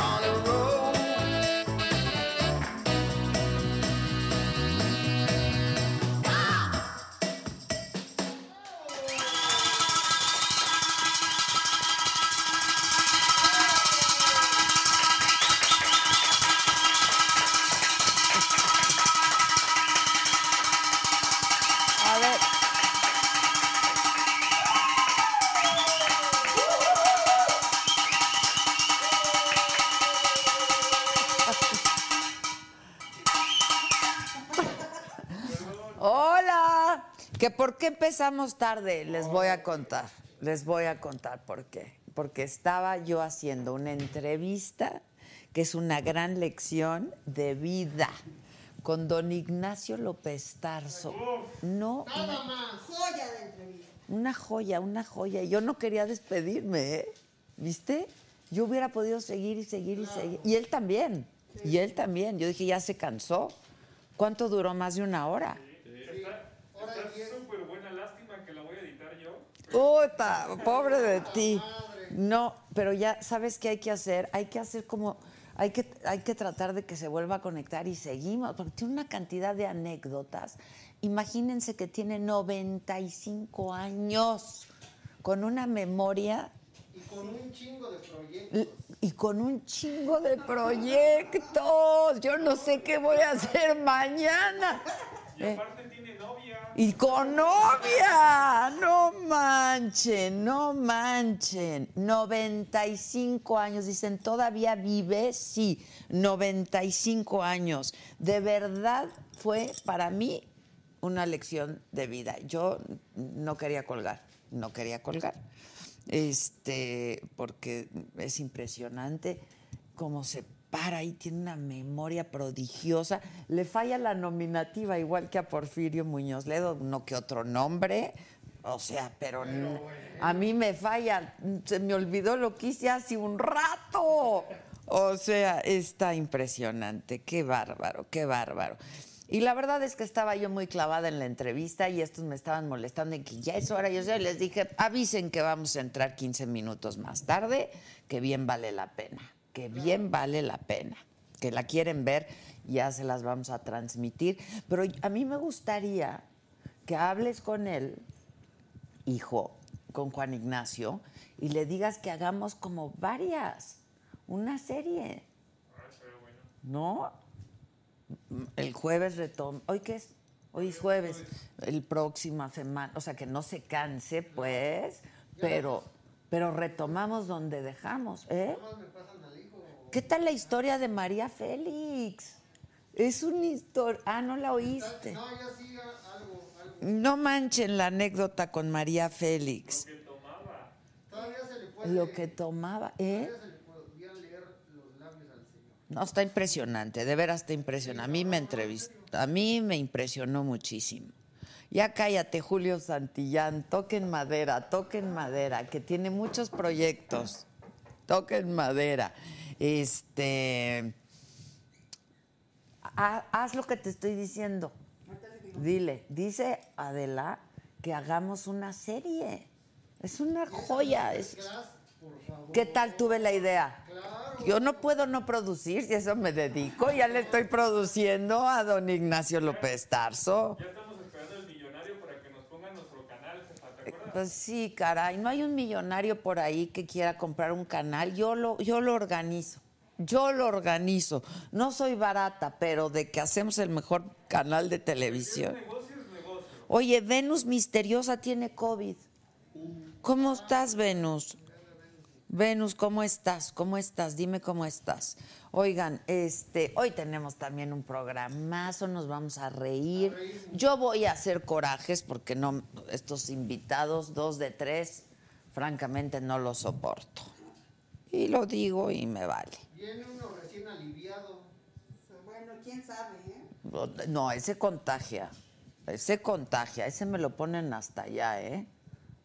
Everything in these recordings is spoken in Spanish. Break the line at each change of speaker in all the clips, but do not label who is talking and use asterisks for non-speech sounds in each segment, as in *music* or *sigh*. on a roll.
A ver. Hola. ¿Que por qué empezamos tarde? Les voy a contar. Les voy a contar por qué. Porque estaba yo haciendo una entrevista que es una gran lección de vida con don Ignacio López Tarso. No, no,
Joya de entrevista.
una joya, una joya. Yo no quería despedirme, ¿eh? ¿Viste? Yo hubiera podido seguir y seguir y seguir. Y él también. Y él también. Yo dije, ya se cansó. ¿Cuánto duró? Más de una hora.
Está súper buena, lástima que la voy a editar yo.
Puta, pobre de ti. No, pero ya sabes qué hay que hacer. Hay que hacer como, hay que, hay que tratar de que se vuelva a conectar y seguimos, porque tiene una cantidad de anécdotas. Imagínense que tiene 95 años con una memoria
Y con un chingo de proyectos.
L- Y con un chingo de proyectos. Yo no sé qué voy a hacer
*laughs*
mañana.
Y
Eh,
aparte tiene novia.
y con novia. No manchen, no manchen. 95 años. Dicen, ¿todavía vive? Sí, 95 años. De verdad fue para mí una lección de vida. Yo no quería colgar, no quería colgar. Este, porque es impresionante cómo se para y tiene una memoria prodigiosa. Le falla la nominativa igual que a Porfirio Muñoz Ledo, no que otro nombre. O sea, pero n- a mí me falla, se me olvidó lo que hice hace un rato. O sea, está impresionante, qué bárbaro, qué bárbaro. Y la verdad es que estaba yo muy clavada en la entrevista y estos me estaban molestando en que ya es hora. Yo sé, les dije, avisen que vamos a entrar 15 minutos más tarde, que bien vale la pena, que bien vale la pena. Que la quieren ver, ya se las vamos a transmitir. Pero a mí me gustaría que hables con él hijo, con Juan Ignacio, y le digas que hagamos como varias, una serie. ¿No? El jueves retom... ¿Hoy qué es? Hoy es jueves. El próximo semana. O sea, que no se canse, pues, pero, pero retomamos donde dejamos, ¿eh? ¿Qué tal la historia de María Félix? Es una historia... Ah, no la oíste.
No, ya sí, a- algo, algo.
No manchen la anécdota con María Félix.
Todavía se le puede,
Lo que tomaba, ¿eh?
todavía se le podía leer los labios al señor.
No, está impresionante, de veras está impresionante. A mí me entrevistó, a mí me impresionó muchísimo. Ya cállate, Julio Santillán, toquen madera, toquen madera, que tiene muchos proyectos. Toquen madera. Este. ha- haz lo que te estoy diciendo. Dile, dice Adela que hagamos una serie. Es una joya. es- ¿Qué tal tuve la idea? Yo no puedo no producir, si eso me dedico, ya le estoy produciendo a don Ignacio López Tarso.
Ya estamos esperando el millonario para que nos pongan nuestro canal, jefa, ¿te acuerdas?
Pues sí, caray, no hay un millonario por ahí que quiera comprar un canal, yo lo, yo lo organizo. Yo lo organizo. No soy barata, pero de que hacemos el mejor canal de televisión.
Negocio es negocio.
Oye, Venus misteriosa tiene COVID. ¿Cómo estás, Venus? Venus, ¿cómo estás? ¿Cómo estás? Dime cómo estás. Oigan, este, hoy tenemos también un programazo, nos vamos a reír. Yo voy a hacer corajes porque no estos invitados dos de tres, francamente no los soporto. Y lo digo y me vale.
Viene uno recién aliviado. Bueno, quién sabe, ¿eh?
No, ese contagia. Ese contagia. Ese me lo ponen hasta allá, ¿eh?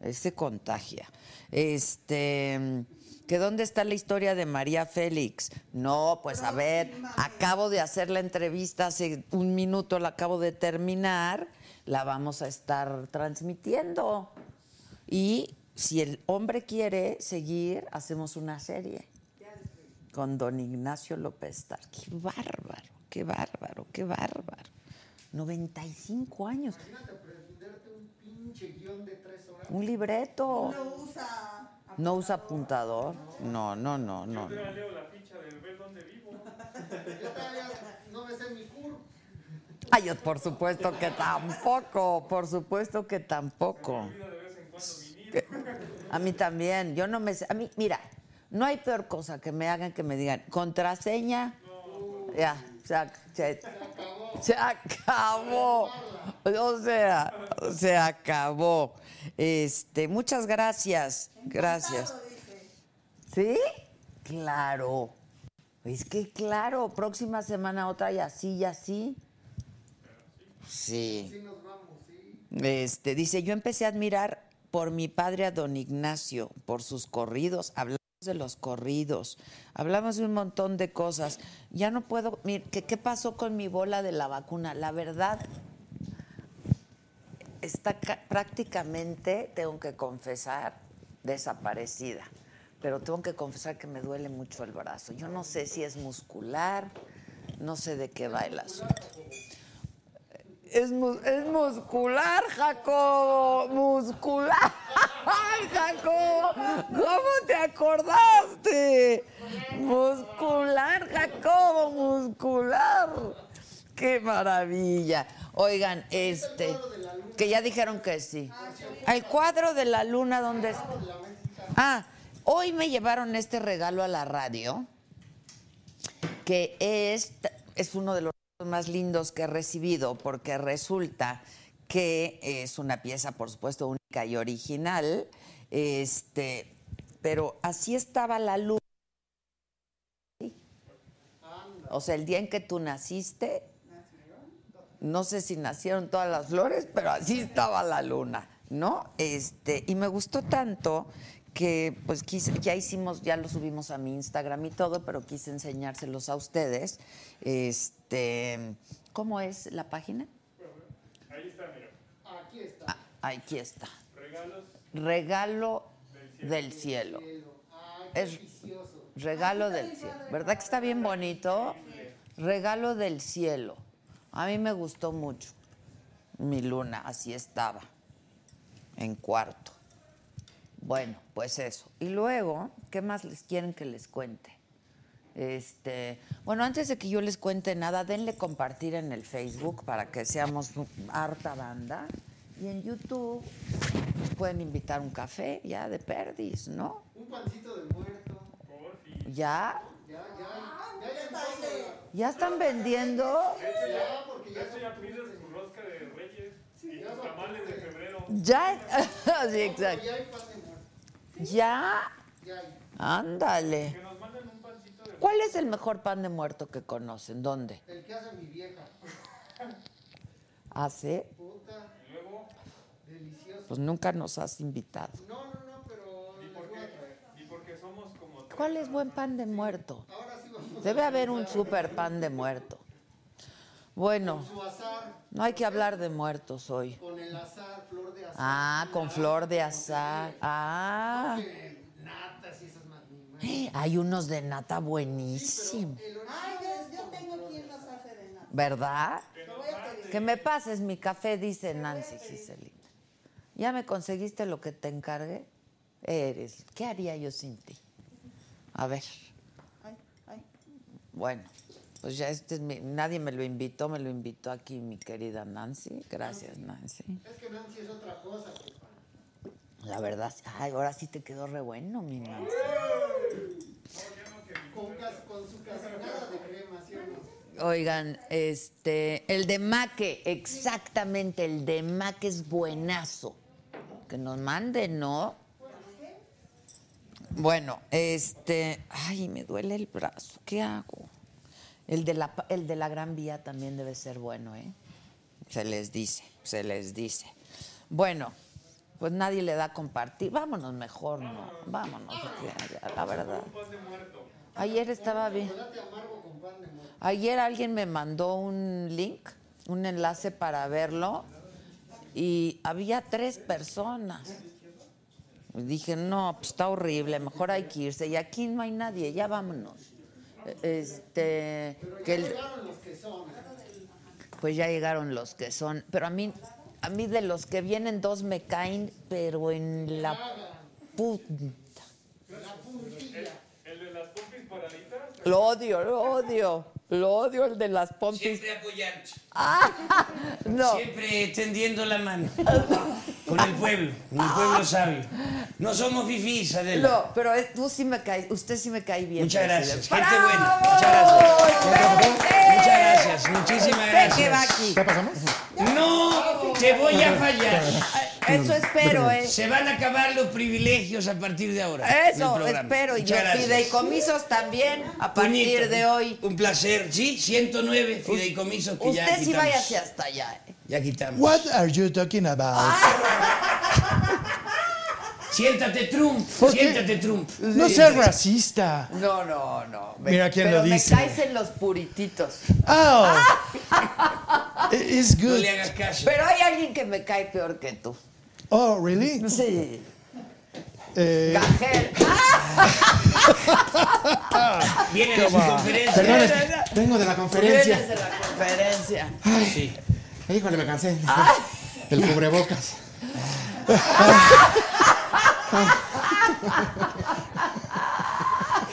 Ese contagia. Este. ¿Que dónde está la historia de María Félix? No, pues a ver, acabo de hacer la entrevista hace un minuto, la acabo de terminar, la vamos a estar transmitiendo. Y si el hombre quiere seguir, hacemos una serie con don Ignacio López Tar. Qué bárbaro, qué bárbaro, qué bárbaro. 95 años,
Imagínate aprenderte un pinche guión de tres horas.
un libreto.
No usa.
No usa apuntador. No, no, no, no. no.
Yo leo la ficha de ver dónde vivo.
Yo todavía no me sé mi curva.
Ay, yo por supuesto que tampoco, por supuesto que tampoco. Que- A mí también, yo no me sé- a mí, mira, no hay peor cosa que me hagan que me digan contraseña. Ya, se, ac- se- se acabó. O sea, se acabó. Este, muchas gracias. Gracias. ¿Sí? Claro. Es que claro, próxima semana otra y así y así. Sí. Este, dice, yo empecé a admirar por mi padre a don Ignacio, por sus corridos. Hablamos de los corridos, hablamos de un montón de cosas. Ya no puedo, mir- ¿qué, ¿qué pasó con mi bola de la vacuna? La verdad, está ca- prácticamente, tengo que confesar, desaparecida. Pero tengo que confesar que me duele mucho el brazo. Yo no sé si es muscular, no sé de qué va el asunto. Es, mus- es muscular, Jacobo. Muscular. Ay, Jacobo. ¿Cómo te acordaste? Muscular, Jacobo. Muscular. Qué maravilla. Oigan, este, que ya dijeron que sí. El cuadro de la luna, ¿dónde está? Ah, hoy me llevaron este regalo a la radio que es, es uno de los más lindos que he recibido, porque resulta que es una pieza, por supuesto, única y original, este, pero así estaba la luz. O sea, el día en que tú naciste, no sé si nacieron todas las flores, pero así estaba la luna, ¿no? Este, y me gustó tanto que pues quise, ya hicimos, ya lo subimos a mi Instagram y todo, pero quise enseñárselos a ustedes. Este, ¿cómo es la página?
Ahí está, mira.
Ah, aquí está.
Regalos.
Regalo del cielo. Ah, Es regalo del cielo. ¿Verdad que está bien bonito? Regalo del cielo. A mí me gustó mucho. Mi luna, así estaba, en cuarto. Bueno, pues eso. Y luego, ¿qué más les quieren que les cuente? Este, bueno, antes de que yo les cuente nada, denle compartir en el Facebook para que seamos harta banda. Y en YouTube pueden invitar un café ya de perdis, ¿no?
Un pancito de muerto.
Ya,
Ya, ya, ya, ya, ya,
ya están vendiendo.
ya, porque ya
Eso ya pides su rosca de reyes y sus tamales de febrero.
Ya, *laughs* sí,
pero
exacto.
ya hay pan de muerto.
Ya,
Ya hay.
Que
ándale.
nos manden un pancito de
¿Cuál es el mejor pan de muerto que conocen? ¿Dónde?
El que hace mi vieja.
¿Hace?
Puta,
Y luego,
delicioso.
Pues nunca nos has invitado.
No, no, no, pero
y
les voy
porque,
a traer.
y porque somos como.
¿Cuál es buen pan de muerto?
Ahora sí vamos
Debe
a
haber un super pan de muerto. Bueno,
su azar.
no hay que hablar de muertos hoy.
Con el azar, flor de azar.
Ah, con flor de azar. Ah,
Eh, Natas y esas más nimas.
hay unos de nata buenísimos.
Ay, yo, yo tengo quien los hace de nada.
¿Verdad?
Lo voy a pedir.
Que me pases mi café, dice Nancy Giselita. ¿Ya me conseguiste lo que te encargué? Eres. ¿Qué haría yo sin ti? A ver.
Ay, ay.
Bueno, pues ya este es mi. Nadie me lo invitó, me lo invitó aquí mi querida Nancy. Gracias, Nancy.
Es que Nancy es otra cosa, compa.
La verdad, sí- ay, ahora sí te quedó re bueno, mi Nancy.
Con, cas- con su casinada de crema, ¿sí o no?
Oigan, este, el de Maque, exactamente, el de Maque es buenazo. Que nos manden, ¿no? Bueno, este, ay, me duele el brazo, ¿qué hago? El de la, pa- el de la Gran Vía también debe ser bueno, ¿eh? Se les dice, se les dice. Bueno, pues nadie le da a compartir. Vámonos mejor, ¿no? Vámonos, porque ya, la verdad. Ayer estaba bien. Ayer alguien me mandó un link, un enlace para verlo, y había tres personas. Y dije, no, pues está horrible, mejor hay que irse. Y aquí no hay nadie, ya vámonos. E- Este, que el- pues ya llegaron los que son. Pero a mí, a mí de los que vienen dos me caen, pero en la puta.
El de las pompis paraditas,
Lo odio, lo odio. Lo odio el de las pompis.
Siempre apoyando,
¡Ah! No.
siempre tendiendo la mano.
*laughs*
Con el pueblo, con el pueblo sabio. No somos fifís, Adela.
No, pero es- tú sí me caes, usted sí me cae bien.
Muchas gracias,
presidente.
gente buena.
¡Bravo!
Muchas gracias.
¡Vete!
Muchas gracias, muchísimas
Usted
gracias.
que va aquí.
¿Ya pasamos?
No, te voy a fallar.
*laughs* Eso espero, ¿eh?
Se van a acabar los privilegios a partir de ahora. del
Eso
programa.
espero. Y
Muchas
los
gracias.
fideicomisos también a partir
Puñito.
de hoy.
Un placer, sí, 109 fideicomisos que ya
Usted sí
quitamos.
vaya hacia hasta allá. ¿eh?
Ya quitamos.
What are you talking about?
Siéntate, Trump.
¿Por qué?
Siéntate, Trump.
No seas racista.
No, no, no. Me-
Mira quién
pero
lo dice.
Me caes en los purititos.
Oh. It's
No
good.
le hagas caso.
Pero hay alguien que me cae peor que tú.
Oh, really?
Sí.
Eh,
Gajel.
Viene de su conferencia.
perdón, es que vengo de la
Vienes
conferencia.
de la conferencia.
Sí.
Híjole, me cansé. El cubrebocas.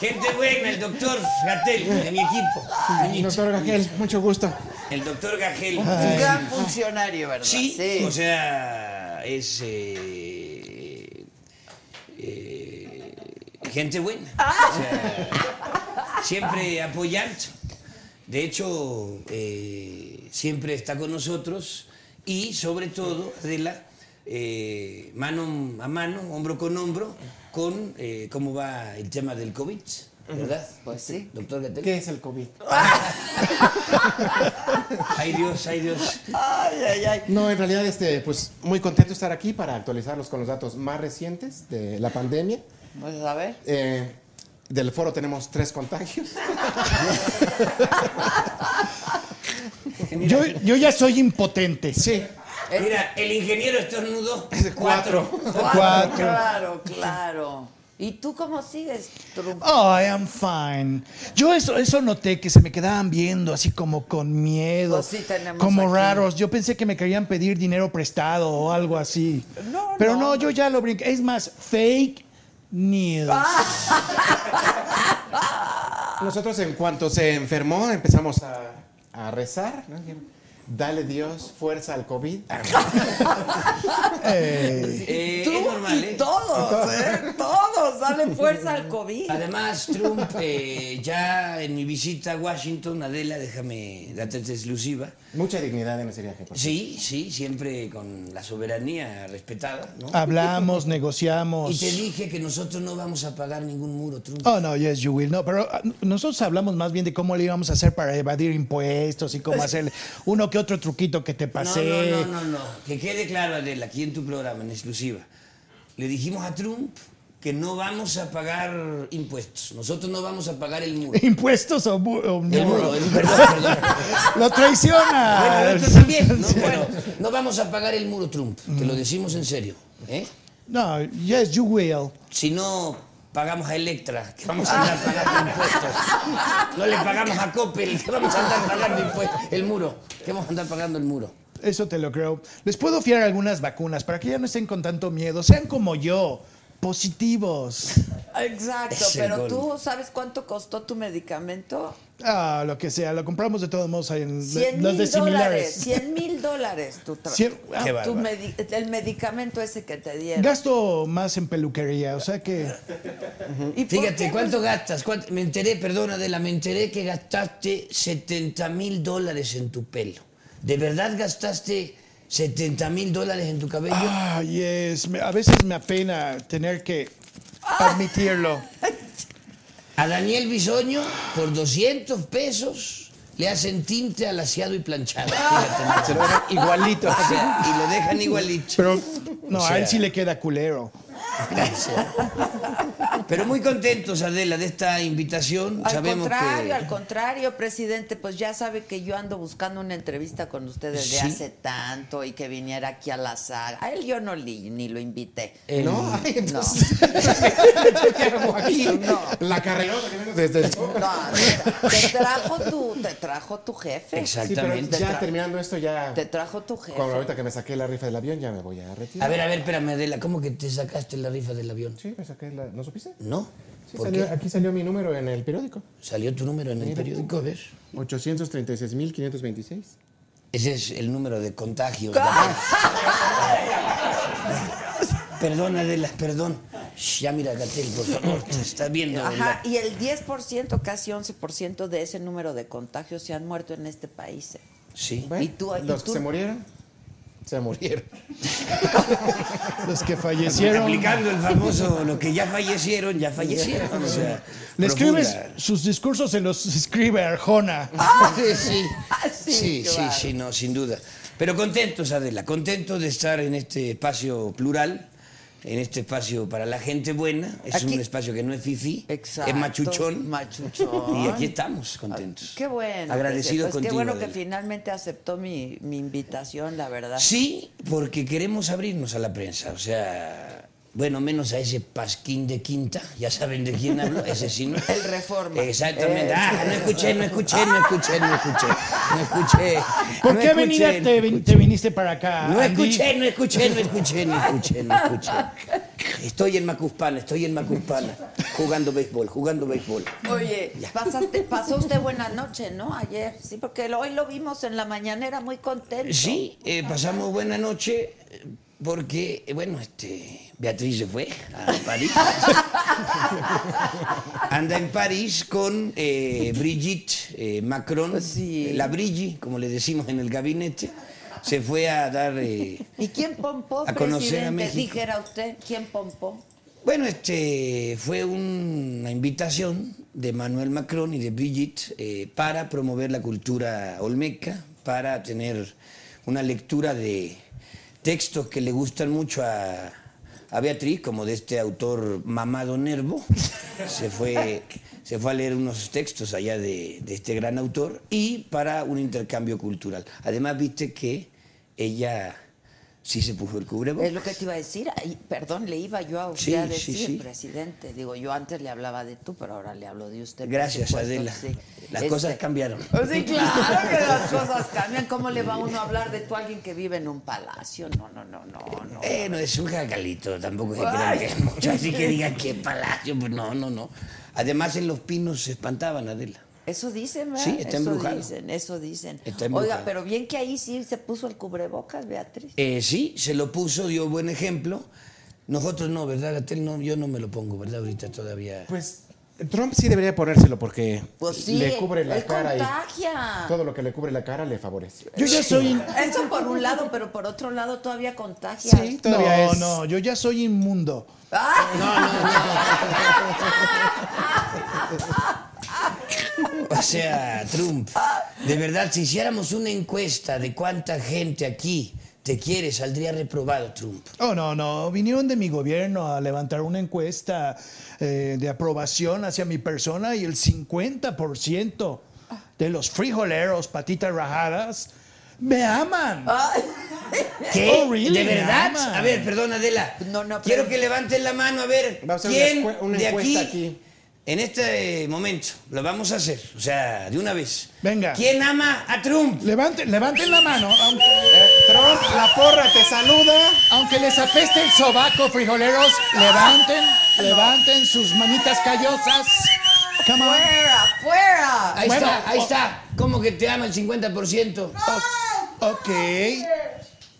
Gente buena, el doctor Gatel, de mi equipo. Puñito.
Doctor Gagel, mucho gusto.
El doctor Gagel.
Un gran funcionario, ¿verdad?
Sí, o sea, es eh, eh, gente buena. O sea, siempre apoyando. De hecho, eh, siempre está con nosotros y sobre todo, Adela, eh, mano a mano, hombro con hombro, con eh, cómo va el tema del COVID, ¿verdad?
Pues sí.
Doctor Gatell.
¿Qué es el COVID?
Ay Dios, *laughs* ay Dios.
Ay, ay, ay.
No, en realidad, este, pues muy contento de estar aquí para actualizarlos con los datos más recientes de la pandemia.
Pues a ver.
Eh, del foro tenemos tres contagios.
Yo, yo ya soy impotente.
Sí,
Mira, el ingeniero estornudó
cuatro.
Cuatro. Claro, claro. ¿Y tú cómo sigues, Trump?
Oh, I am fine. Yo eso, eso noté que se me quedaban viendo así como con miedo.
Pues sí, tenemos
como
aquí.
raros. Yo pensé que me querían pedir dinero prestado o algo así.
No,
Pero
no.
no, yo ya lo brinqué. Es más, fake news.
Ah.
Nosotros en cuanto se enfermó empezamos a, a rezar. ¿no? Dale Dios fuerza al COVID. Ah,
Eh,
Eh,
Tú
es normal,
y
¿eh? *laughs*
todos, ¿eh? Todos, dale fuerza al COVID.
Además, Trump, eh, ya en mi visita a Washington, Adela, déjame darte esta exclusiva.
Mucha dignidad en ese viaje. por
Sí, sí, siempre con la soberanía respetada, ¿no?
Ah,
Y
hablamos,
te
negociamos.
dije que nosotros no vamos a pagar ningún muro, Trump.
Oh, no, yes, you will. No, pero ah, nosotros hablamos más bien de cómo le íbamos a hacer para evadir impuestos
*laughs*
y cómo hacer uno que otro truquito que te
no,
Ah, pasé.
no, no, no, no. Que quede claro, Adela, aquí en tu programa, en exclusiva. Le dijimos a Trump que no vamos a pagar impuestos. Nosotros no vamos a pagar el
*laughs*
muro.
*laughs* Impuestos o, mu- o
El muro,
muro.
el- perdón,
*laughs*
perdón.
Lo traiciona.
Bueno, esto también, ¿no? Bueno, no vamos a pagar el muro Trump, te lo decimos en serio. ¿eh?
No, yes, you will.
Si no pagamos a Electra, que vamos a andar pagando impuestos. No le pagamos a Coppel, que vamos a andar pagando impuestos. El muro, que vamos a andar pagando el muro.
Eso te lo creo. Les puedo fiar algunas vacunas para que ya no estén con tanto miedo. Sean como yo, positivos.
Exacto,
Es el
pero
gol.
tú sabes cuánto costó tu medicamento?
Ah, lo que sea, lo compramos de todos modos en
100
los de
mil dólares.
similares.
100 mil dólares tu tra-
Cien- ah,
Qué
tu
bárbaro.
medi- el medicamento ese que te dieron.
Gasto más en peluquería, o sea que
¿Y por
Fíjate,
qué?
¿cuánto gastas? ¿Cuánto? Me enteré, perdona, Adela, me enteré que gastaste 70 mil dólares en tu pelo. ¿De verdad gastaste 70 mil dólares en tu cabello?
Ah, yes. me- A veces me apena tener que admitirlo.
A Daniel Bisoño, por 200 pesos, le hacen tinte al aseado y planchado.
Se lo dejan igualito.
O sea, y lo dejan igualito.
Pero no,
O sea,
a él sí le queda culero.
Pero muy contentos, Adela, de esta invitación.
Al
Sabemos
contrario,
que...
al contrario, presidente, pues ya sabe que yo ando buscando una entrevista con ustedes de
Sí.
hace tanto y que viniera aquí a la sala. A él yo no li- ni lo invité.
el-
¿No? Ay,
*laughs* No,
entonces, ¿qué hago aquí?
No.
*laughs* La carrerota que vengo desde el...
no, te- te trajo tu, te trajo tu jefe.
Sí, pero
Exactamente.
Te
ya
tra-
terminando esto, ya...
Te trajo tu jefe.
Cuando ahorita que me saqué la rifa del avión, ya me voy a retirar.
A ver, a ver, espérame, Adela, ¿cómo que te sacaste la rifa del avión?
Sí, me saqué la... ¿No supiste?
¿No?
Sí,
¿Por
salió-
qué?
aquí salió mi número en el periódico.
Salió tu número en el periódico, a ver.
836.526.
Ese es el número de contagios. *laughs* perdón, Adela, perdón. Shh, ya mira, Gatel, por favor, te estás viendo.
Ajá,
la-
y el 10%, casi 11% de ese número de contagios se han muerto en este país. ¿eh?
Sí.
Bueno,
¿Y tú- y
los
tú?
que se murieron, se murieron.
Los que fallecieron.
Aplicando el famoso, los que ya fallecieron, ya fallecieron. O sea,
Le
profunda.
escribes sus discursos, se
*laughs*
los escribe Arjona.
Sí, sí.
Ah, sí,
Sí, sí,
claro.
sí, no, sin duda. Pero contentos, Adela, contentos de estar en este espacio plural, en este espacio para la gente buena. Es
Aquí-
un espacio que no es fifí,
Exacto.
es machuchón.
Machuchón.
*laughs* Y aquí estamos, contentos.
Qué bueno.
Agradecidos
Pues
contigo.
Qué bueno que
Adela.
finalmente aceptó mi, mi invitación, la verdad.
Sí, porque queremos abrirnos a la prensa. O sea, bueno, menos a ese pasquín de quinta, ya saben de quién hablo, ese sí no.
*laughs* El Reforma.
Exactamente.
Eh.
Ah, no escuché, no escuché, no escuché, no escuché. No escuché.
¿Por
no
qué avenida
escuché,
te,
no
vin-
escuché.
te viniste para
Ah,
acá?
No
Andy?
escuché, no escuché, no escuché, no escuché, no escuché. Estoy en Macuspana, estoy en Macuspana, jugando béisbol, jugando béisbol.
Oye, pasaste, pasó usted buena noche, ¿no? Ayer, sí, porque lo- hoy lo vimos en la mañanera muy contento.
Sí, eh, pasamos buena noche eh, porque, eh, bueno, este, Beatriz se fue a París. Anda en París con eh, Brigitte eh, Macron,
Sí.
eh, la Brigi, como le decimos en el gabinete, se fue a dar... eh,
¿Y quién pompó,
A conocer a
presidente?
México.
Dijera usted, ¿quién pompó?
Bueno, este fue una invitación de Manuel Macron y de Brigitte eh, para promover la cultura olmeca, para tener una lectura de textos que le gustan mucho a, a Beatriz, como de este autor Mamado Nervo. Se fue, se fue a leer unos textos allá de, de este gran autor y para un intercambio cultural. Además, viste que ella sí se puso el cubrebocas.
Es lo que te iba a decir. Ay, perdón, le iba yo a usted
Sí,
a
sí,
decir,
sí.
presidente. Digo, yo antes le hablaba de tú, pero ahora le hablo de usted. por
Gracias,
supuesto,
Adela.
sí.
Las
Este,
cosas cambiaron.
Sí, claro que
*laughs*
las cosas cambian. ¿Cómo le va uno a hablar de tú a alguien que vive en un palacio? No, no, no, no, no.
Bueno, es un jacalito, tampoco se crean que es mucho, así que digan que palacio, pues no, no, no. Además, en los pinos se espantaban, Adela.
Eso dicen, ¿verdad?
Sí, está
eso
embrujado.
dicen, eso dicen. Oiga,
Está embrujado.
pero bien que ahí sí se puso el cubrebocas, Beatriz.
Eh, sí, se lo puso, dio buen ejemplo. Nosotros no, ¿verdad, Gatel? No, yo no me lo pongo, ¿verdad? Ahorita todavía.
Pues Trump sí debería ponérselo porque
Pues sí,
le cubre la
él
cara
contagia.
y todo lo que le cubre la cara le favorece.
Yo ya soy.
Eso por un lado, pero por otro lado todavía contagia.
Sí, todavía
No,
es-
no, yo ya soy inmundo.
O sea, Trump, de verdad, si hiciéramos una encuesta de cuánta gente aquí te quiere, saldría reprobado Trump.
Oh, no, no. Vinieron de mi gobierno a levantar una encuesta eh, de aprobación hacia mi persona y el 50% de los frijoleros, patitas rajadas, me aman. *laughs*
¿Qué?
Oh, really?
¿De verdad?
Ama.
A ver, perdón, Adela.
No, no,
Quiero
pero-
que levanten la mano a ver
Vamos a hacer
quién
una escue- una
de aquí,
encuesta aquí.
en este momento, lo vamos a hacer, o sea, de una vez.
Venga.
¿Quién ama a Trump?
Levanten, levanten la mano, aunque,
Eh, Trump, la porra te saluda.
aunque les apeste el sobaco,
*laughs*
frijoleros, levanten, levanten sus manitas callosas. Come on.
¡Fuera, fuera!
Ahí
Bueno,
está, ahí
o-
está. ¿Cómo que te ama el 50%?
Ok.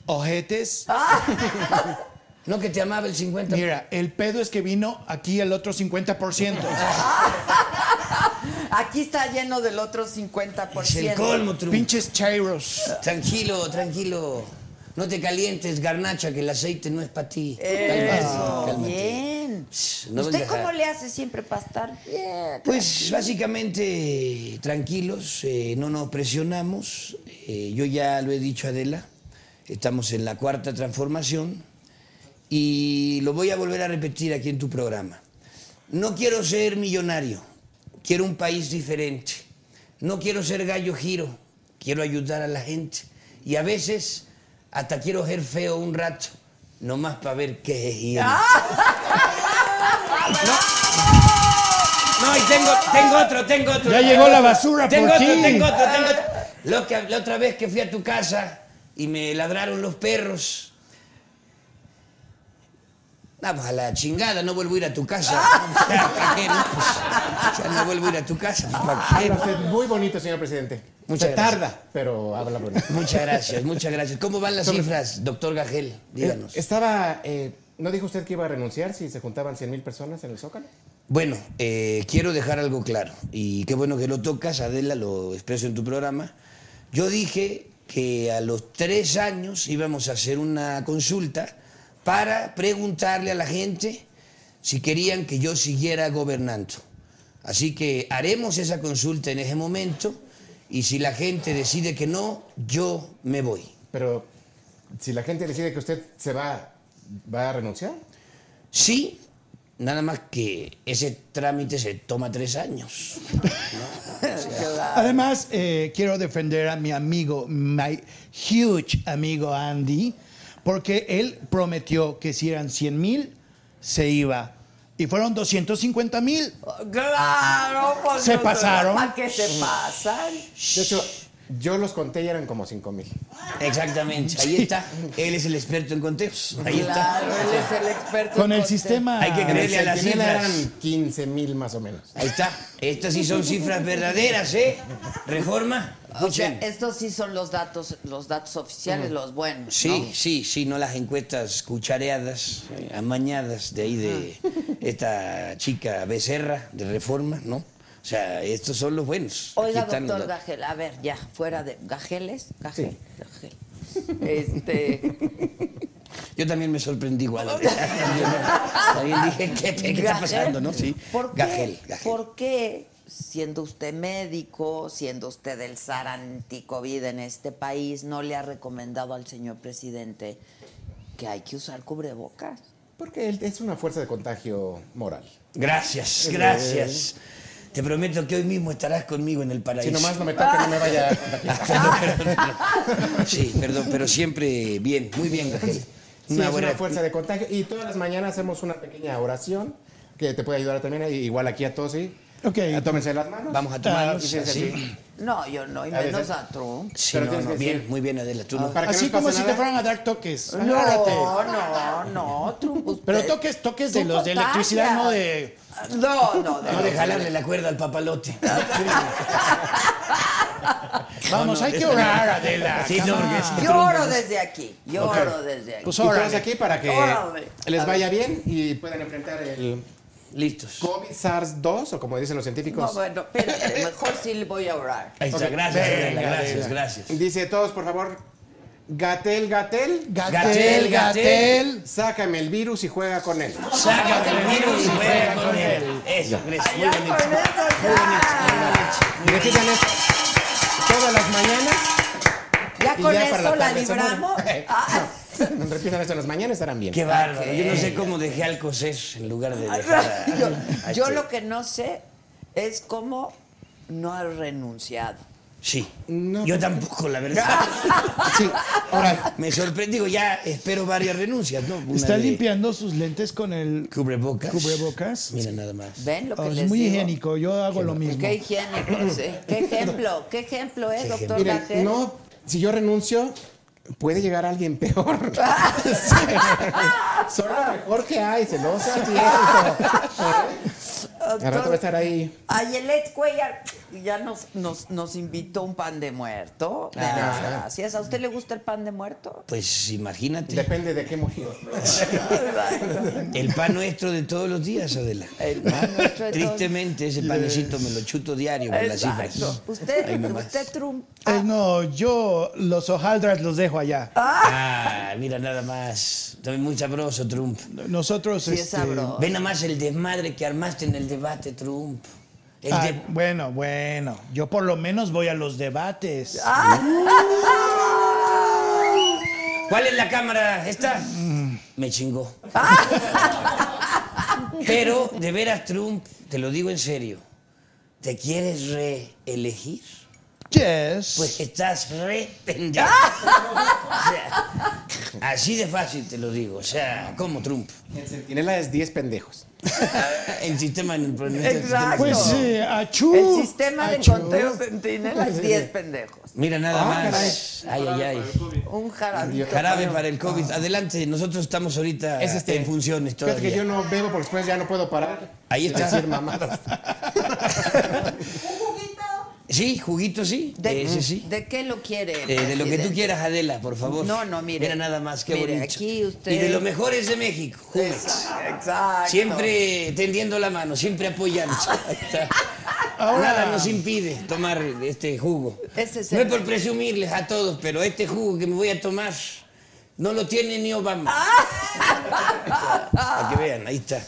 Ojetes.
Ah. No que te amaba el 50%.
Mira, el pedo es que vino aquí el otro
Ah,
50%.
Aquí está lleno del otro 50%.
es el colmo, Trump.
Pinches chairos.
Tranquilo, tranquilo.
Eh,
No te calientes, garnacha, que el aceite no es para ti. Calma,
Eso.
cálmate.
Bien. bien.
no
¿Usted
venga a-
cómo le hace siempre para estar bien?
Pues básicamente tranquilos, eh, no nos presionamos. Eh, yo ya lo he dicho a Adela, estamos en la cuarta transformación y lo voy a volver a repetir aquí en tu programa. No quiero ser millonario, quiero un país diferente. No quiero ser gallo giro, quiero ayudar a la gente. Y a veces hasta quiero ser feo un rato, nomás para ver qué es hielo. No, y tengo, tengo otro, tengo otro.
Ya llegó la basura
tengo
por
otro,
ti.
Tengo otro, tengo otro. Lo que, la otra vez que fui a tu casa y me ladraron los perros. Vamos a la chingada, no vuelvo a ir a tu *laughs* casa. O sea, ¿para qué, no? Pues, ya no vuelvo a ir a tu casa. ¿para qué?
Habla usted muy bonito, señor presidente.
Muchas
Se
gracias.
tarda, pero habla bonito.
Muchas gracias, muchas gracias. ¿Cómo van las
Sobre-
cifras, doctor Gagel? Díganos.
Eh, Estaba. eh, ¿No dijo usted que iba a renunciar si se juntaban 100 mil personas en el Zócalo?
Bueno, eh, quiero dejar algo claro y qué bueno que lo tocas, Adela, lo expreso en tu programa. Yo dije que a los tres años íbamos a hacer una consulta para preguntarle a la gente si querían que yo siguiera gobernando. Así que haremos esa consulta en ese momento y si la gente decide que no, yo me voy.
Pero si la gente decide que usted se va, ¿va a renunciar?
Sí, nada más que ese trámite se toma tres años.
Además, eh, quiero defender a mi amigo, my huge amigo Andy, porque él prometió que si eran 100 mil, se iba. Y fueron 250 mil.
Claro, pues
Se pasaron.
¿Para qué se pasan?
De hecho, yo los conté y eran como 5 mil.
Exactamente, ahí está. Él es el experto en conteos. Ahí
Claro,
está.
él es el experto.
Con
en
el
conte-
sistema.
Hay que creerle a las
Centinela
cifras.
eran 15 mil más o menos.
Ahí está. Estas sí son cifras verdaderas, ¿eh? Reforma.
O sea,
Escuchen.
estos sí son los datos, los datos oficiales, los buenos.
Mm. Sí, sí, sí, no las encuestas cuchareadas, eh, amañadas de ahí de esta chica Becerra de Reforma, ¿no? O sea, estos son los buenos.
¿no? Oiga,
Aquí están los
doctor
datos.
Gagel, a ver, ya, fuera de. ¿Gageles? Gagel. Gagel.
*laughs*
Este.
Yo también me sorprendí igual.
*laughs*
Yo no- también dije, ¿qué, qué está
Gagel,
pasando, no? Sí.
¿Por qué,
Gagel, Gagel.
¿Por qué, siendo usted médico, siendo usted el zar anticovid en este país, no le ha recomendado al señor presidente que hay que usar cubrebocas?
Porque él- es una fuerza de contagio moral.
Gracias, gracias. Te prometo que hoy mismo estarás conmigo en el paraíso.
Si nomás no me toca, no me vaya a
Ah,
contagiar.
perdón, perdón. *laughs* Sí, perdón, pero siempre bien, muy bien, Gagel.
Sí, es una fuerza de contagio. Y todas las mañanas hacemos una pequeña oración que te puede ayudar también. eh, Igual aquí a todos, ¿sí?
Ok.
A Tómense las manos.
Vamos a tomarnos
Ah, sí, sí,
así.
No, yo no, y
A ver,
menos
¿eh?
a Trump.
Sí,
Pero
no,
tienes
no,
que
bien,
decir-
muy bien, Adela, tú no.
Para que
Así
no
como
pase
si te
nada.
fueran a dar toques. Agárrate.
No, no, no, Trump. usted-
Pero toques, toques de
tú
los de
contagias.
electricidad, no de.
No, no, de
No
los-
de jalarle la cuerda al papalote.
Ah,
Vamos,
No, no,
hay que
eso no.
orar, Adela.
*laughs* Sí, no,
come
porque
on.
es-
Lloro desde aquí, lloro desde aquí.
Pues
Y todos
órale.
aquí para que
Órale.
les vaya bien y puedan enfrentar el
Listos.
COVID SARS-2 o como dicen los
No,
científicos.
bueno, espérate, mejor sí le voy a orar.
Ahí está,
Ok.
gracias, Adela,
Venga,
gracias,
Adela.
gracias.
Dice todos, por favor, Gatel, Gatel,
Gatel,
Gatel,
Gatel.
sácame el virus y juega con él.
Sácate el virus y juega con él. Eso, gracias, muy bonito. Muy bonito, muy bonito.
Repitan esto todas las mañanas.
Ya
Y
con
ya para
eso la
tarde se
libramos.
mueren.
Ah,
*laughs* Repitan esto en las mañanas, estarán bien.
Qué bárbaro. Yo no sé cómo dejé al coser en lugar de
*laughs*
dejar a-
yo,
a
yo
este-
lo que no sé es cómo no ha renunciado.
Sí.
No. Ah,
Yo tampoco, la verdad.
Sí, ahora,
Me sorprendí. Digo, ya espero varias renuncias, ¿no? Una
Está
de
limpiando sus lentes con el
Cubrebocas.
cubrebocas.
Mira nada más.
¿Ven lo que
Oh,
les
es muy
digo?
higiénico, yo hago lo mismo.
Qué higiénico, sí. Qué ejemplo, qué ejemplo es,
Qué
doctor
miren,
Gajel.
no, si yo renuncio, puede llegar alguien
*laughs*
peor. Son lo mejor que hay, se lo cierto. Al rato va a estar ahí.
Ayelet Cuellar, Y ya nos, nos, nos invitó un pan de muerto. De
Ah.
las gracias. ¿A usted le gusta el pan de
*laughs*
muerto?
Pues imagínate,
Depende de qué murió.
el pan nuestro de todos los días, Adela.
El pan nuestro de todos-
Tristemente ese panecito me lo chuto diario por las
Exacto.
cifras. Ay,
Usted,
mamás.
usted Ah, Trump.
Pues
Eh, no, yo los hojaldras los dejo allá.
Ah, mira nada más. También muy sabroso, Trump.
Nosotros.
Sí, es
este,
sabroso.
Ve nada más el desmadre que armaste en el debate, Trump. El
ah,
de-
bueno, bueno. Yo por lo menos voy a los debates.
¿Cuál es la cámara? ¿Esta?
*laughs*
Me chingó. Pero, de veras, Trump, te lo digo en serio, ¿te quieres reelegir?
Yes.
Pues estás re pendejo. O sea, así de fácil te lo digo. O sea, como Trump. *laughs*
El centinela es 10 pendejos.
El sistema en el
Exacto.
Pues sí, achú.
El
Uh,
sistema de
achú.
conteo
Pues
centinela es 10 pendejos.
Mira nada
Ah,
más. Ay, ay, ay.
Un jarabito.
Jarabe para el COVID. Adelante, nosotros estamos ahorita
Ah. Es este-
en funciones
Fíjate
todavía.
que yo no bebo porque después ya no puedo parar.
Ahí
de
está.
Decir mamadas.
*laughs*
Un juguito.
Sí, juguito sí.
¿De,
Ese Eh, sí.
¿de qué lo quiere?
Eh, de lo que tú
presidente?
quieras, Adela, por favor.
No, no, mire.
Mira nada más, qué
Mire,
bonito.
aquí usted-
Y de los mejores de México, Jumex.
Exacto.
Siempre tendiendo la mano, siempre apoyando.
Ah.
Ahí está. Nada nos impide tomar este jugo.
Ese es
no
el-
es por presumirles a todos, pero este jugo que me voy a tomar no lo tiene ni Obama.
Ah.
Para que vean, ahí está.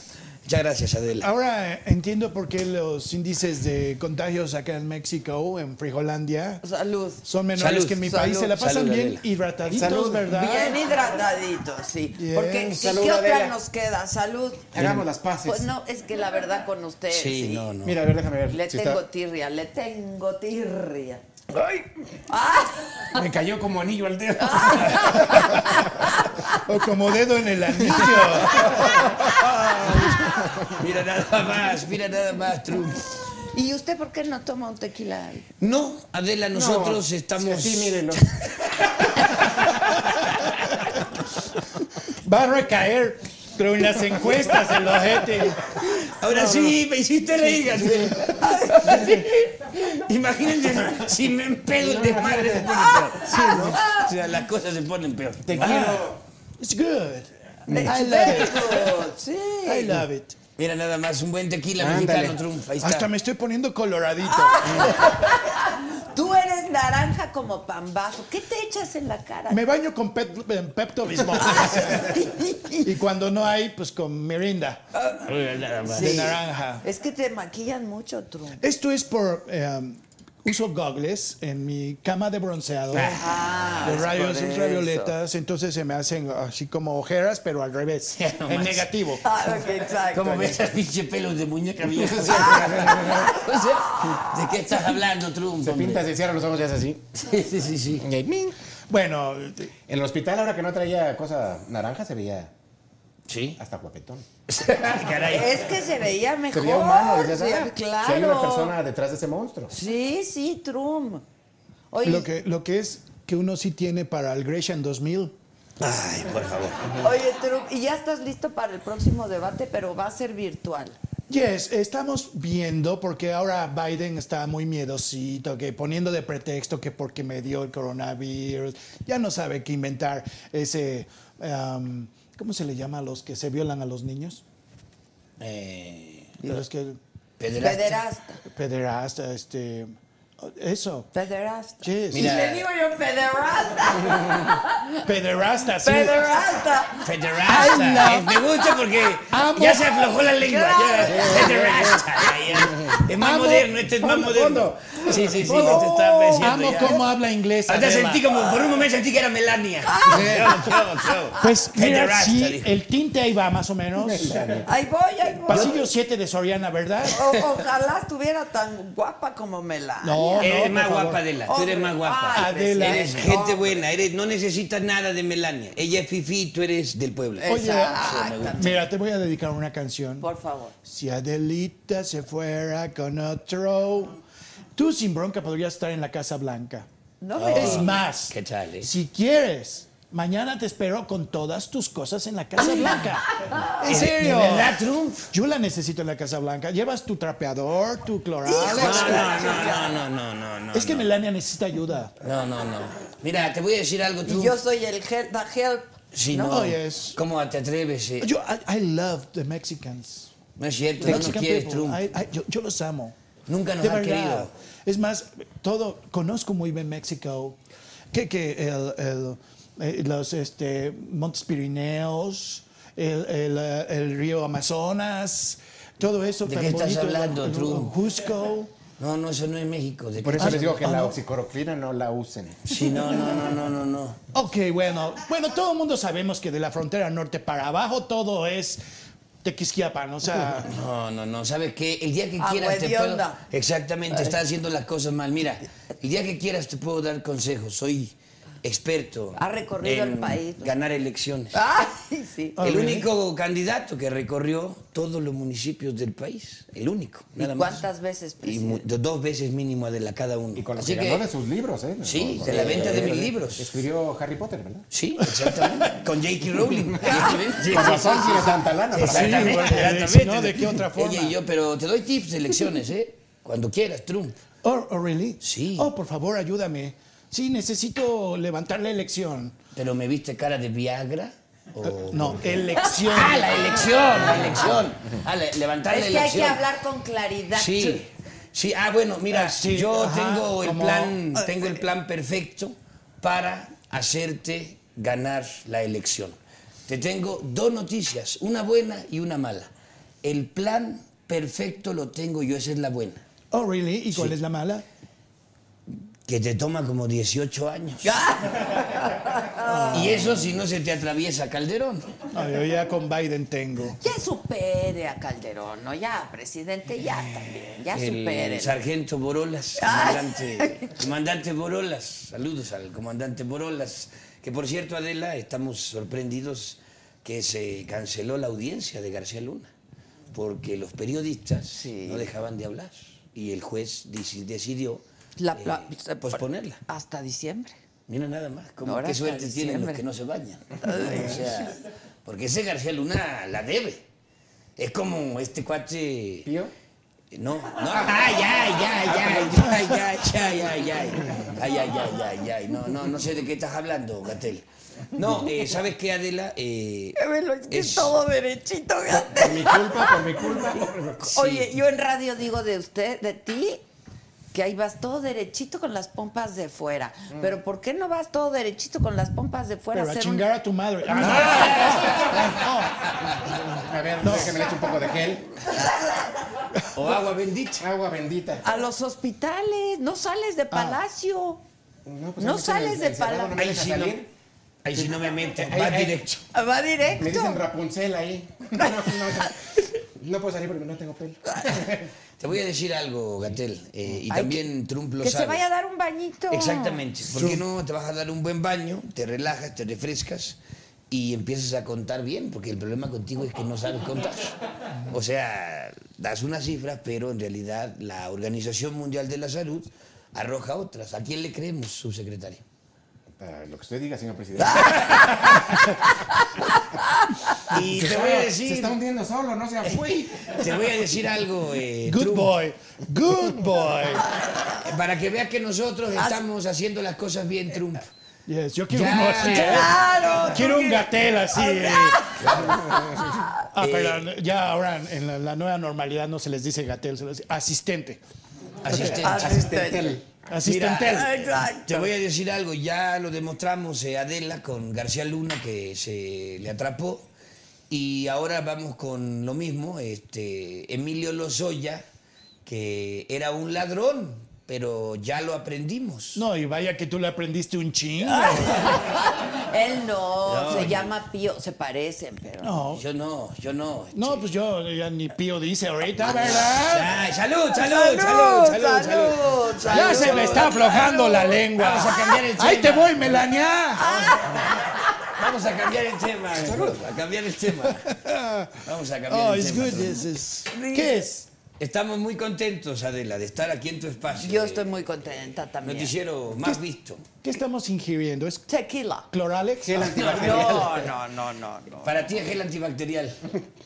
Muchas gracias, Adela.
Ahora eh, entiendo por qué los índices de contagios acá en México, en Frijolandia,
Salud.
son menores
Salud.
que en mi
Salud.
país. Se la pasan
Salud,
bien
Adela.
hidrataditos,
Salud.
¿verdad?
Ah.
Bien hidrataditos, sí.
Bien.
Porque, ¿qué-
Salud,
¿qué otra
Adela.
nos queda? Salud.
Hagamos las paces.
Pues no, es que la verdad con usted.
Sí,
Sí,
no, no.
Mira, a ver, déjame ver.
Le
si está-
tengo tirria, le tengo tirria.
Me cayó como anillo
*laughs*
al dedo.
O como dedo en el anillo.
*laughs*
Mira nada más, mira nada más, Trump.
¿Y usted por qué no toma un tequila?
No, Adela, nosotros
No,
estamos.
Sí, mírenlo.
Va a recaer, pero en las encuestas, en los gente.
Ahora sí, me hiciste reír. Gabriel. Imagínense si me empedo el desmadre se pone peor. O sea, las cosas se ponen peor.
Te quiero.
It's good. I love it.
Perfecto, sí.
I love it.
Ah, Mira nada más, un buen tequila
Ándale.
mexicano triunfa. Ahí
Hasta
está.
me estoy poniendo coloradito.
Ah. Tú eres naranja como pambazo. ¿Qué te echas en la cara?
Me baño con pep- en Pepto Bismol. y cuando no hay, pues con Mirinda
Ah.
Mira nada más.
de naranja.
*laughs* Es que te maquillan mucho, Trump.
Esto es por. eh, uso goggles en mi cama de bronceado.
Ah,
de
es
rayos
por eso.
ultravioletas, entonces se me hacen así como ojeras, pero
*laughs*
al revés,
Ya nomás.
en negativo.
Ah, ok, exacto.
¿Cómo ves esas pinche pelos de muñeca vieja? O sea, ¿De qué estás hablando, Trump?
Se
hombre?
pinta, se cierra los ojos y hace así.
Sí, sí, sí, sí.
Y ahí, ¡ming!
Bueno,
En el hospital, ahora que no traía cosa naranja, se veía
Sí.
hasta guapetón.
Caray.
Es que se veía mejor.
Se veía humano. decías,
sí,
"Ah,
claro.
Si hay una persona detrás de ese monstruo.
Sí, sí, Trump. Oye,
lo que, lo que es que uno sí tiene para el Grecian 2000.
Ay, por favor.
oye, Trump, y ya estás listo para el próximo debate, pero va a ser virtual.
Yes, estamos viendo porque ahora Biden está muy miedosito, que poniendo de pretexto que porque me dio el coronavirus, ya no sabe qué inventar ese, um, ¿cómo se le llama a los que se violan a los niños?
Eh,
Los que
pederasta.
Pederasta.
pederasta, este, eso.
Pederasta.
Yes.
Y le digo yo, pederasta,
Pederasta, sí.
pederasta.
Federasta. eh, Me gusta porque ya se aflojó la lengua. ya. Federasta. ya, ya. Es más
Amo-
moderno, este es más
fondo,
moderno. Sí, sí, sí, este está
Amo
creciendo
cómo
ya.
habla inglés.
Ahorita
Adela.
sentí como, por un momento sentí que era Melania. Chao, chao, chao.
Ah. Pues mira,
Pederasta,
sí,
dijo.
el tinte ahí va más o menos.
Ahí voy, ahí voy.
Pasillo 7 de Soriana, ¿verdad?
O- ojalá estuviera tan guapa como Melania.
No, no,
Eres
por
Oh, más
favor.
guapa, Adela. Tú eres más guapa.
Ay,
Adela.
Eres
presidente.
gente buena, eres, no necesitas nada de Melania. Ella es Fifi, tú eres del pueblo.
Oye,
Exacto.
Mira, te voy a dedicar una canción.
Por favor.
Si Adelita se fuera con otro, tú sin bronca podrías estar en la Casa Blanca.
No me
Es más,
¿Qué tal, eh?
si quieres, Mañana te espero con todas tus cosas en la Casa Blanca. ¿En
¿De-
serio?
¿De verdad, Trump?
Yo la necesito en la Casa Blanca. Llevas tu trapeador, tu cloralex.
No, no, no, no, no, no.
Es que
no.
Melania necesita ayuda.
No, no, no. Mira, te voy a decir algo,
Y
Trump.
yo soy el help, the help.
Si
No,
no,
yes.
¿cómo te atreves? eh?
Yo, I, I love the Mexicans.
No es cierto, no nos
Mexican
quieres,
people.
Trump.
I- I- yo, yo los amo.
Nunca nos
de
ha
verdad.
querido.
Es más, todo, conozco muy bien México, que, que el- el- eh, los este, Montes Pirineos, el, el, eh, el río Amazonas, todo eso
¿De
tan
qué estás
bonito,
hablando,
el- el-
Trump?
Cusco.
No, no, eso no es México. ¿De
Por
qué
eso
te-
les digo que
ah,
la
no.
oxicloroquina no la usen.
Sí, no, no, no, no, no, no.
Ok, bueno, bueno, todo el mundo sabemos que de la frontera norte para abajo todo es Tequisquiapan, o sea...
No, no, no. ¿Sabes qué? El día que
Agua
quieras te puedo...
hedionda.
Exactamente, estás haciendo las cosas mal. Mira, el día que quieras te puedo dar consejos. Soy experto.
Ha recorrido
en
el país.
Ganar elecciones.
Ay, sí.
Ah,
el
really?
único candidato que recorrió todos los municipios del país. El único.
¿Y
nada más.
cuántas veces,
Y
presidente?
mu- do- dos veces mínimo a de la cada uno.
Y con los
Así
que
que-
ganó de sus libros, ¿eh?
Sí,
No,
de la
no,
venta de
no,
mis
no,
libros.
Escribió Harry Potter, ¿verdad?
Sí, exactamente. con J.K. *laughs* Rowling.
Con razón tiene tanta lana.
Ah, Sí,
para
sí,
sacar.
porque si no, ¿de qué otra forma?
Ella y yo, pero te doy tips de elecciones, ¿eh? Cuando quieras, Trump.
Oh, oh, really?
Sí.
Oh, por favor, ayúdame. Sí, necesito levantar la elección.
Pero me viste cara de Viagra. O...
No, elección.
Oh, Ah, la elección, la elección. Ah, le- levantar
Es
la
que hay
elección.
que hablar con claridad.
Sí. Sí, ah, bueno, mira,
sí,
yo
ajá,
tengo el
como-
plan, tengo el plan perfecto para hacerte ganar la elección. Te tengo dos noticias, una buena y una mala. El plan perfecto lo tengo yo, esa es la buena.
Oh, really? ¿Y cuál es la mala?
Que te toma como 18 años. Y eso si no se te atraviesa Calderón.
No, yo ya con Biden tengo.
Ya supere a Calderón, ¿no? Ya, presidente, ya también. Ya
El
supere.
sargento Borolas, comandante, comandante Borolas, saludos al comandante Borolas, que por cierto, Adela, estamos sorprendidos que se canceló la audiencia de García Luna, porque los periodistas
Sí.
no dejaban de hablar y el juez deci- decidió
La-
eh,
la-
posponerla.
Hasta diciembre.
Mira nada más, como
Ahora
qué
hasta
suerte tienen los
diciembre.
que no se bañan. O sea, porque ese García Luna la debe. Es como este cuate...
Tío,
No, no, ay, ay, ay, ay,
Ah,
ay, ay, ay, ay, ay, ay, ay, ay, ay, ay, no, no, no sé de qué estás hablando, Gatel. No, eh, ¿sabes qué, Adela? Eh, *laughs*
Velo, es que
Es-
es todo derechito,
*laughs*
Gatel.
Por mi culpa, por mi culpa.
sí.
Oye, yo en radio digo de usted, de ti, que ahí vas todo derechito con las pompas de fuera. Pero ¿por qué no vas todo derechito con las pompas de fuera?
Pero a
hacer un-
chingar a tu madre.
Ah.
Ah.
A ver, déjame le echo un poco de gel.
o agua bendita.
Agua bendita.
A los hospitales, no sales
Ah.
de palacio.
No, pues
No
a mí
sales
el-
de
el cerrado
pala-
no me
Ahí
deja
si no,
salir.
ahí sí no me meten,
Ay,
va
ay.
directo.
Va
Me dicen
directo.
Rapunzel ahí. No, no, no puedo salir porque no tengo pelo.
Te voy a decir algo, Gatel, eh,
Ay,
y también Trump lo
que
sabe.
se vaya a dar un bañito.
Exactamente, porque no te vas a dar un buen baño, te relajas, te refrescas y empiezas a contar bien, porque el problema contigo es que no sabes contar. O sea, das unas cifras, pero en realidad la Organización Mundial de la Salud arroja otras. ¿A quién le creemos, subsecretario?
Para Ah, lo que usted diga, señor presidente.
Ah, Y
Ah, pues Se
te
está-
voy a
Se
decir,
está hundiendo solo, no
*laughs*
sea güey.
te voy a decir algo, eh,
Good
Trump,
boy. Good boy.
para que veas que nosotros estamos haciendo las cosas bien, Trump.
Yes, yo quiero
Ya.
uno así. ¿eh?
Claro.
Quiero un gatel así. *laughs* eh. Ah, pero ya ahora en la, la nueva normalidad no se les dice gatel, se les dice asistente.
Asistente.
Asistentel.
Asistentel.
Mira,
Exacto.
Te voy a decir algo, ya lo demostramos eh, Adela con García Luna que se le atrapó y ahora vamos con lo mismo, este Emilio Lozoya que era un ladrón, pero ya lo aprendimos.
No, y vaya que tú le aprendiste un chingo.
Él no,
No,
se
yo-
llama Pío, se parecen, pero.
No,
Yo no, yo no. este.
no, pues yo ya ni pío dice ahorita, ¿verdad?
Ay, salud, salud, salud, salud, salud.
Ya se me está aflojando la lengua.
Vamos a cambiar el
Ahí te
tema.
voy, Melania.
Vamos a cambiar el tema, eh. a cambiar el tema. Vamos a cambiar
Oh,
el
it's
tema.
good. This is- ¿Qué es?
Estamos muy contentos, Adela, de estar aquí en tu espacio.
Yo
de
estoy muy contenta también.
Noticiero más visto.
¿Qué estamos ingiriendo? ¿Es
Tequila. *laughs*
cloralex? Ah,
No, no, no, no, no.
Para ti es gel antibacterial.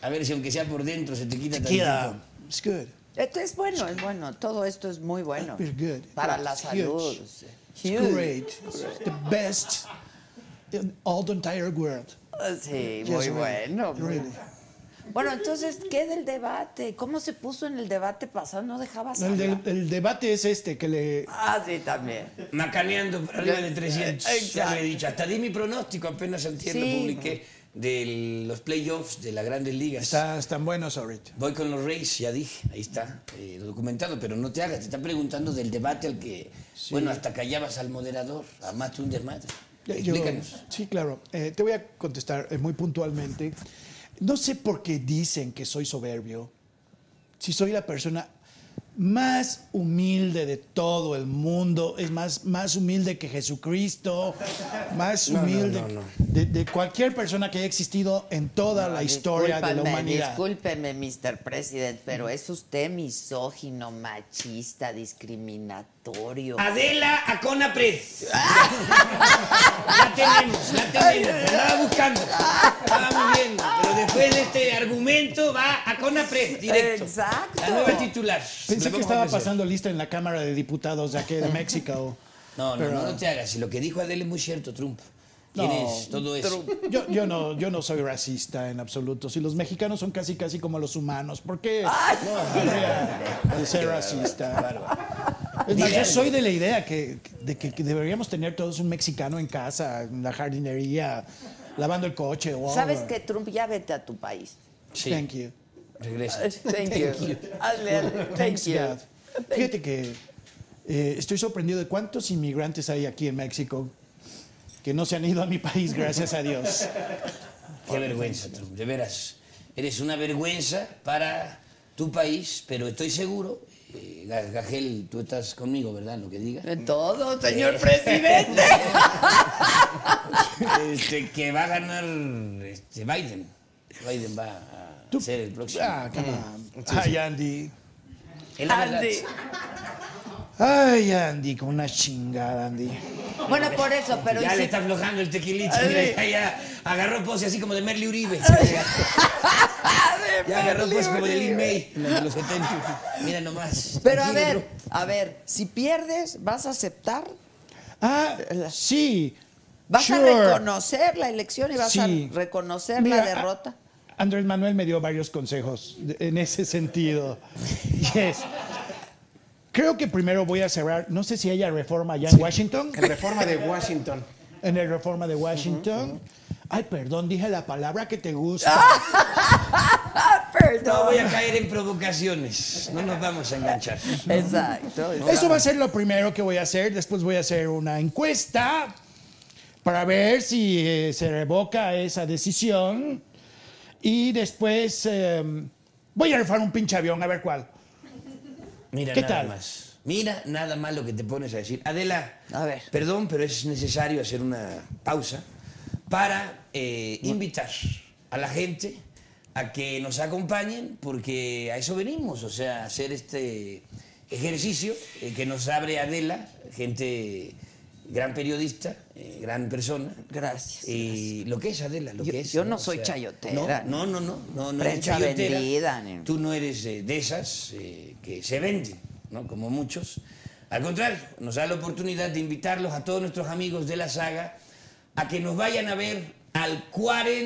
A ver si aunque sea por dentro se te quita
Tequila.
tantito.
It's good.
Esto es bueno, es bueno. Todo esto es muy bueno.
We're good.
Para la
It's
salud.
huge. It's
Huge.
great. It's the best in all the entire world.
Sí,
Yes,
muy
really,
bueno. muy-
really.
Bueno, entonces, ¿qué del debate? ¿Cómo se puso en el debate pasado? No dejabas
El,
hablar.
del- el debate es este que le
Ah, sí, también.
Macaneando por arriba de 300. Ya
Exacto.
lo he dicho. Hasta di mi pronóstico, apenas antier lo
Sí.
publiqué, de los playoffs de las grandes ligas.
está tan buenos ahorita.
Voy con los Reyes, ya dije, ahí está, eh, documentado, pero no te hagas, te está preguntando del debate al que, bueno, hasta callabas al moderador, a más un desmadre.
Ya, yo-
Explícanos.
sí, claro. Eh, te voy a contestar eh, muy puntualmente. No sé por qué dicen que soy soberbio. Si soy la persona más humilde de todo el mundo, es más, más humilde que Jesucristo, más
No, no,
humilde
no, no.
De, de cualquier persona que haya existido en toda la historia de la
Discúlpame,
humanidad.
Discúlpeme, Mr. President, pero es usted misógino, machista, discriminatorio.
Ah,
Adela a Conapres. la tenemos, la tenemos, la estaba buscando, estábamos viendo, pero después de este argumento va a Conapres, directo.
Exacto.
La nueva titular. La
Pensé que
vamos a
estaba
ofrecer.
pasando lista en la Cámara de Diputados de aquí de México.
No, no,
Pero-
no, no te hagas, y lo que dijo Adela es muy cierto, Trump.
No,
Tienes todo eso.
Yo, yo, no, yo no soy racista en absoluto. Si los mexicanos son casi casi como los humanos, ¿por qué no habría de ser racista? Es más, yo soy de la idea que, de que, que deberíamos tener todos un mexicano en casa, en la jardinería, lavando el coche o algo.
¿Sabes que Trump ya vete a tu país?
Sí,
Thank you.
regresa.
Thank you. Hazle, hazle, thank
Thanks,
you.
Dad. Fíjate que eh, estoy sorprendido de cuántos inmigrantes hay aquí en México que no se han ido a mi país, gracias
*laughs*
a Dios.
Qué vergüenza, Trump, de veras. Eres una vergüenza para tu país, pero estoy seguro, eh, Ga- Gagel, tú estás conmigo, ¿verdad? en Lo que digas.
De todo, señor presidente.
Este, que va a ganar este, Biden. Biden va a
Tú-
ser el próximo.
Ah, come on. Ay, Andy.
Es la verdad.
Andy.
Ay, Andy, con una chingada, Andy.
Bueno, por eso, pero ¿y
Ya
si-
le está aflojando el tequilito.
Ay,
mira,
sí.
ya, ya agarró pose así como de Merly Uribe.
¡Ah, de
Ya agarró pose como de
Mercurio!
Lin May, la de los 70. Mira nomás.
Pero a
Tranquilo,
ver, a ver, si pierdes, ¿vas a aceptar?
Ah, sí.
¿Vas
sure.
a reconocer la elección y vas
Sí.
a reconocer
Mira,
la derrota?
a- Andrés Manuel me dio varios consejos de- en ese sentido. *laughs* Yes. Creo que primero voy a cerrar, no sé si haya reforma allá en Washington,
En reforma de
*laughs*
Washington.
en el reforma de Washington. Ay, perdón, dije la palabra que te gusta.
Ah. No voy a caer en provocaciones. No nos vamos a enganchar.
Exacto.
Eso va a ser lo primero que voy a hacer. Después voy a hacer una encuesta para ver si eh, se revoca esa decisión. Y después eh, voy a rifar un pinche avión, a ver cuál.
Mira
¿Qué
nada
tal?
más. Mira nada más lo que te pones a decir. Adela,
A ver.
perdón, pero es necesario hacer una pausa para eh, invitar a la gente a que nos acompañen, porque a eso venimos, o sea, a hacer este ejercicio eh, que nos abre Adela, gente, gran periodista, eh, gran persona.
Gracias.
Y lo que es Adela, lo
Yo-
que es.
yo no soy chayotera,
No, no, no, no, no, no eres
Prensa
chayotera.
vendida, ni-
Tú no eres eh, de esas eh, que se venden, ¿no? como muchos. Al contrario, nos da la oportunidad de invitarlos a todos nuestros amigos de la saga a que nos vayan a ver al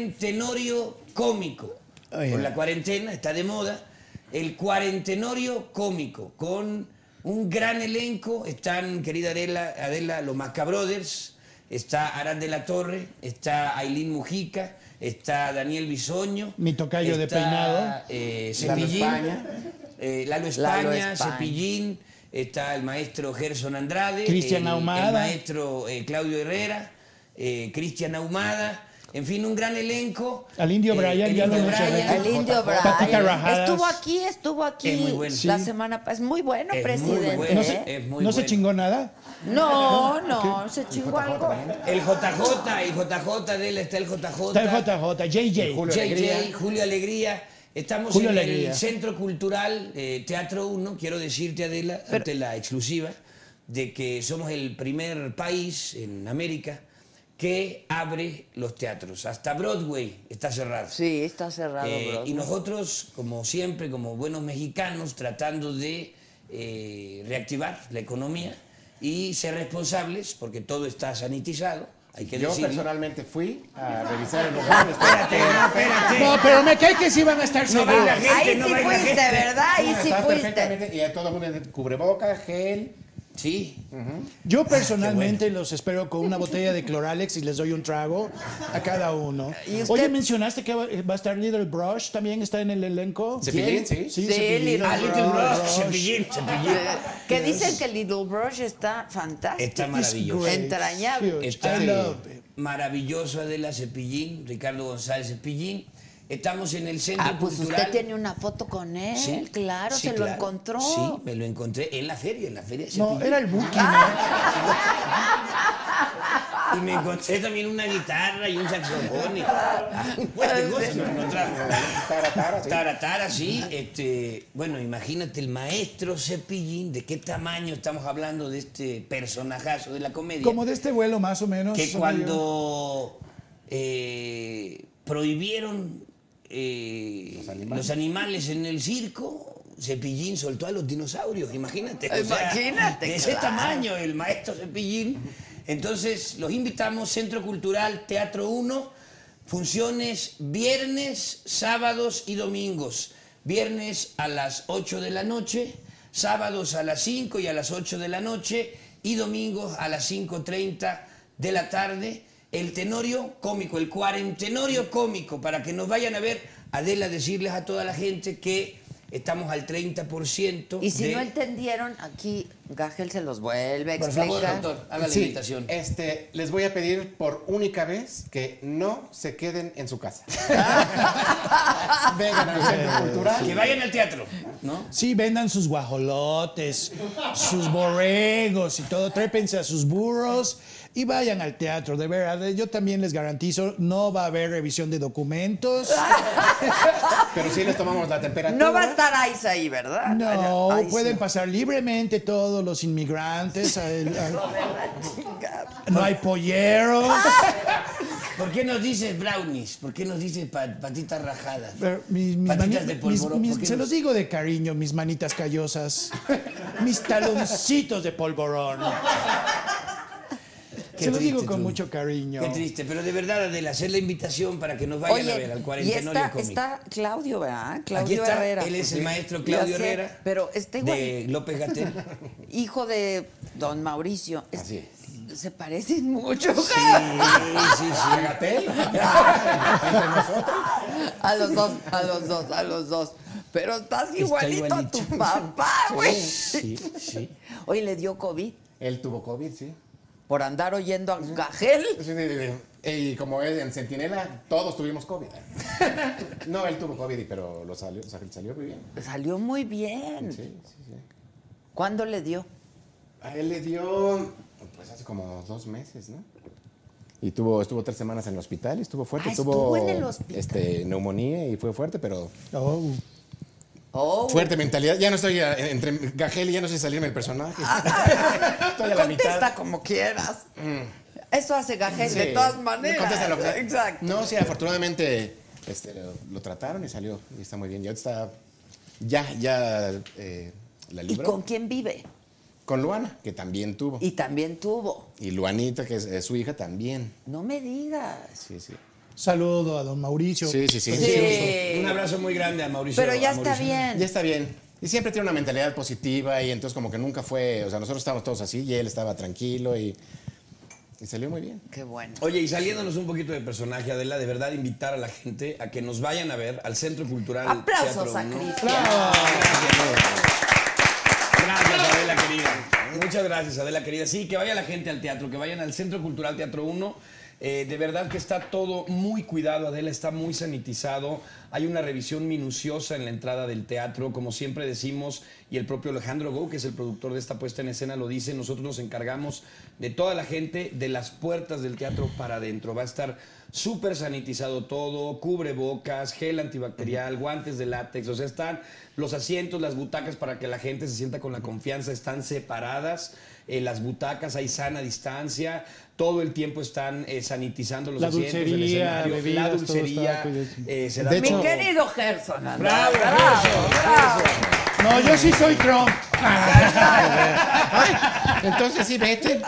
cuarentenorio cómico.
Oye.
Con la cuarentena está de moda. El cuarentenorio cómico, con un gran elenco. Están, querida Adela, Adela los Masca Brothers, está Arad de la Torre, está Ailín Mujica, está Daniel Bisoño.
Mi tocayo de peinado.
eh,
Lalo
Cepillín.
España.
eh, Lalo España,
Lalo España.
Cepillín, está el maestro Gerson Andrade,
Cristian
el-
Ahumada.
el maestro eh, Claudio Herrera, eh, Cristian Ahumada, en fin, un gran elenco.
Al Indio
Eh,
Bryan,
el
ya lo
Indio
mencioné.
Bryan,
El indio
Patita
Brian.
Rajadas.
Estuvo aquí, estuvo aquí
Es muy bueno.
la
Sí.
semana pasada. Es muy bueno,
Es muy
presidente.
bueno.
No
¿eh?
se,
Es muy
no se
bueno.
chingó nada.
No, no, se chingó algo.
El JJ, el JJ de él está el JJ.
Está el JJ, JJ.
Julio
JJ,
Alegría.
Julio Alegría. Estamos
Julio
en
Alegría.
el Centro Cultural eh, Teatro 1. Quiero decirte, Adela, ante la exclusiva, de que somos el primer país en América que abre los teatros. Hasta Broadway está cerrado.
Sí, está cerrado,
Eh,
bro.
y nosotros, como siempre, como buenos mexicanos, tratando de eh, reactivar la economía y ser responsables, porque todo está sanitizado, hay que
Yo
decirlo.
personalmente fui a revisar el lugar.
*laughs*
Espérate, no, espérate.
No, pero me cae que sí van a estar seguros.
la gente,
Ahí
no
sí
va la
fuiste,
gente.
¿verdad? Ahí sí
Estaba
fuiste.
perfectamente, Y a todo el mundo en cubreboca, gel.
Sí, Ah,
Yo personalmente los espero con una botella de Cloralex y les doy un trago a cada uno.
¿Y usted?
Oye, mencionaste que va va a estar Little Brush, también está en el elenco.
Cepillín, sí.
Sí, Little
Ah, Little Rock, Cepillín, Cepillín.
Que dicen que Little Brush está fantástico.
Está maravilloso.
great.
Entrañable.
Huge.
Está
I love it.
maravilloso Adela Cepillín, Ricardo González Cepillín. Estamos en el Centro
Ah, pues
Cultural.
usted tiene una foto con él,
Sí,
claro,
sí,
se lo
claro.
encontró.
Sí, me lo encontré en la feria, en la feria de
No,
Cepillín.
era el Buki.
Ah.
Y me encontré también una guitarra y un saxofón. Y, Ah, bueno, de cosas nos encontramos.
Tara, tara, sí.
Tara, tara, sí. Este, bueno, imagínate el maestro Cepillín, de qué tamaño estamos hablando de este personajazo de la comedia.
Como de este vuelo, más o menos.
que
amigo.
cuando eh, prohibieron eh, los, animales. en el circo, Cepillín soltó a los dinosaurios, imagínate. o sea,
Imagínate,
de ese
claro.
tamaño, el maestro Cepillín. Entonces, los invitamos, Centro Cultural Teatro 1, funciones viernes, sábados y domingos. Viernes a las 8 de la noche, sábados a las 5 y a las 8 de la noche y domingos a las 5.30 de la tarde. El tenorio cómico, el cuarentenorio cómico, para que nos vayan a ver. Adela, decirles a toda la gente que estamos al 30%.
Y si
de-
no entendieron, aquí Gagel se los vuelve a
Por
explicar.
favor, doctor, haga la
Sí,
invitación.
Este, les voy a pedir por única vez que no se queden en su
*laughs*
casa. Vengan al centro cultural.
Que vayan al teatro, ¿no?
Sí, vendan sus guajolotes, sus borregos y todo. Trépense a sus burros y vayan al teatro. De verdad, yo también les garantizo, no va a haber revisión de documentos.
Ah.
Pero sí les tomamos la temperatura.
No va a estar Ice ahí, ¿verdad?
No,
Ay, sí.
pueden pasar libremente todos los inmigrantes. a-
*laughs*
a- no hay polleros.
Ah. ¿Por qué nos dices brownies? ¿Por qué nos dices pa- patitas rajadas?
Pero mis- mis
patitas
mani-
de
mis-
polvorón.
mis-
¿por qué
se
nos-
los digo de cariño, mis manitas callosas, mis taloncitos de polvorón.
Qué
se los digo
triste
con
tú.
mucho cariño.
Qué triste, pero de verdad, Adela, hacer la invitación para que nos vayan a ver al
Oye, y
cuarentenorio
está,
cómico.
está Claudio, ¿verdad? Claudio
está,
Herrera.
él es el maestro
Ya
Claudio
sé,
Herrera
Pero este güey,
de López
*laughs*
Gatel.
hijo de don Mauricio, es-
Así
se parecen mucho
Sí, sí, sí.
a los dos, a los dos, a los dos. Pero estás
Está
igualito, a tu
igualito.
papá, güey.
Sí, sí.
Hoy le dio COVID
Él tuvo COVID, sí.
por andar oyendo a Gagel.
Y como él en Centinela, todos tuvimos
*laughs*
COVID. No, él tuvo COVID, pero lo salió, salió muy bien.
Salió muy bien.
Sí, sí, sí.
¿Cuándo le dio?
A él le dio, pues hace como dos meses, ¿no? Y tuvo, estuvo tres semanas en el hospital, y estuvo fuerte,
Ah,
tuvo
estuvo en el hospital.
este, neumonía y fue fuerte, pero
Oh.
Oh, güey.
fuerte mentalidad. Ya no estoy a- entre Gajel y ya no sé salirme del personaje.
Ah,
estoy a la
Contesta
mitad. Mm.
como quieras. Eso hace Gagel
Sí.
de todas maneras.
Este, Contesta lo que-
Exacto.
No, sí, afortunadamente este, lo, lo trataron y salió y está muy bien. Ya está, ya, ya eh, la
¿Y
libró.
con quién vive?
Con Luana, que también tuvo.
Y también tuvo.
Y Luanita, que es, es su hija, también.
No me digas.
Sí, sí.
Saludo a don Mauricio.
Sí, sí, sí.
Un abrazo muy grande a Mauricio.
Pero ya
a
está
Mauricio.
bien.
Ya está bien. Y siempre tiene una mentalidad positiva y entonces como que nunca fue, o sea, nosotros estábamos todos así y él estaba tranquilo y, y salió muy bien.
Qué bueno.
Oye, y saliéndonos un poquito de personaje, Adela, de verdad invitar a la gente a que nos vayan a ver al Centro Cultural
Aplausos a
Teatro Uno.
Cristian.
Gracias, Adela querida. Muchas gracias, Adela querida. Sí, que vaya la gente al teatro, que vayan al Centro Cultural Teatro 1. Eh, de verdad que está todo muy cuidado, Adela, está muy sanitizado. Hay una revisión minuciosa en la entrada del teatro, como siempre decimos, y el propio Alejandro Go, que es el productor de esta puesta en escena, lo dice, nosotros nos encargamos de toda la gente, de las puertas del teatro para adentro. Va a estar súper sanitizado todo, cubrebocas, gel antibacterial, guantes de látex, o sea, están los asientos, las butacas para que la gente se sienta con la confianza, están separadas, eh, las butacas hay sana distancia, todo el tiempo están eh, sanitizando los
La
asientos, el
dulcería,
escenario,
bebidas,
la
todo está
dulcería,
cuidadísimo.
eh, se da
De
Mi
hecho-
todo.
querido Gerson. Andrés.
Bravo,
bravo,
Gerson,
bravo.
No, yo sí soy Trump.
Entonces sí, vete.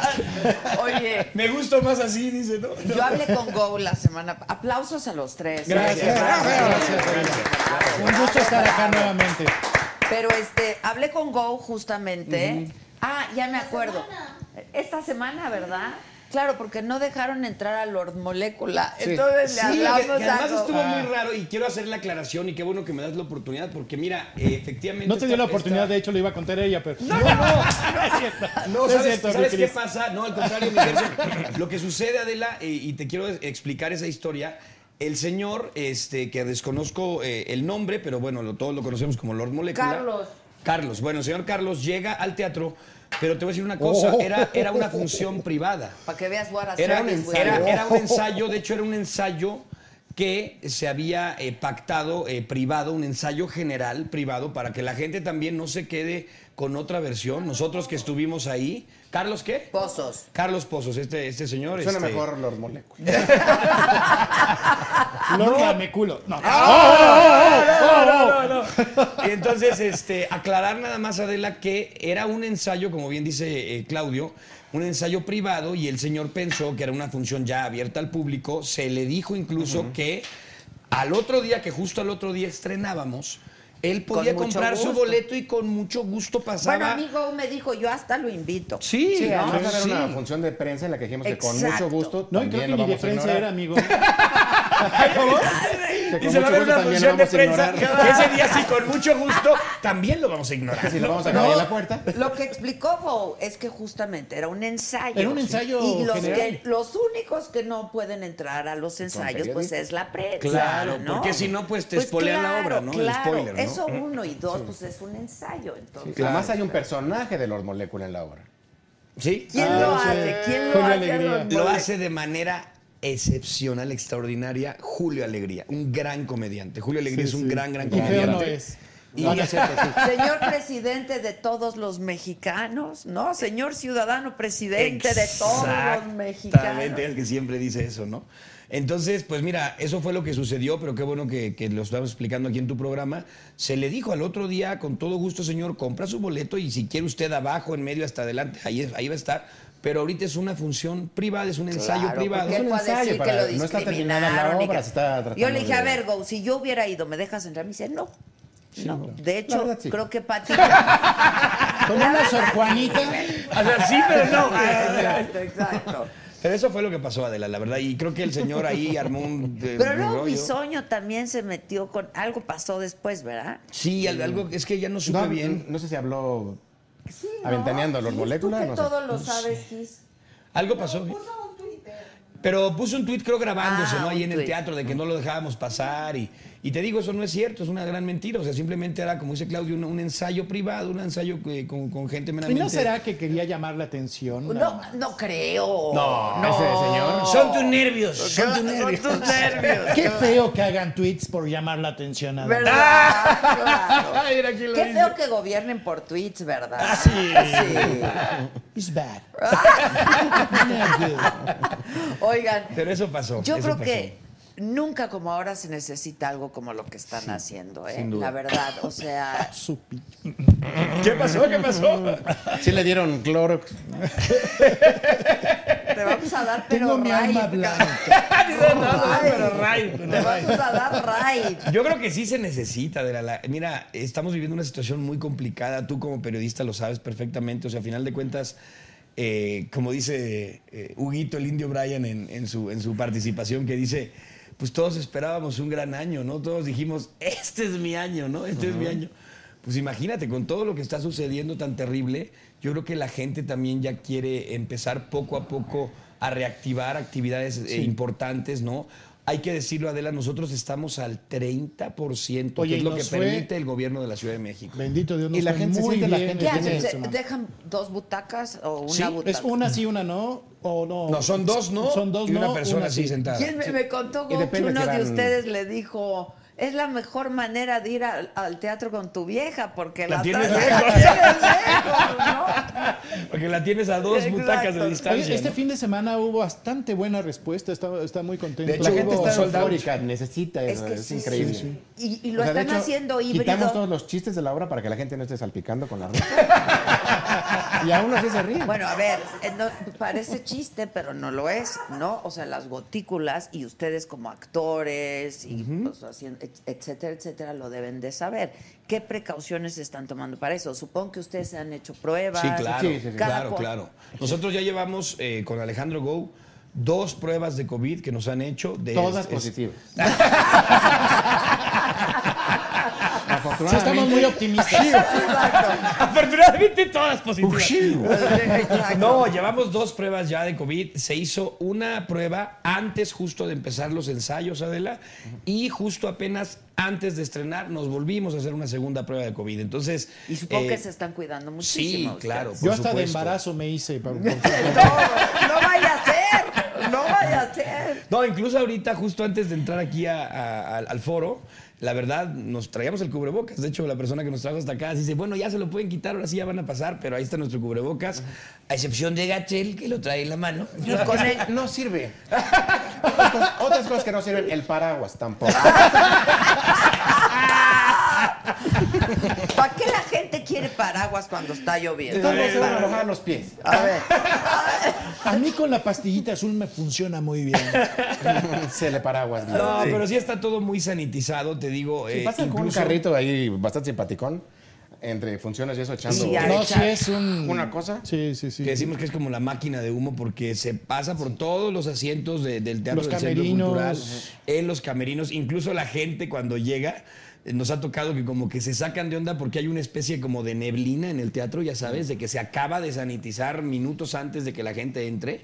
Oye,
Me gusta más así, dice, ¿no?
yo hablé con Go la semana. Aplausos a los tres.
Gracias.
Bravo,
Gracias,
bravo,
gracias.
bravo,
Un gusto estar acá
bravo.
nuevamente.
Pero este, hablé con Go justamente. Ah, ya me acuerdo. Esta semana, ¿verdad? Claro, porque no dejaron entrar a Lord Molécula. Entonces le
Sí, que-
hablamos
que
a
además
Go.
estuvo
Ah.
muy raro y quiero hacer la aclaración y qué bueno que me das la oportunidad porque mira, eh, efectivamente...
No te dio
esta-
la oportunidad,
esta-
de hecho, lo iba a contar ella, pero.
No, no, no.
es cierto.
No,
es
¿sabes,
cierto, mi
¿sabes qué
Cris.
pasa? No, al contrario, mi Gerson. Lo que sucede, Adela, eh, y te quiero explicar esa historia. El señor, este, que desconozco eh, el nombre, pero bueno, lo- todos lo conocemos como Lord Molecula.
Carlos.
Carlos. Bueno, el señor Carlos llega al teatro, pero te voy a decir una cosa,
Oh.
era, era una función privada.
Para que veas Guara
Era un, era- era un ensayo, de hecho era un ensayo que se había eh, pactado eh, privado, un ensayo general privado, para que la gente también no se quede con otra versión. Nosotros que estuvimos ahí, ¿Carlos qué?
Pozos.
Carlos Pozos, este, este señor.
Suena
este-
mejor Lord Molecule.
Lorda, me culo. No. Oh,
Y entonces, este, aclarar nada más, Adela, que era un ensayo, como bien dice eh, Claudio, un ensayo privado y el señor pensó que era una función ya abierta al público. Se le dijo incluso que al otro día, que justo al otro día estrenábamos, él
Con
podía
mucho
comprar su
gusto.
boleto y con mucho gusto pasaba.
Bueno, amigo me dijo, yo hasta lo invito.
Sí,
Sí,
¿no?
además va a haber
Sí.
una función de prensa en la que dijimos que con
Exacto.
mucho gusto
No, y
también
creo que
lo
ni de
vamos a
prensa
ignorar.
era, amigo.
Que con
Y se va a
mucho gusto
ver una
también lo
función de
vamos a
prensa.
ignorar. *laughs*
que Ese día sí, con mucho gusto, también lo vamos a ignorar.
Que si lo vamos a
No,
caer en la puerta.
Lo que explicó Bo es que justamente era un ensayo.
Era un ensayo
Y los,
general.
que, los únicos que no pueden entrar a los ensayos, pues es la prensa.
Claro,
¿no?
porque si no, pues, te spoilean la obra, ¿no? El
Claro,
spoiler, ¿no?
eso uno y dos, pues es un ensayo. Entonces,
Además hay un personaje de Lord Molecule en la obra.
¿Sí?
¿quién
Ah,
lo
sí.
hace? ¿Quién lo
Julio
hace?
Alegría.
Los
Lo
mole-
hace de manera excepcional, extraordinaria, Julio Alegría, un gran comediante. Julio Alegría es un gran, gran
Y feo no
comediante.
es.
Y-
No, no es cierto,
*laughs*
sí.
Señor presidente de todos los mexicanos, ¿no? Señor ciudadano presidente de todos los mexicanos.
Exactamente, es que siempre dice eso, ¿no? Entonces, pues mira, eso fue lo que sucedió, pero qué bueno que, que lo estamos explicando aquí en tu programa. Se le dijo al otro día, con todo gusto, señor, compra su boleto y si quiere usted abajo, en medio, hasta adelante, ahí, ahí va a estar. Pero ahorita es una función privada, es un ensayo
Claro,
privado.
porque
Es un
fue a decir
ensayo
que
para-
lo
no está terminada la
discriminaron y
obra,
que-
se está tratando
yo le dije,
de-
a ver, Go, si yo hubiera ido, ¿me dejas entrar? Me dice, no. no. De hecho,
verdad, sí.
creo *laughs* que Pati.
Como una Sor Juanita.
O sea, sí, pero no.
exacto, *laughs* exacto.
Pero eso fue lo que pasó, Adela, la verdad. Y creo que el señor
*laughs*
ahí armó un. eh,
Pero
un
luego
rollo.
Bisoño también se metió con. Algo pasó después, ¿verdad?
Sí, al- algo. Es que ya no supe
No,
bien.
no sé si habló
Sí.
¿no? Aventaneando a Lord
Gis,
Molecula,
Tú que
no sé.
todo lo sabes, Gis.
Algo pasó.
Puso un Twitter.
Pero puso un tuit, creo, grabándose,
Ah,
¿no? Ahí
un
en el
tuit.
teatro de que no lo dejábamos pasar. Y, y te digo, eso no es cierto, es una gran mentira. O sea, simplemente era, como dice Claudio, un, un ensayo privado, un ensayo eh, con, con gente
¿Y
meramente.
no será que quería llamar la atención?
No, no creo.
No, ese señor.
Son tus nervios, son tus nervios.
Son tus
*laughs*
nervios.
Qué feo que hagan tweets por llamar la atención a
¿Verdad? Ah. Claro.
Ay, mira quién lo
Qué
dice.
feo que gobiernen por tweets, ¿verdad?
Sí.
Ah, Sí.
It's bad. Not good.
Oigan,
Pero eso pasó.
yo
eso
creo
pasó.
que nunca como ahora se necesita algo como lo que están haciendo, ¿eh?
sin duda.
La verdad, o sea,
Su pinche-
¿Qué pasó?
*laughs*
¿Qué pasó?
Sí le dieron Clorox.
te vamos a dar pero
Tengo mi
raid,
alma
ca-
blanca.
Te vamos a dar raid.
Yo creo que sí se necesita de la, la- Mira, estamos viviendo una situación muy complicada. Tú como periodista lo sabes perfectamente. O sea, a final de cuentas, eh, como dice eh, Huguito, el indio Brian, en, en su, en su participación, que dice, pues todos esperábamos un gran año, ¿no? Todos dijimos, este es mi año, ¿no? Este es mi año. Pues imagínate, con todo lo que está sucediendo tan terrible, yo creo que la gente también ya quiere empezar poco a poco a reactivar actividades eh,
Sí.
importantes, ¿no? Hay que decirlo, Adela, nosotros estamos al 30%,
Oye,
que es
y
lo
nos
que
fue-
permite el gobierno de la Ciudad de México.
Bendito Dios, nos
Y la
fue
gente
muy
siente, la
bien.
¿Qué hacen?
en
¿Se-
eso.
¿Dejan dos butacas o una
Sí,
butaca?
es una sí, una no, o no.
No, son dos no
Son dos
y una
no,
persona sí
sí.
sentada.
¿Quién me, me contó
Y
Go, que
depende
uno
si
de
van-
ustedes le dijo, es la mejor manera de ir al, al teatro con tu vieja, porque
La
la,
tienes
otra-
lejos".
*laughs* la tienes lejos, ¿no?
Porque la tienes a dos
Exacto.
butacas de distancia.
Oye, este
¿no?
fin de semana hubo bastante buena respuesta, está, está muy contento.
De hecho,
la gente
hubo
está
sold out. necesita
Es
eso,
que
es
sí,
increíble.
sí. Y, y lo
O sea, de
están
hecho,
haciendo
Quitamos
híbrido.
todos los chistes de la obra para que la gente no esté salpicando con la risa. *laughs* y aún así se ríen.
Bueno, a ver, eh, no- parece chiste, pero no lo es, ¿no? O sea, las gotículas y ustedes como actores y pues, haciendo, et- etcétera, etcétera, lo deben de saber. ¿Qué precauciones están tomando para eso? Supongo que ustedes se han hecho pruebas.
Sí, claro,
Sí, sí, sí.
Cada
claro,
cual-
claro. Nosotros ya llevamos eh, con Alejandro Go dos pruebas de COVID que nos han hecho. De
Todas
es-
positivas.
Sí, estamos muy
Afortunadamente,
optimistas.
Afortunadamente todas positivas.
*laughs* Exacto.
No, llevamos dos pruebas ya de COVID. Se hizo una prueba antes justo de empezar los ensayos, Adela, y justo apenas antes de estrenar nos volvimos a hacer una segunda prueba de COVID. Entonces...
Y supongo
eh,
que se están cuidando muchísimo. ustedes.
claro.
Yo
por
hasta de
supuesto.
embarazo me hice. Para,
No, no vaya a ser, no vaya a ser.
No, incluso ahorita, justo antes de entrar aquí a- a- al, al foro, la verdad, nos traíamos el cubrebocas. De hecho, la persona que nos trajo hasta acá dice, bueno, ya se lo pueden quitar, ahora sí ya van a pasar, pero ahí está nuestro cubrebocas, a excepción de Gachel, que lo trae en la mano.
con él no sirve. otras, cosas- otras cosas que no sirven, el paraguas tampoco.
¿Para qué la gente quiere paraguas cuando está lloviendo?
Entonces se van a mojar los pies.
A ver,
a mí con la pastillita azul me funciona muy bien.
Se le paraguas. ¿no?
No,
Sí.
pero sí está todo muy sanitizado, te digo.
Sí,
eh,
pasan con un
incluso-
carrito ahí bastante simpaticón, entre funciones y eso echando. *laughs*
Sí, ya.
No, sí es un...
¿Una cosa?
Sí, sí, sí.
Que decimos que es como la máquina de humo porque se pasa por todos los asientos de- del teatro
Los
del Centro
camerinos.
Cultural, en los camerinos, incluso la gente cuando llega eh, nos ha tocado que como que se sacan de onda porque hay una especie como de neblina en el teatro, ya sabes, de que se acaba de sanitizar minutos antes de que la gente entre.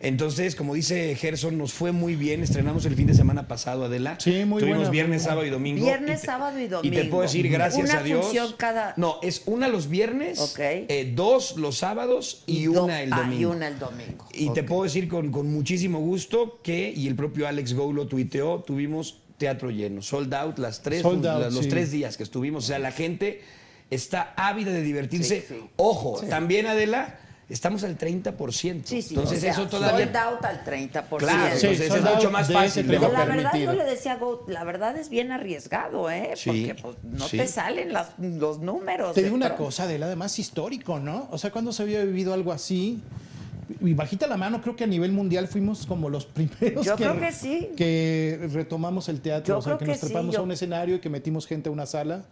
Entonces, como dice Gerson, nos fue muy bien, estrenamos el fin de semana pasado, Adela.
Sí, muy
Tuvimos
buena,
viernes,
muy
sábado y domingo.
Viernes,
Y te-
sábado y
Y te
domingo.
puedo decir, gracias
Una
a Dios.
función cada-
No, es una los viernes,
Ok.
eh, dos los sábados y,
do-
una el
ah,
domingo.
y una el domingo.
Y te puedo decir con, con muchísimo gusto que, y el propio Alex Go lo tuiteó, tuvimos teatro lleno, sold out, las tres,
Sold out,
las- los
sí.
tres días que estuvimos. O sea, la gente está ávida de divertirse.
Sí, sí.
Ojo, también Adela, estamos al 30%.
Sí, sí,
Entonces
o sea,
eso todavía...
Sold out al 30%.
Claro, entonces "Ah,
Sí,
pues, es
sold out
mucho más
de ese
fácil.
tren.
Pero
Lo
la verdad
permitido.
yo le decía a Go, la verdad es bien arriesgado, ¿eh?
Sí,
Porque pues, no
sí.
te salen las- los números.
Te
de
digo una
pronto.
cosa, Adela, además histórico, ¿no? O sea, cuando se había vivido algo así? Y bajita la mano, creo que a nivel mundial fuimos como los *laughs* primeros
Yo creo que sí.
que retomamos el teatro,
Yo
o sea,
creo
que
que
nos
sí,
trepamos
yo-
a un escenario y que metimos gente a una sala.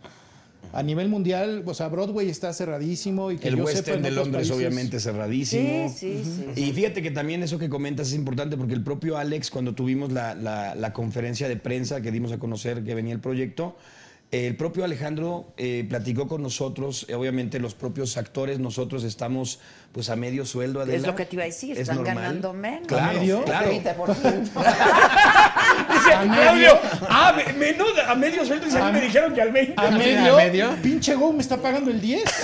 A nivel mundial, o sea, Broadway está cerradísimo y que
El
yo
West
sepa, en
End de
otros
Londres,
países-
obviamente, cerradísimo.
Sí, sí, sí.
Y fíjate que también eso que comentas es importante porque el propio Alex, cuando tuvimos la, la- la conferencia de prensa que dimos a conocer que venía el proyecto, eh, el propio Alejandro eh, platicó con nosotros, eh, obviamente los propios actores, nosotros estamos pues a medio sueldo.
Es
Adela.
lo que te iba a decir,
Es
están
normal.
ganando menos.
Claro,
¿A medio?
claro.
¿A medio?
a, menos, a medio sueldo y a mí me dijeron que al 20.
¿A medio?
¿A medio?
Pinche Go me está pagando
*laughs*
el 10.
pues,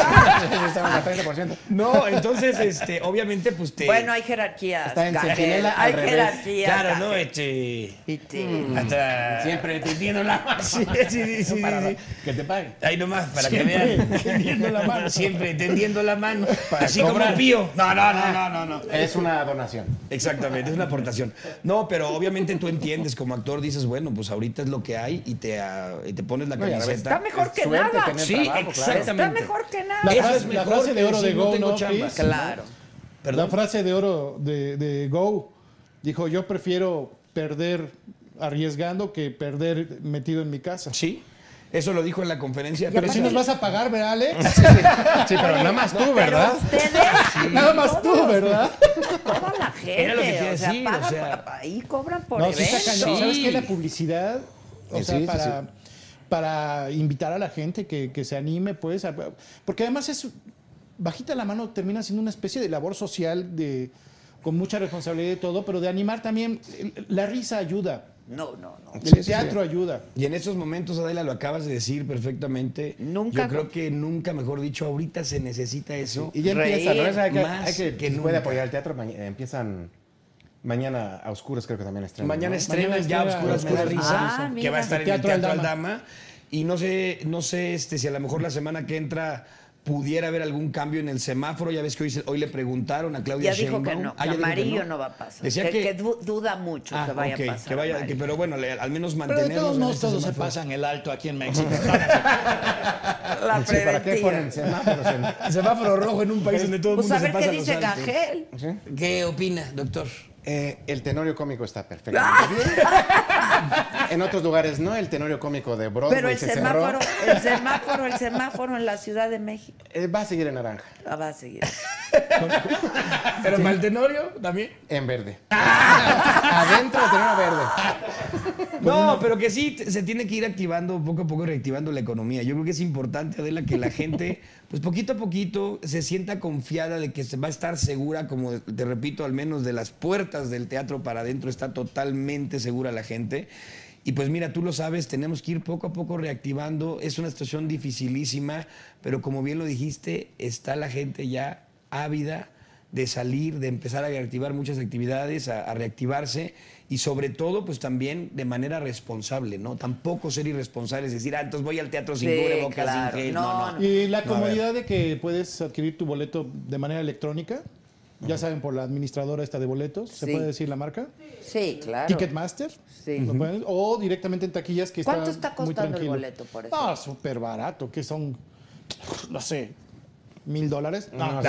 Estamos al 30%.
No, entonces, este, obviamente, pues te...
Bueno, hay jerarquías.
Está en
Gael,
centinela al
Hay
revés.
jerarquías.
Claro,
Gael.
¿no? Este...
Y te-
Hasta...
Siempre te entiendo la
Sí, sí, sí, sí, sí.
Que te pague.
Ahí nomás, para
Siempre
que vean.
tendiendo la mano.
Siempre tendiendo la mano.
Para
así
cobrar.
como Pío. No, no, no, no, no, no.
Es una donación.
Exactamente, es una aportación. No, pero obviamente tú entiendes, como actor dices, bueno, pues ahorita es lo que hay y te, ah, y te pones la
No, y a la vez
Está
camiseta.
mejor que
Suerte
nada.
tener
Sí,
trabajo, claro.
exactamente.
Está mejor que nada.
La
Eso
frase,
es
la
mejor
frase de
que
oro de
decir, no
Go,
tengo
¿no?
chamba.
Chris?
Claro.
La frase de oro de, de Go dijo, yo prefiero perder arriesgando que perder metido en mi casa.
Sí, eso lo dijo en la conferencia. de
Pero si
prensa.
nos vas a pagar, ¿verdad, Alex? *laughs*
Sí, pero
*laughs*
nada más tú,
Pero
¿verdad?
ustedes.
Nada más tú,
todos,
¿verdad?
Toda la gente.
Era lo que te iba
o
a
sea,
decir, o
pagan
sea.
pa- ahí cobran por
no, sí
evento.
está cañón.
Sí.
¿Sabes qué? La publicidad, o
Sí,
sea,
sí, sí,
para, para invitar a la gente que, que se anime, pues, a- porque además es, bajita la mano, termina siendo una especie de labor social de... con mucha responsabilidad y todo, pero de animar también. La risa ayuda.
No, no, no.
El teatro ayuda.
Y en estos momentos, Adela, lo acabas de decir perfectamente. Nunca. Yo creo que nunca, mejor dicho, ahorita se necesita eso.
Y ya empieza, ¿no? Es- hay que,
más
hay que-
que
se
nunca.
puede apoyar el teatro. maña- empiezan mañana a oscuras, creo que también estrenan.
Mañana
¿no?
estrenan
Mañana
ya
estrena
Oscuras Me da Risa,
Ah,
que va
mira.
a estar en el
Teatro
Teatro
al
Aldama. Y no sé, no sé este, si a lo mejor la semana que entra pudiera haber algún cambio en el semáforo. Ya ves que hoy, se- hoy le preguntaron a Claudia
Ya dijo que
Sheinbaum.
no,
Ah,
que
ya dijo que
amarillo no va a pasar.
Decía
que,
que-
que du- duda mucho
Ah,
que vaya
ok,
a pasar.
que vaya, que-
amarillo.
pero bueno, le- al menos
Pero de
mantenernos.
todos
en
modos,
este
todos se
semáforo.
pasan el alto aquí
*laughs*
en México.
La
Sí, ¿Para qué
preventiva.
ponen semáforos? en-
Semáforo rojo en un país donde todo el
Pues
mundo
a
se
ver
pasa
qué
los
dice
altos.
Cajel.
¿Sí?
¿Qué opina, doctor?
*laughs*
Eh, el tenorio cómico está perfecto.
*laughs*
en otros lugares no, el tenorio cómico de Broadway
Pero el
se cerró.
semáforo, el semáforo, el semáforo en la Ciudad de México
Eh, va a seguir en naranja,
Ah, va a seguir.
Pero para el tenorio también.
*laughs*
en verde. Adentro el tenorio verde.
No, pero que sí t- se tiene que ir activando poco a poco, reactivando la economía. Yo creo que es importante, Adela, que la gente, pues poquito a poquito, se sienta confiada de que se va a estar segura, como te repito, al menos de las puertas del teatro para adentro está totalmente segura la gente. Y pues mira, tú lo sabes, tenemos que ir poco a poco reactivando. Es una situación dificilísima, pero como bien lo dijiste, está la gente ya ávida de salir, de empezar a reactivar muchas actividades, a, a reactivarse y sobre todo, pues también de manera responsable, ¿no? Tampoco ser irresponsables, decir, ah, entonces voy al teatro sin
Sí,
cubrebocas,
claro.
sin gel.
No,
No, no.
no.
*laughs* Y
No,
la
a ver.
comodidad de que puedes adquirir tu boleto de manera electrónica, ya saben, por la administradora esta de boletos, ¿se
Sí.
puede decir la marca?
Sí, claro.
Ticketmaster.
Sí.
lo pueden- o directamente en taquillas que
¿Cuánto está
muy
costando el
tranquilo.
boleto, por ejemplo?
Ah, súper barato, que son, no sé, mil dólares. No, no,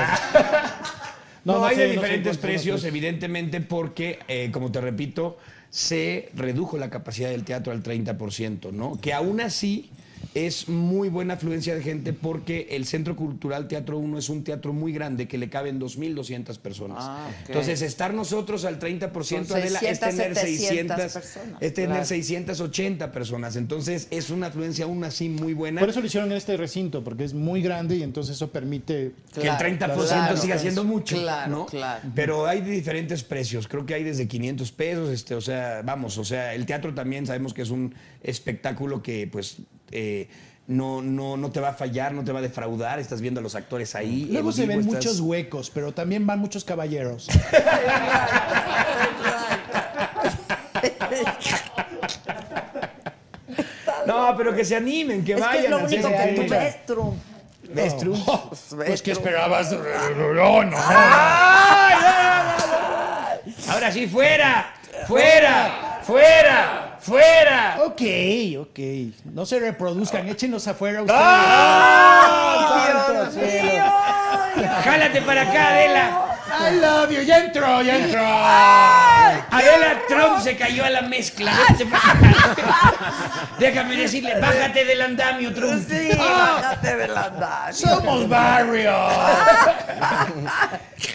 No, hay
sé,
de
*laughs* no sé
diferentes
cuánto, no sé.
precios, evidentemente, porque, eh, como te repito, se redujo la capacidad del teatro al 30%, ¿no? Que aún así es muy buena afluencia de gente porque el Centro Cultural Teatro 1 es un teatro muy grande que le caben 2.200 personas.
Ah, ok.
Entonces, estar nosotros al 30%
Son
Adela, es
600,
tener
700
600,
personas,
es tener
claro.
680 personas. Entonces, es una afluencia aún así muy buena.
Por eso lo hicieron en este recinto, porque es muy grande y entonces eso permite
Que el 30%
claro,
siga
claro.
siendo mucho,
Claro,
¿no? *laughs*
claro.
Pero hay de diferentes precios, creo que hay desde 500 pesos, este, o sea, vamos, o sea, el teatro también sabemos que es un espectáculo que pues eh, no, no, no te va a fallar, no te va a defraudar, estás viendo a los actores ahí.
Luego
en
se
vivo,
ven
estás-
muchos huecos, pero también van muchos
*laughs*
caballeros.
No, pero que se animen, que
es que
vayan.
es lo
así
único
se
que tú
anima.
ves, Trump.
Ves, triunfo.
Pues, ¿qué
*laughs*
esperabas? No, no.
Ahora sí, fuera, fuera, fuera, fuera.
Ok, ok. No se reproduzcan, échenlos afuera ustedes.
¡Santo cielo! ¡Jálate para acá, Adela!
I love you, ya entró, ya entró.
Adela Trump se cayó a la mezcla. Vente para acá. Déjame decirle, bájate del andamio, Trump.
Sí,
Ah.
bájate del andar.
Somos barrio.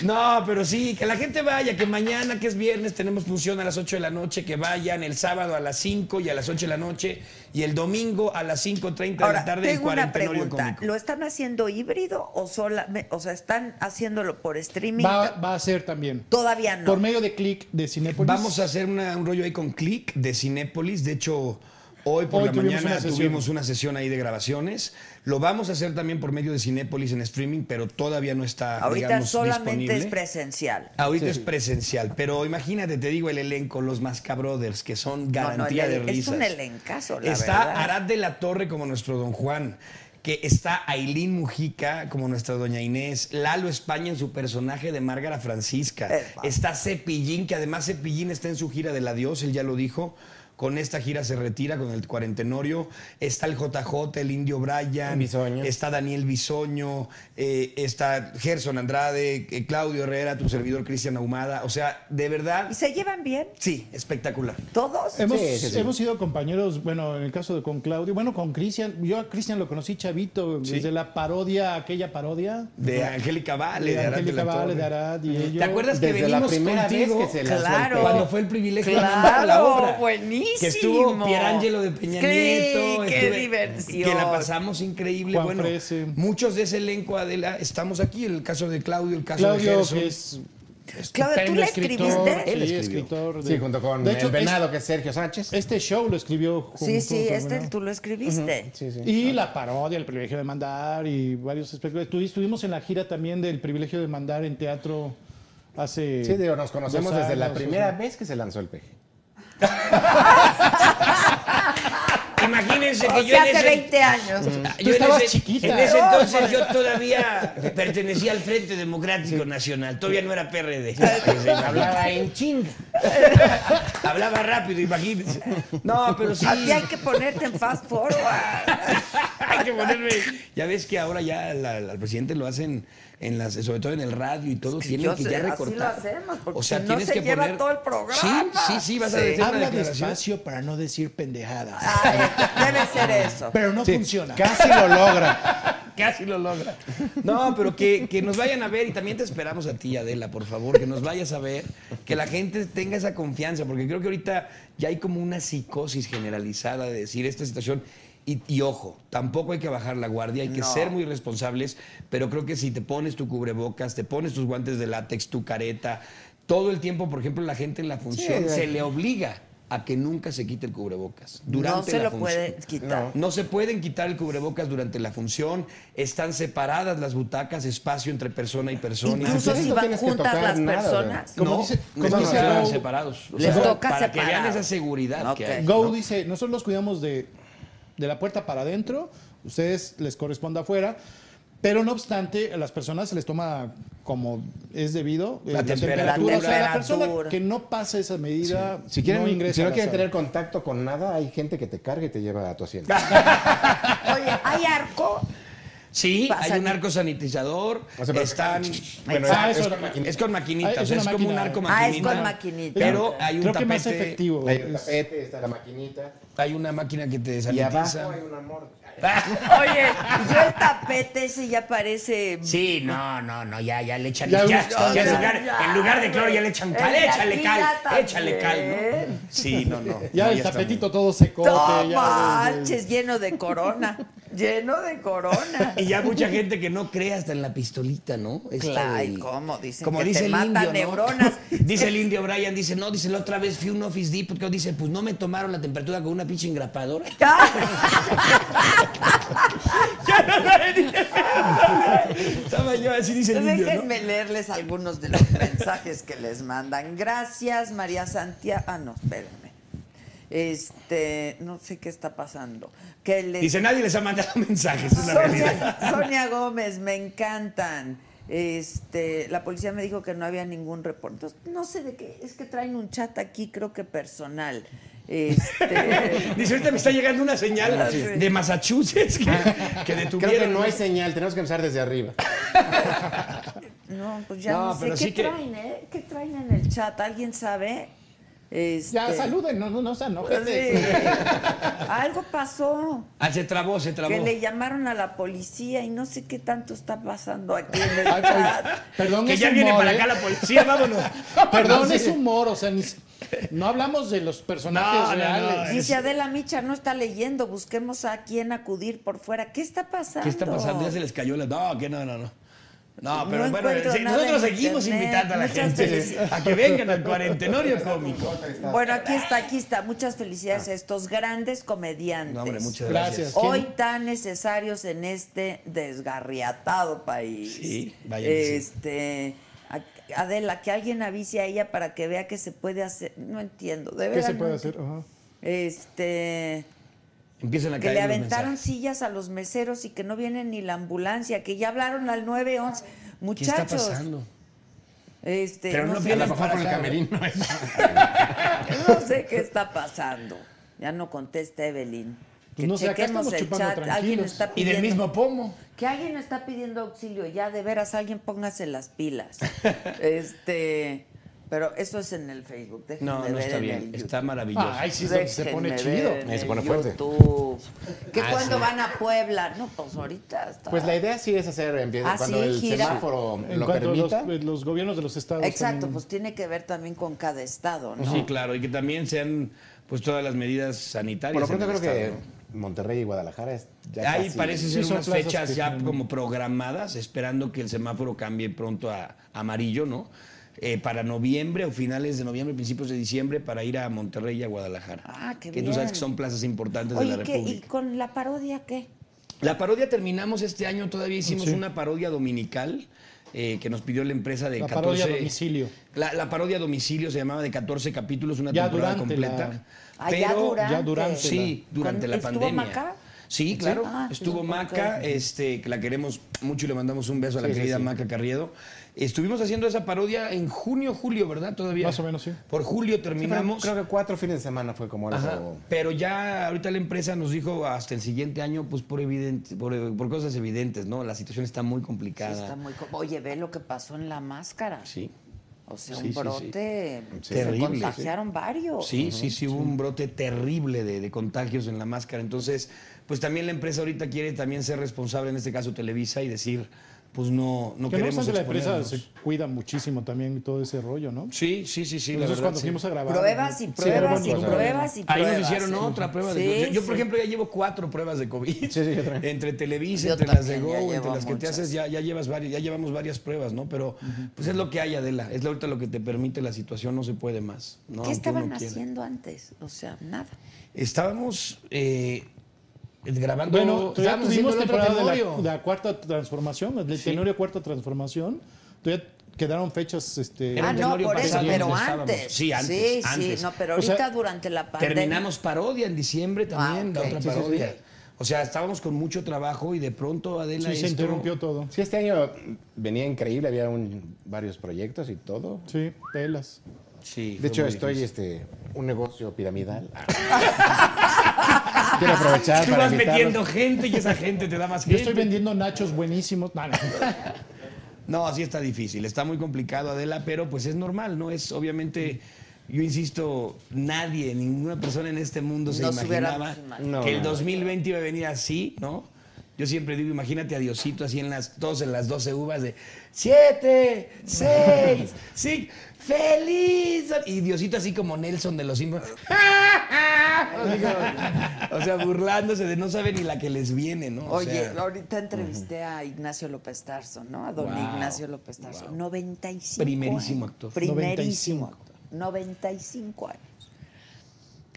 No, pero sí, que la gente vaya, que mañana, que es viernes, tenemos función a las 8 de la noche, que vayan el sábado a las 5 y a las 8 de la noche, y el domingo a las 5.30 de
Ahora,
la tarde en
tengo una
Cuarentenorio
pregunta.
Cómico.
¿Lo están haciendo híbrido o sola, me- o sea, están haciéndolo por streaming?
va, va a ser también.
Todavía no.
Por medio de click de Cinepolis.
Vamos a hacer una- un rollo ahí con Click de Cinépolis. De hecho, hoy por
Hoy
la
tuvimos
mañana
una sesión.
tuvimos una sesión ahí de grabaciones. Lo vamos a hacer también por medio de Cinépolis en streaming, pero todavía no está,
Ahorita
digamos,
solamente es
disponible.
presencial.
Ahorita es presencial, pero imagínate, te digo el elenco, los Masca Brothers, que son garantía
el-
de
es
risas.
un elencazo, la
Está
verdad.
Arad de la Torre como nuestro Don Juan, que está Ailín Mujica como nuestra Doña Inés, Lalo España en su personaje de Márgara Francisca,
Epa.
está Cepillín, que además Cepillín está en su gira del adiós, él ya lo dijo. Con esta gira se retira con el cuarentenorio. Está el JJ, el Indio Bryan.
Bisoño.
Está Daniel Bisoño. eh, está Gerson Andrade, eh, Claudio Herrera, tu servidor Cristian Ahumada. O sea, de verdad,
¿Y se llevan bien
sí, espectacular.
todos?
Hemos,
Sí, sí, sí.
hemos sido compañeros, bueno, en el caso de con Claudio, bueno, con Cristian. Yo a Cristian lo conocí chavito,
Sí.
desde la parodia, aquella parodia.
De Angélica Vale,
de
de, Arad de
Angélica
la
Vale,
Torre.
de Arad y
¿eh? ¿Te
ellos.
acuerdas que
Desde la
venimos
primera vez
contigo
que se lanzó el
Claro.
pelo.
cuando fue el privilegio de mandar
Claro,
la obra?
buenísimo.
Que estuvo Pierangelo de Peña
Sí,
Nieto.
qué
estuve-
diversión.
Que la pasamos increíble.
Juan
bueno,
Frese.
muchos de ese elenco, Adela, estamos aquí. El caso de Claudio, el caso de
Claudio,
Gerson.
que es
Claro, ¿tú la
escritor,
escribiste? Él
sí,
escribió.
escritor. de-
Sí, junto con
de hecho,
el venado, que es Sergio Sánchez.
Este show lo escribió junto
Sí, sí,
con
este
Venado.
tú lo escribiste.
Sí, sí.
Y la parodia, el privilegio de mandar y varios espectáculos. Estuvi- Estuvimos en la gira también del privilegio de mandar en teatro hace.
Sí, digo, nos conocemos
dos
desde la
años,
primera
o sea.
vez que se lanzó el peje.
Imagínense que
O
yo
sea,
en
hace
ese,
20 años.
Ah, yo
Tú
en
estabas
ese-
chiquita.
En ese entonces yo todavía pertenecía al Frente Democrático Nacional, todavía no era PRD.
Hablaba en chinga.
Hablaba rápido, imagínense. No, pero sí.
A ti hay que ponerte en fast forward.
Hay que ponerme. Ya ves que ahora ya la- la- al presidente lo hacen en las, sobre todo en el radio y todo, tienen
yo
que
sé,
ya
así lo
recortar.
hacemos, porque
o sea,
si no
tienes
se
que
lleva
poner
todo el programa.
Sí, sí, sí, vas a
Sí.
decir una
Habla
declaración.
despacio para no decir pendejadas.
Ay, debe ser eso.
Pero no
Sí,
funciona.
Casi lo logra.
*laughs* Casi lo logra. No, pero que, que nos vayan a ver y también te esperamos a ti, Adela, por favor, que nos vayas a ver, que la gente tenga esa confianza, porque creo que ahorita ya hay como una psicosis generalizada de decir esta situación. Y, y ojo, tampoco hay que bajar la guardia, hay que
No.
ser muy responsables, pero creo que si te pones tu cubrebocas, te pones tus guantes de látex, tu careta, todo el tiempo, por ejemplo, la gente en la función
Sí,
se
hay-
le obliga a que nunca se quite el cubrebocas durante
No se
la
lo
función.
puede quitar.
No se pueden quitar el cubrebocas durante la función, están separadas las butacas, espacio entre persona y persona.
Incluso
Entonces,
si
no
van
tienes que
juntas
tocar
las
nada,
personas.
Como
no,
dice-
no,
como
no,
dice
se van
Go-
separados. O
Les
sea,
toca
para que vean
separado.
esa seguridad que
Ok.
hay.
Go
¿no?
dice: nosotros los cuidamos de, de la puerta para adentro, ustedes les corresponde afuera. Pero no obstante, a las personas se les toma como es debido eh,
La temperatura.
O sea, la persona
Temperatura.
que no pasa esa medida,
Si, quieren,
no
si no
ingresa. a la
quieren
sala.
tener contacto con nada, hay gente que te carga y te lleva a tu asiento.
Oye, ¿hay arco?
Sí,
Pasa
hay un
aquí.
arco sanitizador,
O sea, pero-
están...
Bueno,
Ah,
es-
eso
es-
no-
Es con maquinita,
Ah, es
o sea, es
una
como un
máquina.
arco maquinita.
Ah, es con maquinita.
Pero hay un
Creo que
tapete,
más efectivo.
Hay un
es-
tapete, está la maquinita.
hay una máquina que te
Y
sanitiza.
abajo hay un amor.
Oye, yo el tapete ese ya parece.
*laughs* Sí, no, no, no, ya, ya le echan,
Ya
ya,
gusta,
ya en
ya.
lugar, en lugar de cloro ya le echan cal,
En la
échale cal,
tina también.
échale cal, ¿no? Sí, no, no.
Ya
no,
el
está muy-
tapetito todo secote.
No
ya,
manches, lleno de corona. Lleno de
*laughs*
corona.
Y ya mucha gente que no cree hasta en la pistolita, ¿no? Esta
Ay,
del-
¿cómo? Dicen
como
que
dice
te
el
matan
indio, ¿no?
neuronas.
*laughs* Dice el indio Brian, dice, no, dice la otra vez fui a un office depot, porque dice, pues no me tomaron la temperatura con una pinche engrapadora. *laughs* Ya no la tenía. Estaba yo así, dice el indio, ¿no?
Pues Déjenme leerles algunos de los mensajes que les mandan. Gracias, María Santiago. Ah, no, espérenme. Este, no sé qué está pasando. Que les...
Dice, nadie les ha mandado *laughs*
*laughs*
mensajes, es la realidad.
Sonia, Sonia Gómez, me encantan. Este, la policía me dijo que no había ningún reporte. Entonces, no sé de qué, es que traen un chat aquí, creo que personal.
*laughs*
Este,
Dice, ahorita me está llegando una señal
Ah, Sí. Ah,
de Massachusetts que, que detuvieron.
Creo que no hay señal, tenemos que empezar desde arriba.
no, pues ya
No,
no,
pero
sé qué
sí que-
traen, ¿eh? ¿Qué traen en el chat? ¿Alguien sabe? Este, Pues
ya saluden, no, no, no se enojen.
sí. Algo pasó.
Ah, se trabó, se trabó.
Que le llamaron a la policía y no sé qué tanto está pasando aquí en el
Ay,
chat.
pues, perdón,
Que
es
ya
humor,
viene para
¿eh?
acá la policía,
*laughs*
vámonos.
*laughs* Perdón, es humor, o sea, ni s- no hablamos de los personajes
No, no, no,
reales.
es-
Dice Adela Micha, no está leyendo, busquemos a quién acudir por fuera. ¿Qué está pasando?
¿Qué está pasando? Ya se les cayó la. No, que no, no, no. No, pero
No
bueno,
encuentro
sí,
nada
nosotros
en
seguimos
internet.
invitando a la
Muchas
gente
felicidades.
a que vengan al cuarentenorio cómico.
Bueno, aquí está, aquí está. Muchas felicidades a estos grandes comediantes.
No, hombre, muchas gracias.
Gracias.
Hoy tan necesarios en este desgarriatado país.
Sí, vaya que sí.
Este, a- Adela, que alguien avise a ella para que vea que se puede hacer. No entiendo, de verdad.
¿Qué se
no
puede hacer?
entiendo.
Ajá.
Este.
Empiezan a
Que le
caer los
aventaron
mensajes.
sillas a los meseros y que no viene ni la ambulancia, que ya hablaron al 911.
¿Qué está
Muchachos,
pasando?
este,
Pero no
no,
A
sé,
lo
vienes
mejor por el camerino.
no sé qué está pasando. Ya no contesta Evelyn.
Pues
Que
no sé, acá
chequemos
estamos
el
chupando
chat. Alguien
tranquilos.
está
Y
pidiendo,
del mismo pomo.
Que alguien está pidiendo auxilio. Ya, de veras, alguien póngase las
*laughs*
pilas. este, pero eso es en el Facebook. Déjenme
No, no
ver
está
en
bien.
el
Está maravilloso.
Ay, sí, es donde se pone chido.
Ahí se pone fuerte.
Que
Ah,
cuando
sí.
van a Puebla, no, pues ahorita está.
Pues la idea sí es hacer, empieza,
Ah,
cuando
sí,
el
gira.
semáforo
En
lo
cuanto a los,
permita.
los gobiernos de los estados.
Exacto,
también.
pues tiene que ver también con cada estado, ¿no?
Sí, claro. Y que también sean pues todas las medidas sanitarias.
Por lo pronto
en el
creo que
estado, ¿no?
Monterrey y Guadalajara es ya
Ahí
casi-
parece ser
Sí, son
unas
plazas
fechas
que
ya
tienen-
como programadas, esperando que el semáforo cambie pronto a amarillo, ¿no? eh, para noviembre o finales de noviembre, principios de diciembre, para ir a Monterrey y a Guadalajara.
Ah, qué
que
bien.
tú sabes que son plazas importantes
Oye,
de la
¿qué-
República.
¿y con la parodia qué?
La parodia terminamos este año, todavía hicimos
Sí.
una parodia dominical eh, que nos pidió la empresa de
La
14.
parodia a domicilio.
La, la parodia a domicilio se llamaba de 14 capítulos, una
Ya
temporada
durante
completa.
la-
Ah, ya durante. Ya durante
Sí,
la-
durante la
¿Estuvo
pandemia.
Maca?
Sí, claro.
Ah, sí,
estuvo
ok.
Maca, este, que la queremos mucho y le mandamos un beso a la
Sí, sí,
querida
sí.
Maca Carriedo. Estuvimos haciendo esa parodia en junio, julio, ¿verdad? Todavía.
Más o menos, sí.
Por julio terminamos.
creo que cuatro fines de semana fue como
Ajá,
algo.
Pero ya ahorita la empresa nos dijo hasta el siguiente año, pues por evidente, por, por cosas evidentes, ¿no? La situación está muy
Sí,
complicada.
está muy co- Oye, ve lo que pasó en la máscara.
Sí.
O sea,
Sí, sí,
un
sí.
brote. Se
Terrible,
contagiaron varios.
Sí, sí, sí, hubo un brote terrible de, de contagios en la máscara. Entonces, pues también la empresa ahorita quiere también ser responsable, en este caso Televisa, y decir, pues no, no
que no
queremos
obstante, la empresa
exponernos.
se cuida muchísimo también y todo ese rollo, ¿no?
Sí, sí, sí, sí. la
Entonces,
verdad,
cuando
sí.
fuimos a grabar.
Pruebas y
Sí,
pruebas
pero
y
bueno,
pruebas y
Ahí
pruebas.
nos hicieron otra prueba. de
Sí,
COVID. Yo, yo, por
sí.
ejemplo, ya llevo cuatro pruebas de COVID. entre Televisa,
Yo
entre las de
también, ya
Go, entre
llevo
las que te
muchas.
haces, ya, ya, llevas varias, ya llevamos varias pruebas, ¿no? Pero pues es lo que hay, Adela. Es ahorita lo que te permite la situación, no se puede más. ¿no?
¿Qué
Aunque
estaban
uno quiera.
haciendo antes? O sea, nada.
Estábamos eh, grabando.
Bueno, todavía
estábamos viendo
tuvimos
el otro
temporada de la,
Tenorio.
de la cuarta transformación, el
Sí.
Tenorio cuarta transformación. Todavía quedaron fechas. Este,
Era
Ah,
un
no,
tenorio
por eso,
pasado,
pero
estábamos.
antes.
Sí, antes,
Sí,
antes.
sí, no, pero
O sea,
ahorita durante la pandemia.
Terminamos parodia en diciembre también,
Ah, ok.
la
Sí,
otra
sí, sí.
parodia. O sea, estábamos con mucho trabajo y de pronto Adela
sí, se
esto-
interrumpió todo.
Sí, este año venía increíble, había un- varios proyectos y todo.
Sí, telas.
Sí,
De
fue
hecho,
muy
estoy
difícil.
este un negocio piramidal.
Ah,
Quiero aprovechar
Tú
para
vas
invitarlos.
metiendo gente y esa gente te da *laughs* más
Yo
gente.
estoy vendiendo nachos buenísimos. No, no.
No, así está difícil, está muy complicado, Adela, pero pues es normal, ¿no? Es obviamente, yo insisto, nadie, ninguna persona en este mundo se
Nos
imaginaba
hubiéramos
imaginado.
que el
No.
2020 iba a venir así, ¿no? Yo siempre digo, imagínate a Diosito así en las, todos en las 12 uvas de 7, *laughs* 6, 5, feliz. Y Diosito así como Nelson de
*laughs*
los Simpsons. *laughs* o sea, burlándose de no sabe ni la que les viene, ¿no? O
Oye,
sea,
ahorita entrevisté a Ignacio López Tarso, ¿no? A don
Wow,
Ignacio López Tarso. 95.
Primerísimo
años.
actor.
Primerísimo. actor. 95 años.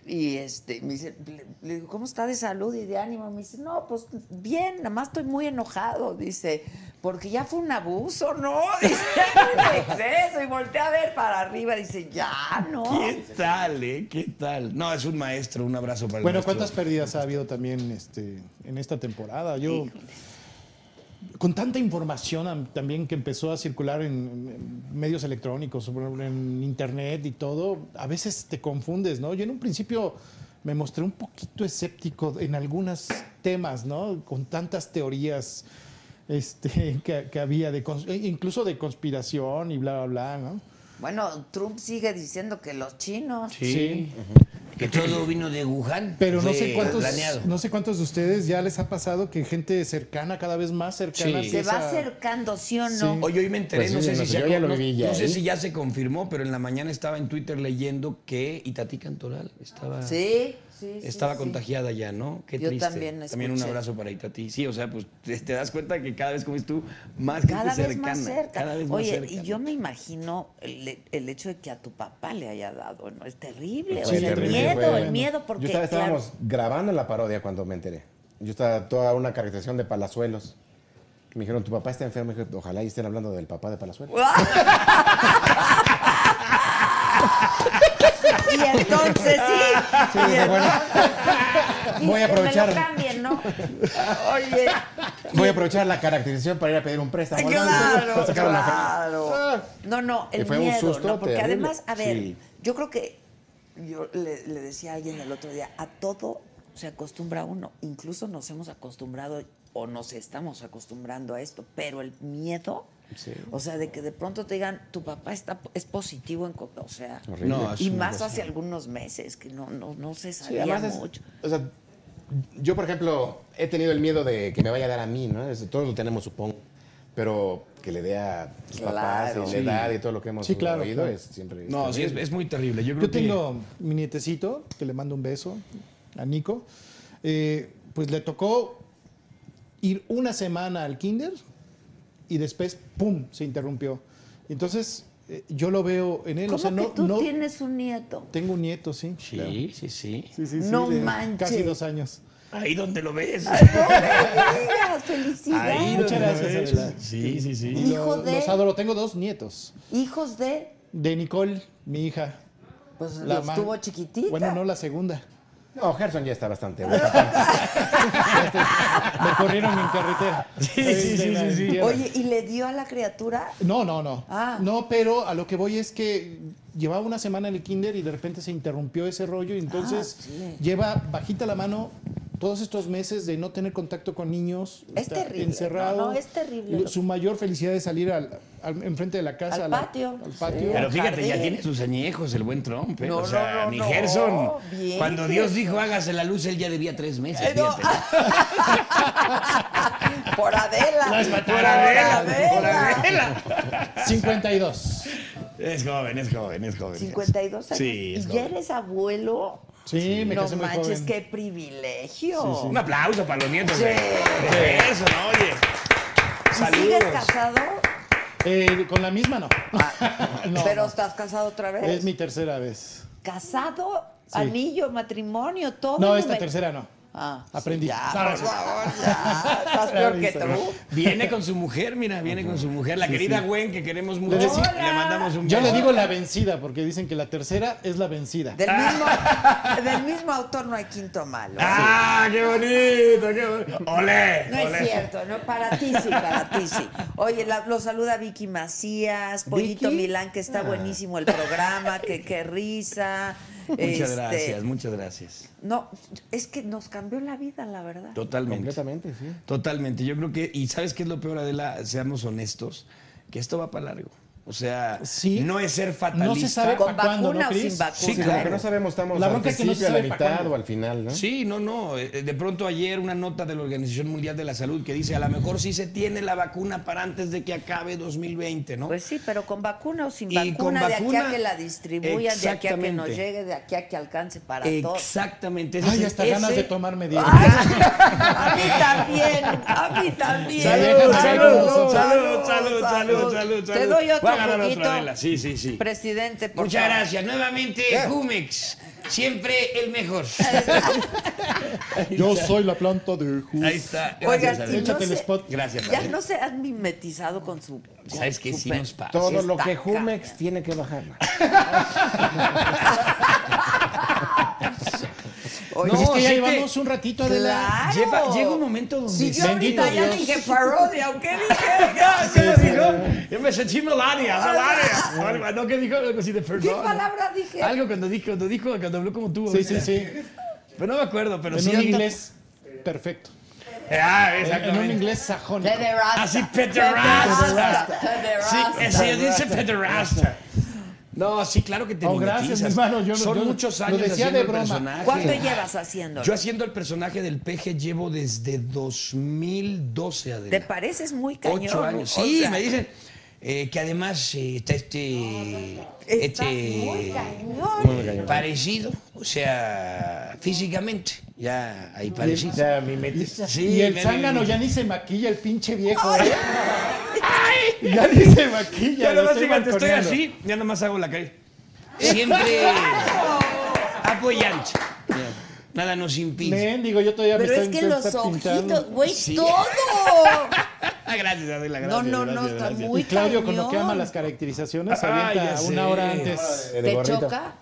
Y este, me dice, le, le digo, ¿cómo está de salud y de ánimo? Me dice, no, pues bien, nada más estoy muy enojado. Dice, porque ya fue un abuso, ¿no? *laughs* Dice, un exceso. Y volteé a ver para arriba. Dice, ya, ¿no?
¿Qué tal, eh? ¿Qué tal? No, es un maestro, un abrazo para el
Bueno,
maestro.
¿cuántas pérdidas ha habido también este, en esta temporada? Yo, con tanta información am- también que empezó a circular en, en medios electrónicos, por ejemplo, en internet y todo, a veces te confundes, ¿no? Yo en un principio me mostré un poquito escéptico en algunos temas, ¿no? Con tantas teorías este, *laughs* que, que había, de, cons- e incluso de conspiración y bla, bla, bla, ¿no?
Bueno, Trump sigue diciendo que los chinos.
Sí. Que todo vino de Wuhan.
Pero no
Fue
sé cuántos,
Planeado.
no sé cuántos de ustedes ya les ha pasado que gente cercana, cada vez más cercana,
Sí.
Se va
empieza-
acercando, ¿sí o no?
Sí.
Hoy, hoy me
Pues
enteré,
sí,
no, sé,
no
si
sé,
se,
yo
ha-
ya lo
no-
viví ya,
no sé
¿eh?
si ya se confirmó, pero en la mañana estaba en Twitter leyendo que Itatí Cantoral estaba,
Sí, sí. sí,
estaba
sí.
contagiada ya, ¿no? Qué
Yo
triste.
también
un
escuché.
abrazo para Itatí. Sí, o sea, pues te, te das cuenta que cada vez como dices tú, más gente
Cada vez
cercana.
más cerca.
Cada vez más
Oye,
cerca,
y yo
¿no?
me imagino el, el hecho de que a tu papá le haya dado, ¿no? Es terrible.
Fue
o sea,
terrible,
el miedo,
fue-
el miedo, porque.
Yo estaba,
claro,
estábamos grabando la parodia cuando me enteré. Yo estaba toda una caracterización de Palazuelos. Me dijeron, tu papá está enfermo. Y dije, ojalá y estén hablando del papá de Palazuelos.
Ah. Y entonces sí.
*laughs* Sí, dije, bueno,
y que
voy a
me lo
aprovechar.
cambien,
*laughs*
¿no? Oye,
Voy a aprovechar la caracterización para ir a pedir un préstamo.
Eh, claro,
*laughs*
Para sacar una fe-
claro. No, no, el
Que fue un
miedo,
susto
¿no? Porque
terrible.
además, a ver,
Sí.
yo creo que yo le, le decía a alguien el otro día, a todo se acostumbra uno, incluso nos hemos acostumbrado o nos estamos acostumbrando a esto, pero el miedo, o sea, de que de pronto te digan, tu papá está es positivo en, co-", o sea,
Horrible.
No, es
y
una
más
cosa.
hace algunos meses que no no no se
Sí,
sabía
además es-
mucho.
o sea, yo, por ejemplo, he tenido el miedo de que me vaya a dar a mí, ¿no? Es- Todos lo tenemos, supongo. Pero que le dé a tus papás
Claro.
y la
Sí.
edad y todo lo que hemos
Sí, claro,
oído
claro.
es siempre... este,
No, sí, es, es muy terrible. Yo creo
Yo tengo mi nietecito, que le mando un beso a Nico. Eh, pues le tocó ir una semana al kinder y después, ¡pum!, se interrumpió. Entonces, eh, yo lo veo en él.
¿Cómo
o sea, no,
que tú
no-
tienes un nieto?
Tengo un nieto, sí.
Sí,
claro.
sí, sí.
Sí, sí, sí,
No
de
manches.
Casi dos años.
Ahí donde lo ves.
¡No me digas! ¡Felicidades!
Ahí donde
Muchas
lo
gracias,
ves.
Adela.
Sí, sí, sí.
Y lo-
Hijo de-
Los adoro. Tengo dos nietos.
Hijos de...
De Nicole, mi hija.
Pues
La
los
ma-
tuvo chiquitita.
Bueno, no la segunda.
No, Gerson ya
*laughs*
está bastante bueno.
Me corrieron en carretera.
*laughs* Sí, sí, sí, sí, sí.
Oye, ¿y le dio a la criatura? *laughs*
No, no, no.
Ah.
No, pero a lo que voy es que llevaba una semana en el kinder y de repente se interrumpió ese rollo y entonces
Ah, sí.
lleva bajita la mano todos estos meses de no tener contacto con niños.
Es
está
terrible,
Encerrado.
no, no, es terrible.
Su mayor felicidad es salir al, al- enfrente de la casa.
Al
a la-
patio.
al patio.
Pero fíjate, ya
Jardín.
tiene sus añejos el buen Trump. ¿eh?
No,
o sea,
no, no,
mi
no. Oh,
Gerson.
Bien,
cuando Dios
Gerson.
dijo hágase la luz, él ya debía tres meses.
Eh, no.
fíjate.
*laughs* Por Adela.
Por Adela, por Adela.
52.
Es joven, es joven, es joven.
52 años.
Sí, es
¿Y ya
joven.
eres abuelo?
Sí, me
no
casé muy
manches,
joven.
qué privilegio.
Un aplauso para los nietos.
Sí.
de- de Eso, ¿no? Oye.
¿Y sigues
Saludos.
casado?
Eh, con la misma no. *laughs* Ah, No,
Pero
no.
estás casado otra vez.
Es mi tercera vez.
Casado,
Sí.
anillo, matrimonio, todo.
No, esta
me-
tercera no.
Ah, sí,
Aprendí.
ya,
No,
por
sí.
favor, ya.
*laughs*
Estás peor que tú.
Viene con su mujer, mira, viene con su mujer, la querida Gwen, que queremos mucho.
decí-
Le mandamos un
Yo
beso.
le digo la vencida porque dicen que la tercera es la vencida.
Del mismo, del mismo autor no hay quinto malo.
¡Ah, qué bonito! ¡Qué bonito! ¡Olé!
No es
olé.
cierto, no, para ti sí, para ti sí. Oye, la- lo saluda Vicky Macías, Pollito
¿Vicky?
Milán, que
Ah.
está buenísimo el programa, que qué risa.
Muchas
Este,
gracias, muchas gracias.
No, es que nos cambió la vida, la verdad.
Totalmente.
Completamente, sí.
Totalmente. Yo creo que, y ¿sabes qué es lo peor, Adela? Seamos honestos, que esto va para largo. O sea,
Sí.
no es ser fatalista.
No se sabe
¿Con
para cuándo,
vacuna
¿no,
o
Cris?
sin vacuna?
Sí,
Sí,
claro.
como que no sabemos, estamos
La
al
bronca es que no se
principio, a la
sabe pa'
mitad
cuándo.
o al final, ¿no?
Sí, no, no. Eh, De pronto ayer una nota de la Organización Mundial de la Salud que dice, a lo mejor sí se tiene la vacuna para antes de que acabe 2020, ¿no?
Pues sí, pero con vacuna o sin
Y con
vacuna, de aquí a
vacuna,
que la distribuyan, de aquí a que nos
exactamente.
llegue, de aquí a que alcance para todos.
Exactamente. ese
Ay,
es-
hasta
ese-
ganas de tomar medidas.
Ay, a mí también, a mí también.
Salud, salud,
salud, salud, salud, salud,
Te
salud.
doy
Voy
otro
a ganar otra
poquito.
vela, sí, sí, sí.
Presidente, por
Muchas
favor.
gracias. Nuevamente, Jumex. Siempre el
*laughs*
mejor.
Yo soy la planta de Ju-
Ahí está. Gracias,
Oigan, y
Adela.
no
Échate el
se,
spot.
Gracias,
ya
Adela.
no se han mimetizado con su. con
¿Sabes qué?
su
Sí
pe-
nos pasa.
Todo
Sí
lo
está
que Jumex
caña.
tiene que bajar.
Oye,
Pues es que ya
sí
llevamos un ratito adelante.
claro.
Lleva- llega un momento donde-
Sí, yo
Bendito
ahorita ya
Dios.
*laughs*
dije parodia, ¿o qué dije?
Ya, ya dijo. Yo me sentí Melania, Melania. O algo, No, que dijo algo así de
¿Qué
perdón.
palabra dije?
Algo cuando dijo, cuando dijo, cuando habló como tú.
Sí, sí,
ahorita.
sí.
Pero no me acuerdo, pero
En
sí.
un
ahorita-
inglés perfecto.
Ah,
En un
exactamente.
inglés sajón.
Pederasta.
Así, pederasta.
Pederasta, pederasta.
Sí, ese dice pederasta. No, sí, claro que te
Oh, gracias,
mimetizas.
mi hermano, yo no-
Son
yo no-
muchos
lo
años
decía
haciendo
de
el
broma.
personaje.
¿Cuánto llevas haciéndolo?
Yo haciendo el personaje del peje llevo desde 2012 adelante.
¿Te pareces muy cañón?
Ocho años.
O
Sí,
sea,
me dicen eh, que además eh, está este.
Está muy
este
cañón.
parecido, o sea, físicamente, ya hay parecido.
O sea, mi metis.
Sí,
Y el
me-
zángano
me-
ya ni se maquilla el pinche viejo. ¿eh? Ya ni se maquilla.
Ya
lo
nomás,
estoy
fíjate, estoy
balconeando.
así, ya nomás hago la calle. Siempre apoyando. Nada nos impide.
Mendigo, yo todavía
Pero
me
es
estoy
que los
está pintando.
ojitos, güey,
Sí.
todo.
Ah, gracias, Adela,
No,
gracias.
no, no,
gracias,
está
gracias.
muy
Y Claudio, con lo que
cañón.
ama las caracterizaciones, se
Ay,
avienta
ya sé.
una hora antes.
El
¿Te
gorrito.
choca?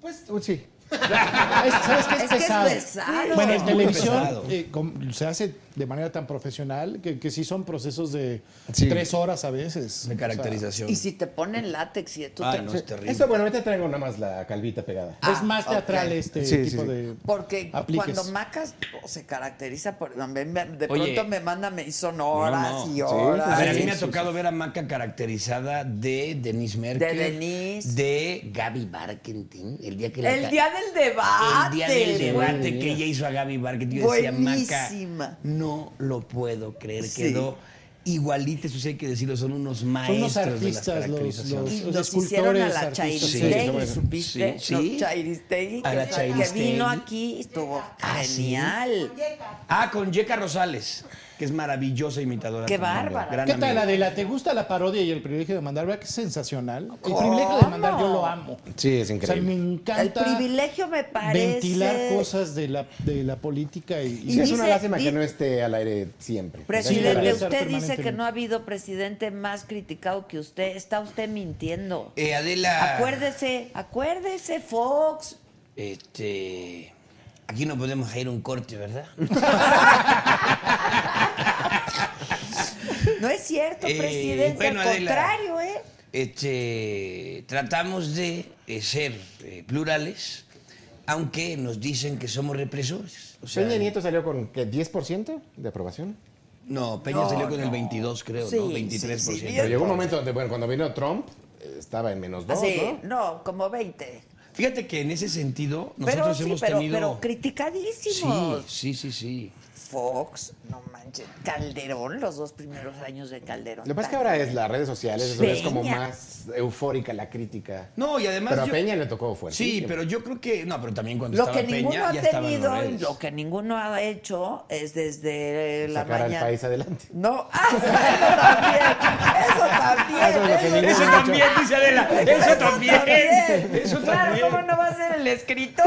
Pues, uy, sí. *laughs* Es- ¿Sabes qué? Es,
Es que es
pesado.
pesado.
Bueno,
Es
en
muy
televisión
pesado.
eh, com- se hace de manera tan profesional que, que sí son procesos de
Sí.
tres horas a veces.
De caracterización.
Y si te ponen látex y tú
Ay,
te...
no, es terrible.
Esto, bueno, ahorita traigo nada más la calvita pegada.
O sea, es más
Ah,
teatral
ok.
este
Sí, sí,
tipo
sí.
de
Porque
apliques.
cuando Macas o se caracteriza por... a mí me- De
Oye.
pronto me manda, me son horas
No, no.
y
A
horas.
ver, a mí me ha tocado ver a Maca caracterizada de Denise Merkel.
De Denise.
De Gaby Barkentin. El día que la
El
ca-
día del debate.
El día del debate
güey.
que ella hizo a Gaby Barker, yo decía,
Buenísima.
Maca, no lo puedo creer,
Sí.
quedó igualita, eso sí hay que decirlo, son unos
Son
maestros
los
de
artistas,
las
los, los,
caracterizaciones.
Y
los
nos hicieron a
escultores,
la
artistas.
Sí,
Chairistegui,
bueno.
¿supiste?
Sí,
No,
sí.
Chairistegui,
A
que,
la
que
Chairistegui.
vino aquí, estuvo
Ah, sí.
genial.
Ah, con Yeca Rosales. que es maravillosa imitadora.
¡Qué
también,
bárbara!
gran
¿Qué tal,
amiga.
Adela? ¿Te gusta la parodia y el privilegio de mandar? ¿Verdad que es sensacional? El privilegio de mandar yo lo amo.
Sí, es
O sea, me
increíble.
El
encanta
privilegio me parece.
ventilar cosas de la, de la política y...
Sí,
Y
es una
dice-
lástima
di-
que no esté al aire siempre.
Sí,
Presidente,
para
usted
estar
dice que
permanentemente.
no ha habido presidente más criticado que usted. Está usted mintiendo.
Eh, Adela.
Acuérdese, acuérdese, Fox.
Este. Aquí no podemos ir a un corte, ¿verdad?
No es cierto,
Eh,
presidente.
bueno,
al
Adela.
contrario, ¿eh?
Este, tratamos de eh, ser eh, plurales, aunque nos dicen que somos represores. O sea,
Peña Nieto salió con ¿qué, 10% de aprobación.
No, Peña salió con el 22, creo,
Sí,
¿no?
sí,
23%.
sí,
Pero llegó
Entonces.
un momento donde, bueno, cuando vino Trump, eh, estaba en menos 2,
Así,
¿no?
¿no? como 20.
Fíjate que en ese sentido,
Pero
nosotros
sí,
hemos
pero,
tenido.
pero criticadísimos.
sí, sí, sí, sí.
Fox, no manches. Calderón, los dos primeros años de Calderón.
Lo que pasa es que ahora es las redes sociales, eso es como
Peña.
más eufórica la crítica.
No, y además.
Pero a
yo-
Peña pues le tocó fuerte.
Sí, pero yo creo que. No, pero también cuando
Lo
estaba
que
Peña.
ninguno ha
ya estaban los
tenido y
redes.
lo que ninguno ha hecho es desde eh, la
Sacar al
mañana.
país adelante.
No, *laughs* ah, eso también, eso
Eso es lo que
también.
ninguno
Eso también, dice Adela. Eso también. Eso
claro,
también.
¿cómo no va a ser el escritor?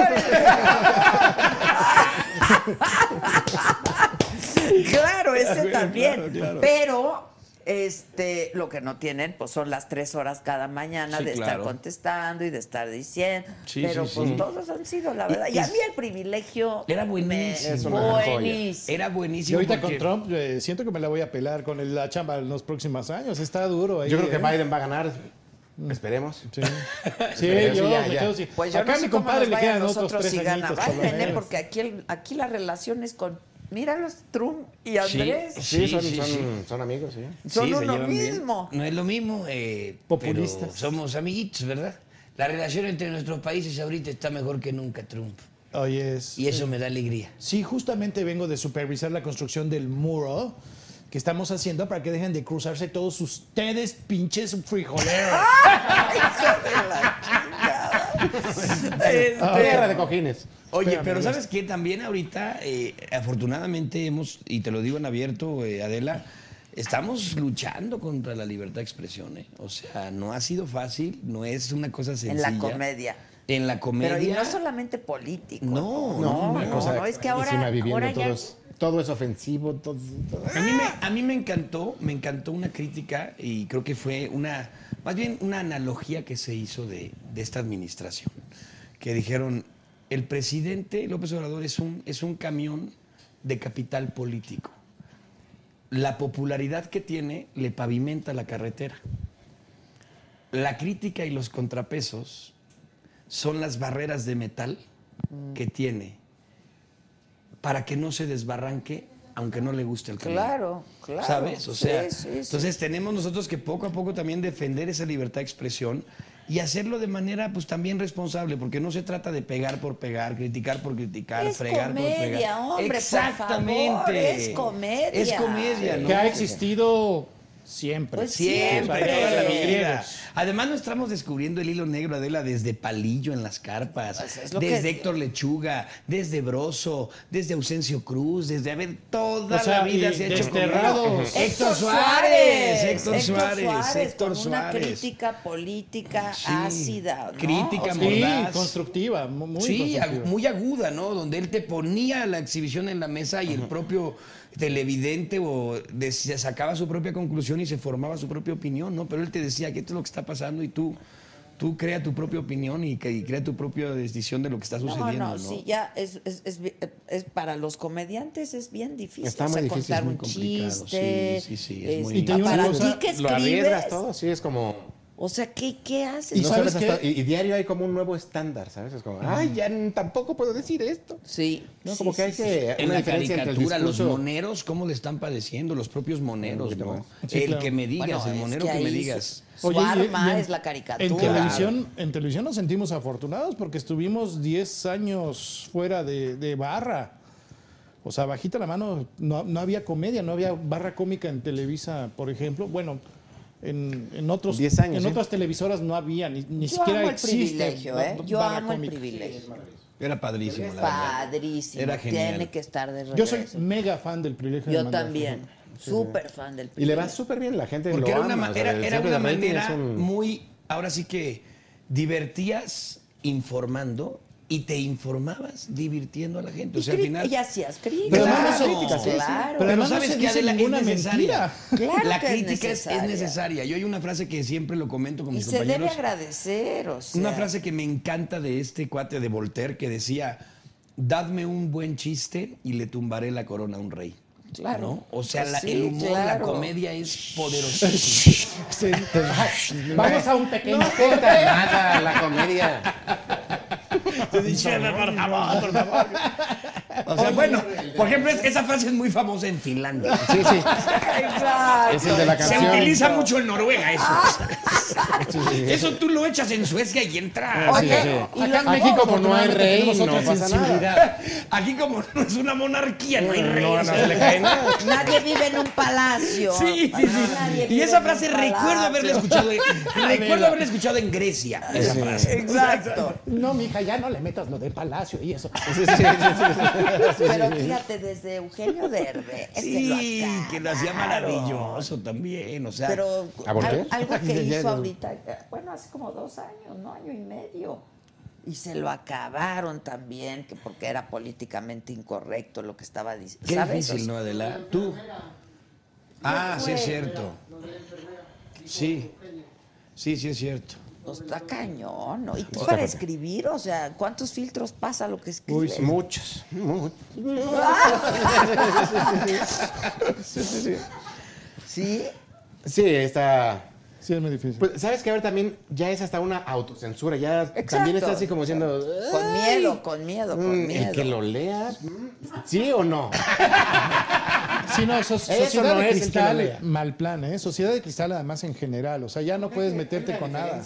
*laughs* claro, ese
Claro,
también.
claro, claro.
Pero este, lo que no tienen, pues son las tres horas cada mañana
Sí,
de estar
claro.
contestando y de estar diciendo.
Sí,
Pero
sí,
pues
sí.
todos han sido, la verdad. Y,
y-
a mí el privilegio
Era
me-
buenísimo.
Es una joya.
buenísimo.
Era
Y
buenísimo.
ahorita
porque-
con Trump eh, siento que me la voy a pelar con el- la chamba en los próximos años. Está duro. ahí,
Yo creo que
¿eh?
Biden va a ganar. Mm. Esperemos. *laughs*
Sí, Sí,
Pero sí,
yo
ya,
me
ya.
quedo sin-
Pues yo
Eh, Acá
no sé
mi
cómo
compadre
nos
le
vaya a
quedan otros
nosotros
tres
si gana
añitos, por lo
Biden, ¿eh?
menos.
Porque aquí, el- aquí la relación es con... Mira los Trump y
Sí,
Andrés.
Sí,
Sí,
son,
sí,
son-
sí.
son amigos, sí.
Son
Sí, se
uno
llevan bien. *laughs*
mismo.
No es lo mismo. eh,
Populistas.
pero somos amiguitos, ¿verdad? La relación entre nuestros países ahorita está mejor que nunca, Trump.
Oye, es-
Y eso me da alegría.
Sí, justamente vengo de supervisar la construcción del muro que estamos haciendo para que dejen de cruzarse todos ustedes, pinches frijoleros.
Este,
Ah,
Guerra de cojines.
Oye,
Espérame,
pero
Ernesto.
¿sabes qué? También ahorita, eh, afortunadamente hemos, y te lo digo en abierto, eh, Adela, estamos luchando contra la libertad de expresión, ¿eh? O sea, no ha sido fácil, no es una cosa
en
sencilla.
la comedia.
En la comedia.
Pero y no solamente político. no,
No, no,
no,
una cosa
no, es que ahora,
Encima viviendo
ahora ya...
todos- Todo es ofensivo, todo, todo-
A mí, me, a mí me encantó, me encantó una crítica y creo que fue una, más bien una analogía que se hizo de, de esta administración, que dijeron, el presidente López Obrador es un, es un camión de capital político. La popularidad que tiene le pavimenta la carretera. La crítica y los contrapesos son las barreras de metal que tiene para que no se desbarranque aunque no le guste el camino.
Claro, claro.
¿Sabes? O
Sí,
sea,
sí, sí.
entonces tenemos nosotros que poco a poco también defender esa libertad de expresión y hacerlo de manera pues también responsable, porque no se trata de pegar por pegar, criticar por criticar,
Es
fregar por
comedia,
fregar.
hombre, por
Exactamente.
favor, es comedia.
Es comedia, ¿no?
que ha existido siempre.
Pues
Siempre,
Para toda la
toda la
vida.
vida. Además, no estamos descubriendo el hilo negro, Adela, desde Palillo en las carpas,
Pues es lo
desde
que-
Héctor Lechuga, desde Broso, desde Ausencio Cruz, desde haber toda
O sea,
la vida
y
se ha hecho
desterrados.
comedia.
Héctor
Héctor Suárez, Héctor
Suárez,
Suárez, Héctor
con Una
Suárez.
crítica política
Sí,
ácida. ¿no?
crítica
O sea,
Sí,
mordaz.
constructiva, mu- muy
sí,
constructiva.
ag- muy aguda, ¿no? Donde él te ponía la exhibición en la mesa y el propio televidente o decía- sacaba su propia conclusión y se formaba su propia opinión, ¿no? Pero él te decía que esto es lo que está pasando y tú, tú crea tu propia opinión y, que- y crea tu propia decisión de lo que está
No,
sucediendo,
no,
¿no?
sí, ya es, es, es, bi- es para los comediantes es bien difícil.
Está
o sea,
muy difícil,
contar
es muy
un
complicado,
chiste.
sí, sí, sí, es
este,
muy
Y te digo una
para
cosa,
ti que
lo
escribes.
arriesgas todo, sí, es como...
O sea, ¿qué, qué haces?
¿Y
no
sabes
sabes
qué?
hasta- y, y diario hay como un nuevo estándar, ¿sabes? Es como, ay, ya n- tampoco puedo decir esto.
sí.
No,
sí,
como que
sí,
hay
sí.
que...
En
Eh, una
la
diferencia entre el
caricatura, los
discurso-
moneros, ¿cómo le están padeciendo? Los propios moneros,
poquito
¿no?
más.
Sí,
el
claro.
que me digas,
Bueno,
el
es
monero que,
ahí
me
su-
digas.
Su,
Oye, y-
arma
y en-
es la caricatura.
En televisión, en televisión nos sentimos afortunados porque estuvimos 10 años fuera de, de barra. O sea, bajita la mano, no, no había comedia, no había barra cómica en Televisa, por ejemplo. Bueno, en, en otros,
Diez años,
en
¿eh?
otras televisoras no había, ni, ni
Yo
siquiera
amo el
existe.
privilegio,
ba-
¿eh? Yo
barra
amo el
cómic.
privilegio.
Era padrísimo. la verdad.
Padrísimo.
Era genial.
Tiene que estar de regreso.
Yo soy mega fan del privilegio de
Yo
Mandela.
también.
Sí,
Súper fan del
Y le va
privilegio.
súper bien, la gente
Porque
lo
era una,
ama,
ma-
o sea,
era- era
siempre
una
también
manera
es un-
muy, ahora sí que divertías informando y te informabas divirtiendo a la gente. O sea, al
cri-
final...
y hacías críticas.
Pero
Pero además
claro,
no críticas, sí, sí.
claro.
Pero
Pero
además no
sabes
se
que
dice
Adela, es
ninguna
necesaria.
mentira.
Claro
la
que es
crítica es, es
necesaria.
necesaria. Yo hay una frase que siempre lo comento con
Y
mis
se debe
compañeros.
agradecer, o sea.
Una frase que me encanta de este cuate de Voltaire que decía, dadme un buen chiste y le tumbaré la corona a un rey.
Claro. Pues
¿No? O sea, la-
Sí,
el humor, la
claro.
comedia es poderosísima.
Sí,
*laughs*
te- Vamos a un pequeño
No importa nada la comedia.
por favor, por favor. O sea, bueno, por ejemplo, es- esa frase es muy famosa en Finlandia.
Sí, sí.
Exacto.
Es el de la
Se
canción.
utiliza mucho en Noruega eso.
Ah,
*laughs* Eso tú lo echas en Suecia y entra.
Así
Oye,
es, sí.
y
Acá en
luego-
México, como no hay rey,
tenemos
no
otra
pasa nada.
sensibilidad.
*laughs* Aquí como no es una monarquía, no hay rey.
Ah. No,
o
no
sea,
se le cae nada.
Nadie vive en un palacio.
Sí, sí,
Nadie
sí.
vive
Y esa
en
frase
un
recuerdo
palacio.
haberla
*laughs*
escuchado. en- recuerdo haberla escuchado en Grecia. Esa frase.
Exacto.
No, mija, ya no le metas lo de palacio y eso.
Sí, sí, sí, sí, sí.
Pero fíjate, desde Eugenio Derbez. este
Sí, que lo hacía
acabaron.
maravilloso también. O sea,
Pero
¿A Voltaire?
al- algo
*laughs*
que
Ya, ya,
hizo
ya.
ahorita, eh, bueno, hace como dos años, ¿no? Año y medio. Y se lo acabaron también, que porque era políticamente incorrecto lo que estaba diciendo.
qué
¿sabes?
difícil, ¿no, Adela? Tú. Ah, sí es cierto. Sí. Sí, sí es cierto.
O sea, Pues, Está cañón, ¿no? Y tú para escribir, o sea, ¿cuántos filtros pasa lo que
Uy,
escribes?
sí, muchos. muchos. Sí, sí, sí.
¿Sí?
Sí, está.
Sí, es muy difícil.
Pues, ¿Sabes que A ver, también ya es hasta una autocensura. Ya
Exacto.
también está así como diciendo.
Con
"Ay,
miedo, con miedo, con
mm,
miedo.
El que lo lea. mm, ¿Sí o no?
Sí, no, so-
Eso
Sociedad
no
de
es el que lo
Cristal,
lea.
mal plan, ¿eh? Sociedad de Cristal, además, en general. O sea, ya no *laughs* puedes meterte con nada.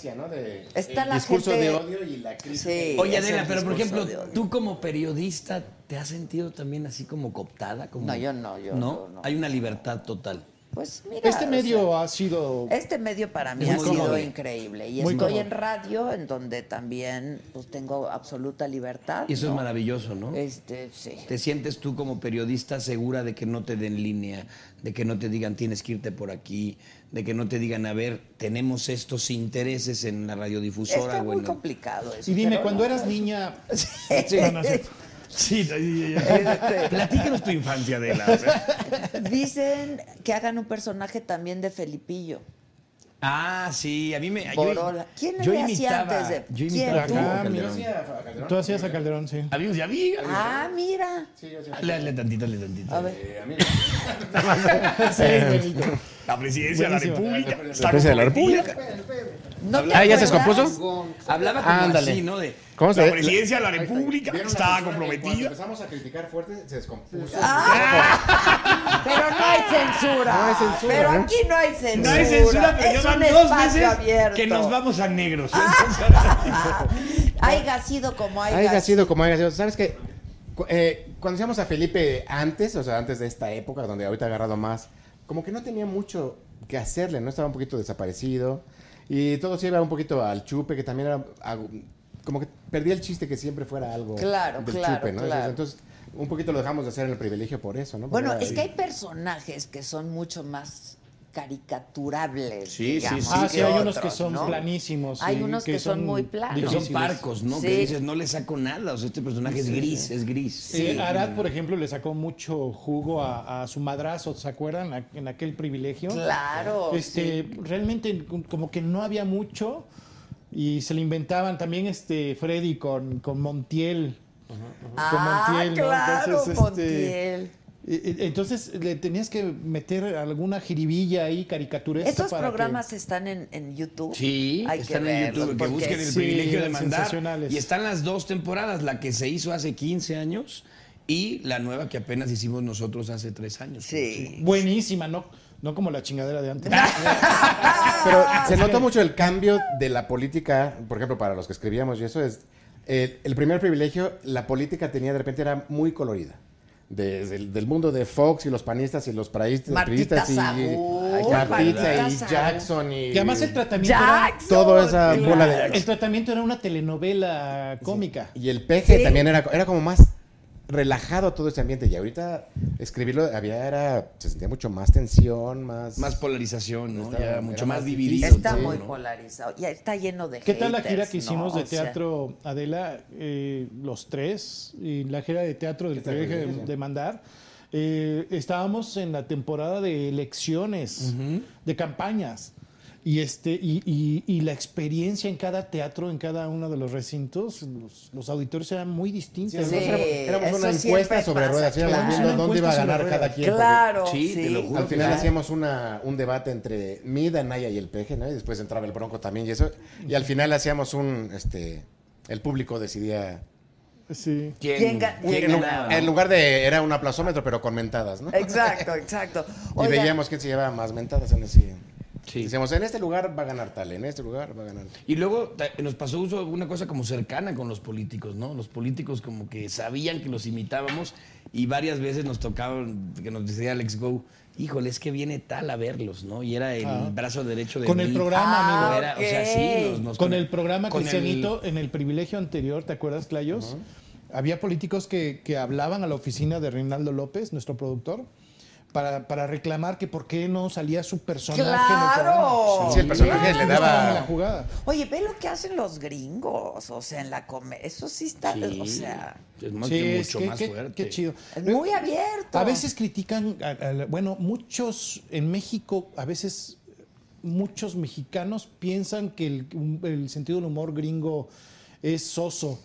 Está la
discurso
gente-
de odio y la crítica.
Sí,
Oye,
es
Adela,
el
pero por
discurso
ejemplo,
de odio.
tú como periodista, ¿te has sentido también así como cooptada? Como...
No, yo no, yo
¿No?
no, no.
Hay una libertad total.
Pues mira.
Este
o
medio
sea,
ha sido
Este medio para mí
Es
ha
muy
sido
cómodo.
increíble. Y
Muy
estoy
cómodo.
en radio, en donde también pues tengo absoluta libertad.
Y eso
¿no?
es maravilloso, ¿no?
Este, sí.
¿Te sientes tú como periodista segura de que no te den línea, de que no te digan tienes que irte por aquí, de que no te digan, a ver, tenemos estos intereses en la radiodifusora?
Está
o en
muy
el-".
complicado eso.
Y dime,
pero
cuando
no.
eras niña.
Sí, sí, sí, sí.
Este
platícanos tu infancia, Adela. o sea.
Dicen que hagan un personaje también de Felipillo.
ah, sí, a mí me...
Borola. ¿Quién
yo
le hacía
imitaba-
antes de-
Yo
¿Quién?
imitaba a
Tú.
Jacobo
Ajá,
Calderón.
Tú hacías a
*laughs*
Calderón, sí.
Amigos y amigas.
Ah, mira.
Hazle, hazle tantito, hazle tantito.
A ver.
La presidencia de la República.
La presidencia de la República.
¿No te
Ah, ¿ya se
acuerdas?
descompuso?
Hablaba como
Ándale.
así, ¿no? De
¿Cómo se
la
ve?
presidencia de la República estaba comprometida.
empezamos a criticar fuerte, se descompuso.
Pero no hay censura.
No hay censura,
Pero
¿no?
aquí no hay censura.
No hay censura, pero
es
ya
un
van dos
espacio
veces
abierto. Ah.
que nos vamos a negros.
Haya sido como haya,
Haya sido como haya sido. ¿Sabes qué? Cu- eh, cuando decíamos a Felipe antes, o sea, antes de esta época, donde ahorita ha agarrado más, como que no tenía mucho que hacerle, ¿no? Estaba un poquito desaparecido. Y todo se iba un poquito al chupe, que también era. agu- Como que perdía el chiste que siempre fuera algo
Claro,
del
claro,
chupe, ¿no?
claro.
Entonces, un poquito lo dejamos de hacer en el privilegio por eso, ¿no? Porque
Bueno,
era-
es que hay personajes que son mucho más caricaturables.
Sí, sí,
digamos,
sí,
Ah, sí, hay unos
otros,
que son
¿no?
planísimos.
Hay
sí,
unos que, son muy
Que
planos.
son
difíciles.
parcos, ¿no? Que
Ah, Sí.
dices, no le saco nada. O sea, este personaje es gris, es gris.
Eh, Arad, por ejemplo, le sacó mucho jugo a, a su madrazo, ¿se acuerdan? A- En aquel privilegio.
Claro.
Este, realmente como que no había mucho y se le inventaban también este Freddy con, con Montiel. Con
Ah,
Montiel, ¿no?
claro,
Entonces, este,
Montiel.
E- e- Entonces le tenías que meter alguna jiribilla ahí, caricaturesca.
Estos
para que-
programas están en, en YouTube.
Sí,
Hay
están
que
en
verlos,
YouTube, que
porque
busquen el
sí,
privilegio de
eran
mandar.
sensacionales.
Y están las dos temporadas, la que se hizo hace 15 años y la nueva que apenas hicimos nosotros hace 3 años.
Sí.
Buenísima, ¿no? No como la chingadera
*laughs*
de antes.
Pero
Ah,
se nota mucho el cambio de la política, por ejemplo, para los que escribíamos, y eso es, eh, el primer privilegio, la política tenía de repente era muy colorida. de- del, del mundo de Fox y los panistas y los praístas
Martita
priistas y
Sagún. Ay,
Martita
Martita
y
Sagún.
Jackson y
Que además el tratamiento
Jackson.
toda esa bola
era,
de
el tratamiento era una telenovela cómica.
y el peje
Sí.
también era era como más relajado todo ese ambiente y ahorita escribirlo había era se sentía mucho más tensión más
Más polarización, ¿no?
Estaba-
ya
era
mucho
más
más
difícil.
dividido.
Está
todo,
muy
¿no?
polarizado. Ya está lleno de
¿Qué tal la gira
haters,
que hicimos
¿no?
de
O sea,
teatro, Adela? eh, los tres, y la gira de teatro del
Esta
que dejé de,
convivencia.
de mandar. eh, estábamos en la temporada de elecciones, de campañas. Y, este, y, y- y la experiencia en cada teatro, en cada uno de los recintos, los, los auditores eran muy distintos.
Sí,
Sí,
éramos, éramos una
eso
encuesta
siempre
sobre
pasa,
ruedas, éramos
claro.
viendo
Una
dónde iba a
encuesta
ganar
sobre
cada
ruedas.
quien. porque
Claro, sí.
Sí, te lo juro.
Al final
Ya.
hacíamos una, un debate entre mí, Danaya y el peje, ¿no? Y después entraba el bronco también y eso. Y al final hacíamos un, este, el público decidía.
Sí.
¿Quién ga-
quién
en un-
ganaba?
En lugar de, era un aplazómetro, pero con mentadas, ¿no?
Exacto, exacto.
Y
Oigan,
veíamos quién se llevaba más mentadas en ese.
Sí.
Decíamos, en este lugar va a ganar tal, en este lugar va a ganar tal.
Y luego ta- nos pasó uso- una cosa como cercana con los políticos, ¿no? Los políticos como que sabían que los imitábamos y varias veces nos tocaban, que nos decía Alex Go, híjole, es que viene tal a verlos, ¿no? Y era el
Ah.
brazo derecho de
Con el
mí.
programa,
Ah,
amigo.
Era- o sea, sí, nos- nos
Con
conect-
el programa
con el-
Cristianito, en el privilegio anterior, ¿te acuerdas, Clayos? Había políticos que, que hablaban a la oficina de Reinaldo López, nuestro productor, para, para reclamar que por qué no salía su personaje. en el
¡Claro!
programa.
Sí, el personaje le
No estaba en
daba-
la jugada.
Oye, ve lo que hacen los gringos, o sea, en la comedia. Eso sí está,
Sí.
o sea,
es más-
Sí, es
mucho
que-
más
qué-
fuerte.
Qué chido.
es muy abierto.
A veces critican, a- a la- bueno, muchos en México, a veces muchos mexicanos piensan que el, un- el sentido del humor gringo es soso.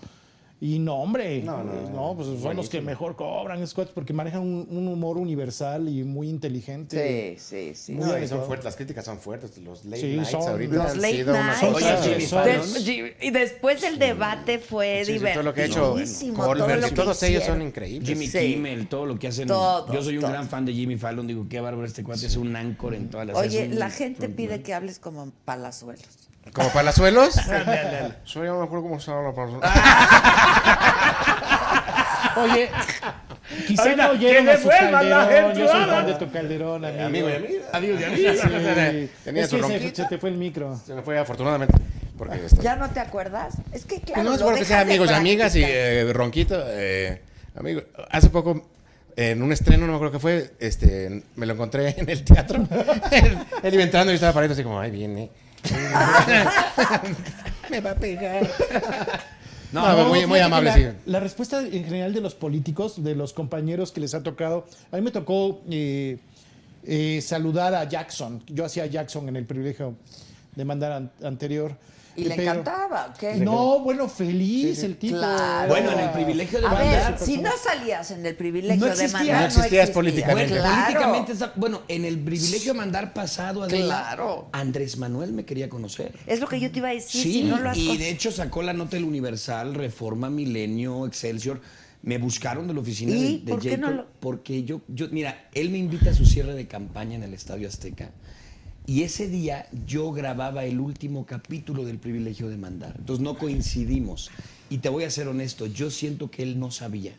Y no, hombre, no, pues son los que mejor cobran, es cuates, porque manejan un, un humor universal y muy inteligente.
Sí, sí, sí.
Muy
No, y
adecuado.
son fuertes, las críticas son fuertes. Los late
Sí,
nights
son-
ahorita
Los
han
late
sido unos-
nights.
Oye, Jimmy
Del-
Fallon.
Jimmy- y después el debate fue
Sí, sí, todo
divertido.
lo que ha hecho Colbert, y todos ellos son increíbles.
Jimmy
Sí.
Kimmel, todo lo que hacen.
Todos,
Yo soy un
todos.
gran fan de Jimmy Fallon, digo, qué bárbaro este cuate, es un anchor en todas las...
Oye,
es un-
la gente pide que hables como palazuelos.
¿Como palazuelos? Soy no me acuerdo cómo se llama la palazuelos.
Oye, quizá
Ahorita,
no oyeron
que
a su
devuelvan la
calderón. Yo soy
entrada.
fan de tu calderón, amigo.
Eh, Amigo y amiga.
Amigos de
Sí.
amigos.
Tenía
Es
su
que se,
ronquita.
se te fue el micro.
Se me fue afortunadamente. Porque está-
¿Ya no te acuerdas? Es que claro.
no es
lo
porque
dejas
sean
de
amigos y amigas y
practicar.
eh, ronquito. eh, amigo, hace poco en un estreno, no me acuerdo qué fue, este, me lo encontré *laughs* en el teatro. él, él iba entrando y yo estaba parado así como, ay, viene. me va a pegar. No, muy, muy
fíjate que
amable,
la,
sí.
La respuesta en general de los políticos, de los compañeros que les ha tocado, a mí me tocó eh, eh, saludar a Jackson. Yo hacía a Jackson en el privilegio de mandar an- anterior. Eh,
Y le
Pero-
encantaba, ¿o ¿qué?
No, bueno, feliz el tipo.
Claro.
Bueno, en el privilegio de
A ver,
mandar,
si no salías en el privilegio
No
de
existía.
mandar,
No
existías
Bueno,
políticamente.
Claro.
políticamente está- bueno, en el privilegio de mandar pasado a
Claro.
Andrés Manuel me quería conocer.
Es lo que yo te iba a decir,
Sí,
si no lo has
y
con-
de hecho sacó la nota del Universal, Reforma, Milenio, Excelsior. Me buscaron de la oficina
¿Y
de, de
por qué no
Jacob,
lo-
porque yo, yo, mira, él me invita a su cierre de campaña en el Estadio Azteca. Y ese día yo grababa el último capítulo del privilegio de mandar. Entonces no coincidimos. Y te voy a ser honesto, yo siento que él no sabía.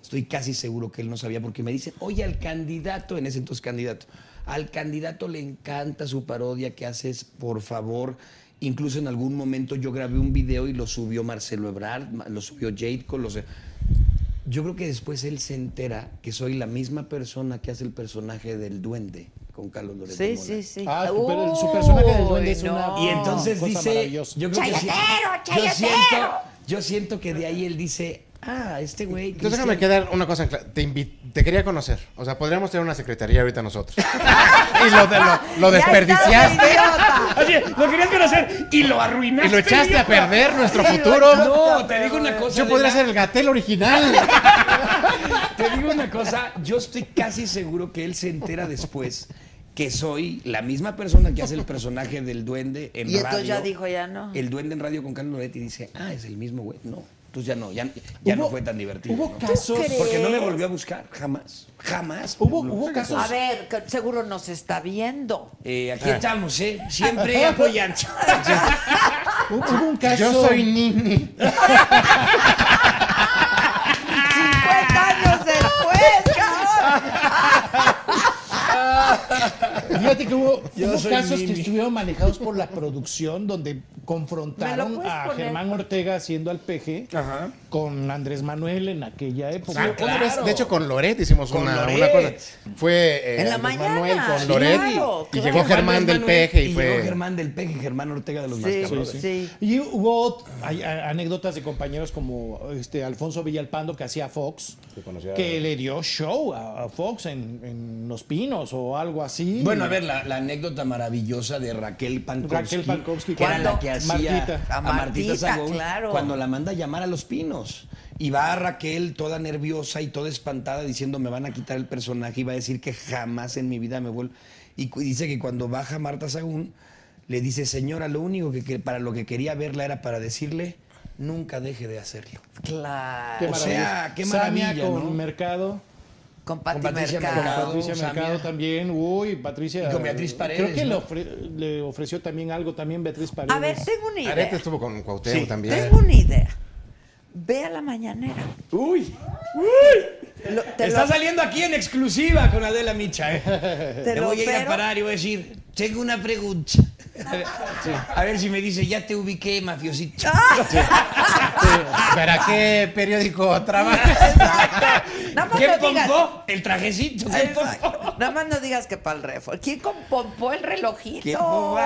Estoy casi seguro que él no sabía porque me dicen, oye, al candidato, en ese entonces candidato, al candidato le encanta su parodia que haces, por favor. Incluso en algún momento yo grabé un video y lo subió Marcelo Ebrard, ma- lo subió Jadeko, lo sé. Yo creo que después él se entera que soy la misma persona que hace el personaje del duende con Carlos Loreto.
Sí,
Mola.
sí, sí.
Ah, su per- su personaje del duende es
Uy,
una-
no.
Y entonces
Cosa
dice,
maravillosa.
yo creo que sí-
¡Chayotero,
yo siento,
chayotero!
yo siento que de ahí él dice, ah, este güey.
Entonces
Cristian-
déjame quedar una cosa en cla- Te, invi- te quería conocer. O sea, podríamos tener una secretaría ahorita nosotros. y lo, de- lo- lo
Ya
desperdiciaste.
estás, idiota.
Ah,
Oye, lo querías conocer Ah. y lo arruinaste.
Y lo echaste a perder nuestro
Sí, lo
futuro.
echaste.
No, te digo una cosa.
Yo podría
Adela,
ser el gatel original.
Te digo una cosa. Yo estoy casi seguro que él se entera después que soy la misma persona que hace el personaje del duende en
Y
radio.
entonces ya dijo, ya no.
El duende en radio con Carlos Loretti y dice, ah, es el mismo güey. No, entonces ya no, ya,
Hubo-
ya no fue tan divertido.
hubo
¿no?
casos- ¿Tú
Porque no me
crees?
volvió a buscar, jamás, jamás.
Hubo,
No.
hubo casos.
A ver, que seguro nos está viendo.
Eh, aquí
Ah.
estamos, ¿eh? Siempre apoyando.
Hubo hubo un caso.
Yo soy Nini.
50 años después. *laughs*
hubo
soy
casos
Mimi.
que estuvieron manejados por la producción donde
¿Me lo
confrontaron
puedes
a
poner?
Germán Ortega haciendo al PG con Andrés Manuel en aquella época.
Ah,
Ah,
Una vez, de hecho, con Loret hicimos
Con
una,
Loret.
una cosa. Fue eh,
En la
Andrés
mañana,
Manuel con
sí,
Loret
claro,
y
claro.
llegó Germán del Peje y, fue.
Llegó Germán del Peje, Germán Ortega de los Mascabros.
Y hubo ot- hay, a- anécdotas de compañeros como este Alfonso Villalpando que hacía Fox,
conocía-
que le dio show a, a Fox en, en Los Pinos o algo así.
Bueno, a ver, la, la anécdota maravillosa de Raquel Pankowski.
Raquel Pankowski,
que era
cuando-
la que hacía
Martita.
a Martita,
Martita,
Sagún
claro.
cuando la manda a llamar a Los Pinos. Y va Raquel toda nerviosa y toda espantada diciendo me van a quitar el personaje y va a decir que jamás en mi vida me vuelvo. Y cu- dice que cuando baja Marta Sagún, le dice, señora, lo único que, que- para lo que quería verla era para decirle, nunca deje de hacerlo.
Claro.
o sea, qué
Samia
maravilla,
con
¿no?
Mercado.
Con
Pati Mercado.
Con Patricia
Samia.
Mercado también. Uy, Patricia.
Y con Beatriz Paredes,
Creo que
¿no?
le, ofre- le ofreció también algo también Beatriz Paredes.
A ver, tengo una idea.
Arete estuvo con Cuauhtémoc
Sí.
también.
Tengo una idea. Ve a la mañanera.
Uy.
Uy.
Está saliendo aquí en exclusiva con Adela Micha. ¿eh?
Te
Le
lo
voy a ir a
opero.
parar y voy a decir, tengo una pregunta. A ver, a ver si me dice, ya te
*laughs*
ubiqué, mafiosito.
Ah,
¿Para qué periódico trabajas?
*laughs* Nada más
¿Quién
no digas-
pompó? El trajecito. ¿quién pompó?
Nada más no digas que para el refor. ¿Quién pompó el relojito? Ah,
¿Quién pompó?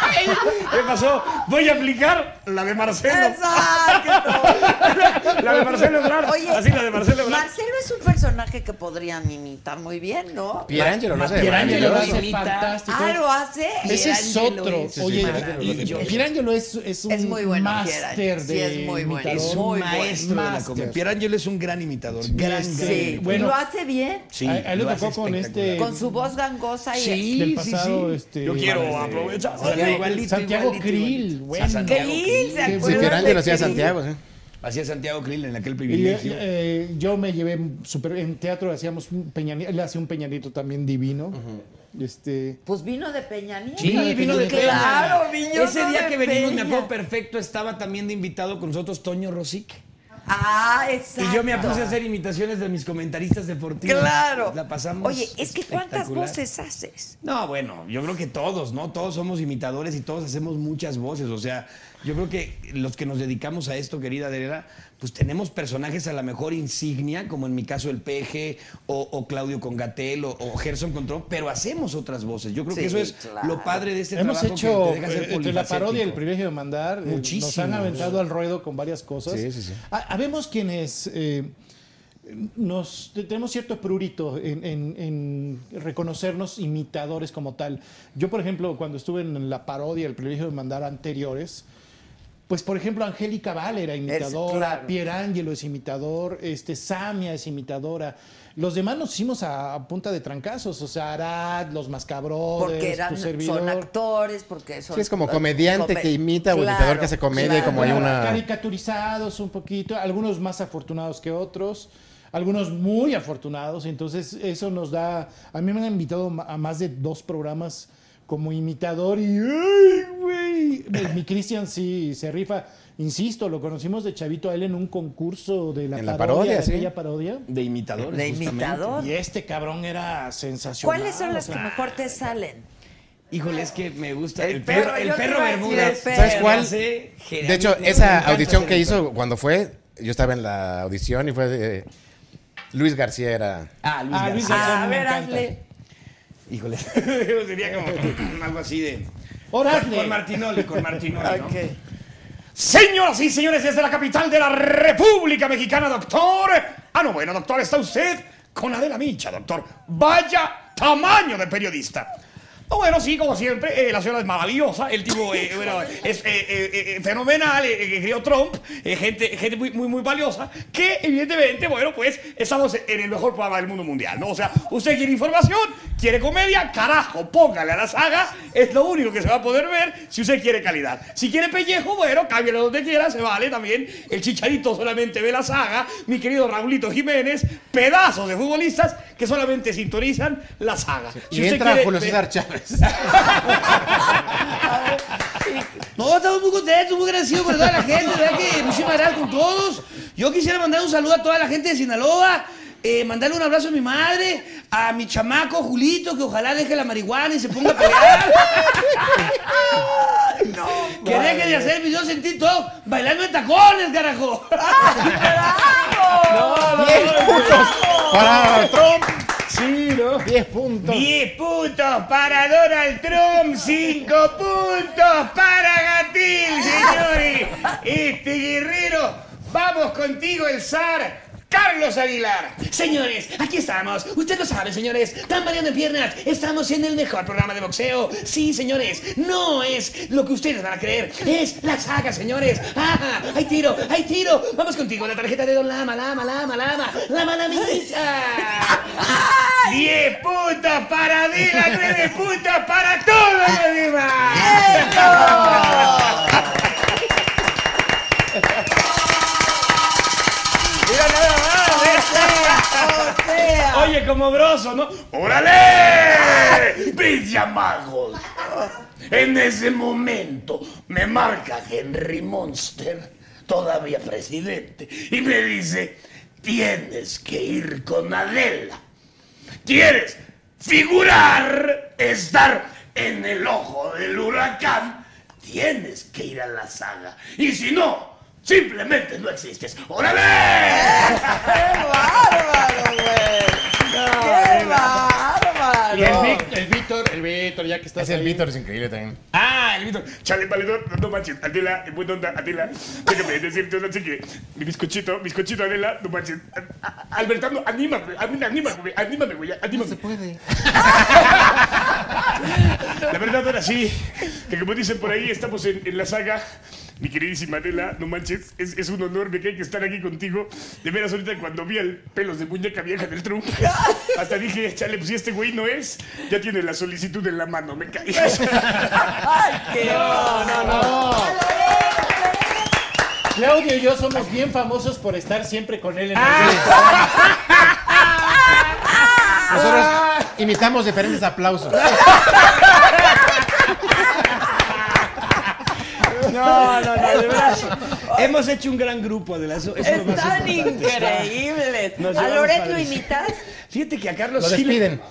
Ay, ¿Qué pasó? Voy a aplicar la de Marcelo.
Exacto.
La de Marcelo Ebrard.
Oye,
Así, la de Marcelo Ebrard.
Marcelo es un personaje que podrían imitar muy bien, ¿no?
Pierangelo lo hace.
Pierangelo lo hace
maravilloso.
fantástico.
Ah, lo hace.
Ese es
Pierangelo
otro.
es
Oye,
maravilloso.
y- y Pierangelo es, es un
Es muy bueno,
máster
Pierangelo.
de
Sí, es muy bueno.
imitador.
Es un
Muy
maestro de la
Máster.
comedia. Pierangelo es un gran imitador.
Sí,
Gran,
sí.
gran
Sí,
imitador.
y
Bueno.
lo hace bien.
Sí,
A- a él le
lo hace
tocó con
espectacular.
este-
Con su voz gangosa y
Sí,
Del
sí,
pasado,
sí.
este,
Yo quiero
este,
aprovechar.
Santiago- Santiago Krill, bueno.
Qué lindo, ¿se
Sí,
acuerdan
Pierangelo
de
hacía
Krill?
Santiago, sí.
Hacía Santiago Krill en aquel
Y le-
privilegio.
eh, yo me llevé super- en teatro hacíamos un peñanito, él hacía un peñanito también divino. Este
Pues vino de Peña Nieto.
Sí,
Vino de
vino de
Peña.
Peña.
Claro, vino
Ese día
de
que venimos, me
Peña.
acuerdo perfecto, estaba también de invitado con nosotros Toño Rosic.
Ah, exacto.
Y yo me puse a hacer imitaciones de mis comentaristas deportivos.
Claro.
La pasamos.
Oye, es que cuántas
espectacular.
voces haces.
No, bueno, yo creo que todos, ¿no? Todos somos imitadores y todos hacemos muchas voces. O sea, yo creo que los que nos dedicamos a esto, querida Adela, pues tenemos personajes a la mejor insignia, como en mi caso el Peje, o, o Claudio Congatel, o, o Gerson Control, pero hacemos otras voces. Yo creo
Sí,
que eso es
claro.
lo padre de este
hemos
trabajo
hecho
que te deja ser
eh, entre la parodia y el
polifacético.
privilegio de mandar, eh, nos han
Muchísimos.
aventado al ruedo con varias cosas.
Sí, sí, sí.
Ha- Habemos quienes eh, nos te- tenemos cierto prurito en, en- en reconocernos imitadores como tal. Yo, por ejemplo, cuando estuve en la parodia, el privilegio de mandar anteriores, pues por ejemplo, Angélica Val era imitadora,
claro.
Pierangelo es imitador, este, Samia es imitadora. Los demás nos hicimos a, a punta de trancazos, o sea, Arad, los Mascabrodes,
Porque
tu
eran,
servidor.
son actores, porque son.
Sí, es como comediante que imita o
Claro,
imitador que hace comedia y como hay una...
Caricaturizados un poquito, algunos más afortunados que otros, algunos muy afortunados. Entonces, eso nos da. A mí me han invitado ma- a más de dos programas como imitador y. ¡Ay, güey! Mi- Mi Cristian sí se rifa. Insisto, lo conocimos de Chavito a él en un concurso de la
En la
parodia.
parodia,
de
sí.
aquella parodia.
De imitadores.
De
justamente.
imitador.
Y este cabrón era sensacional.
¿Cuáles son las que
o sea,
mejor te salen?
Híjole, es que me gusta.
El
El, perro,
perro,
el
yo te
perro
iba a decir
Bermúdez.
el perro.
¿Sabes cuál?
Hace Gerardo-
De hecho,
Me
esa
encanta
audición que
Gerardo.
hizo cuando fue, yo estaba en la audición y fue... eh, Luis García era...
Ah, Luis
Ah,
García.
Luis García,
A
me
ver,
encanta.
hazle.
Híjole, *laughs* sería como *clears throat* algo así de.
Órale.
Con Martinoli, con Martinoli. ¿no?
Ok.
Señoras y señores, desde la capital de la República Mexicana, doctor. Ah, no, bueno, doctor, está usted con Adela Micha, doctor. Vaya tamaño de periodista. Ah, Bueno, sí, como siempre, eh, la señora es maravillosa, el tipo eh, *laughs* bueno, es eh, eh, eh, fenomenal, eh, eh, que crió Trump, eh, gente, gente muy, muy, muy valiosa, que evidentemente, bueno, pues estamos en el mejor programa del mundo mundial, ¿no? O sea, usted quiere información, quiere comedia, carajo, póngale a la saga, es lo único que se va a poder ver si usted quiere calidad. Si quiere pellejo, bueno, cámbiale donde quiera, se vale también. El chicharito solamente ve la saga, mi querido Raulito Jiménez, pedazos de futbolistas que solamente sintonizan la saga. Si
Y
usted
entra
quiere
Julio
ver-
César Chávez.
No, estamos muy contentos, muy agradecidos por toda la gente, ¿verdad? Que muchísimas gracias con todos. Yo quisiera mandar un saludo a toda la gente de Sinaloa, eh, mandarle un abrazo a mi madre, a mi chamaco Julito, que ojalá deje la marihuana y se ponga a pelear. no, que deje de hacer videos en TikTok bailando en tacones, carajo.
¡Bravo!
¡Diez puntos! ¡Para Trump!
Sí, ¿no?
10 puntos.
10 puntos para Donald Trump, 5 puntos para Gatil, señores. Este guerrero, vamos contigo, el zar. Carlos Aguilar. Señores, aquí estamos. Usted lo sabe, señores. Tan variando en piernas. Estamos en el mejor programa de boxeo. Sí, señores. No es lo que ustedes van a creer. Es la saga, señores. ¡Ah! ¡Hay tiro! ¡Hay tiro! Vamos contigo. La tarjeta de Don Lama, Lama, Lama, Lama. ¡Lama la misa! 10 puntos para Dylan, 9 puntos para todos los demás. Mira nada más,
O sea,
Oye, como broso, ¿no? ¡Órale! ¡Brilla magos! En ese momento me marca Henry Monster, todavía presidente, y me dice, tienes que ir con Adela. ¿Quieres figurar, estar en el ojo del huracán? Tienes que ir a la saga. Y si no, simplemente no existes. ¡Órale!
¡Qué bárbaro, güey! ¡Qué bárbaro!
Y el, Vic- el Víctor, el Víctor, ya que estás
Es el
ahí.
Víctor, es increíble también.
Ah, el Víctor. Chale, valedor, no manches. Adela, en buena onda, Adela. Déjame decirte una chique. Mi bizcochito, bizcochito, Adela, no manches. A- a- Albertano, anímame, aní- anímame, güey, anímame, güey, anímame. No se puede. La verdad, ahora sí, que como dicen por ahí, estamos en, en la saga. Mi queridísima Adela, no manches, es, es un honor, me cae que estar aquí contigo. De veras, ahorita cuando vi el pelos de muñeca vieja del Trump, hasta dije, chale, pues si este güey no es, ya tiene la solicitud en la mano, me cae.
¡Ay, qué bárbaro!
Claudio y yo somos bien famosos por estar siempre con él en el
Ah,
Nosotros imitamos diferentes aplausos.
No, no, no, de verdad. Hemos hecho un gran grupo, Adela. Eso, eso es lo más
Están
importante.
increíbles.
Nos
¿A
llevamos
Loret lo
padres.
imitas?
Fíjate que a Carlos
Lo
sí le-
despiden.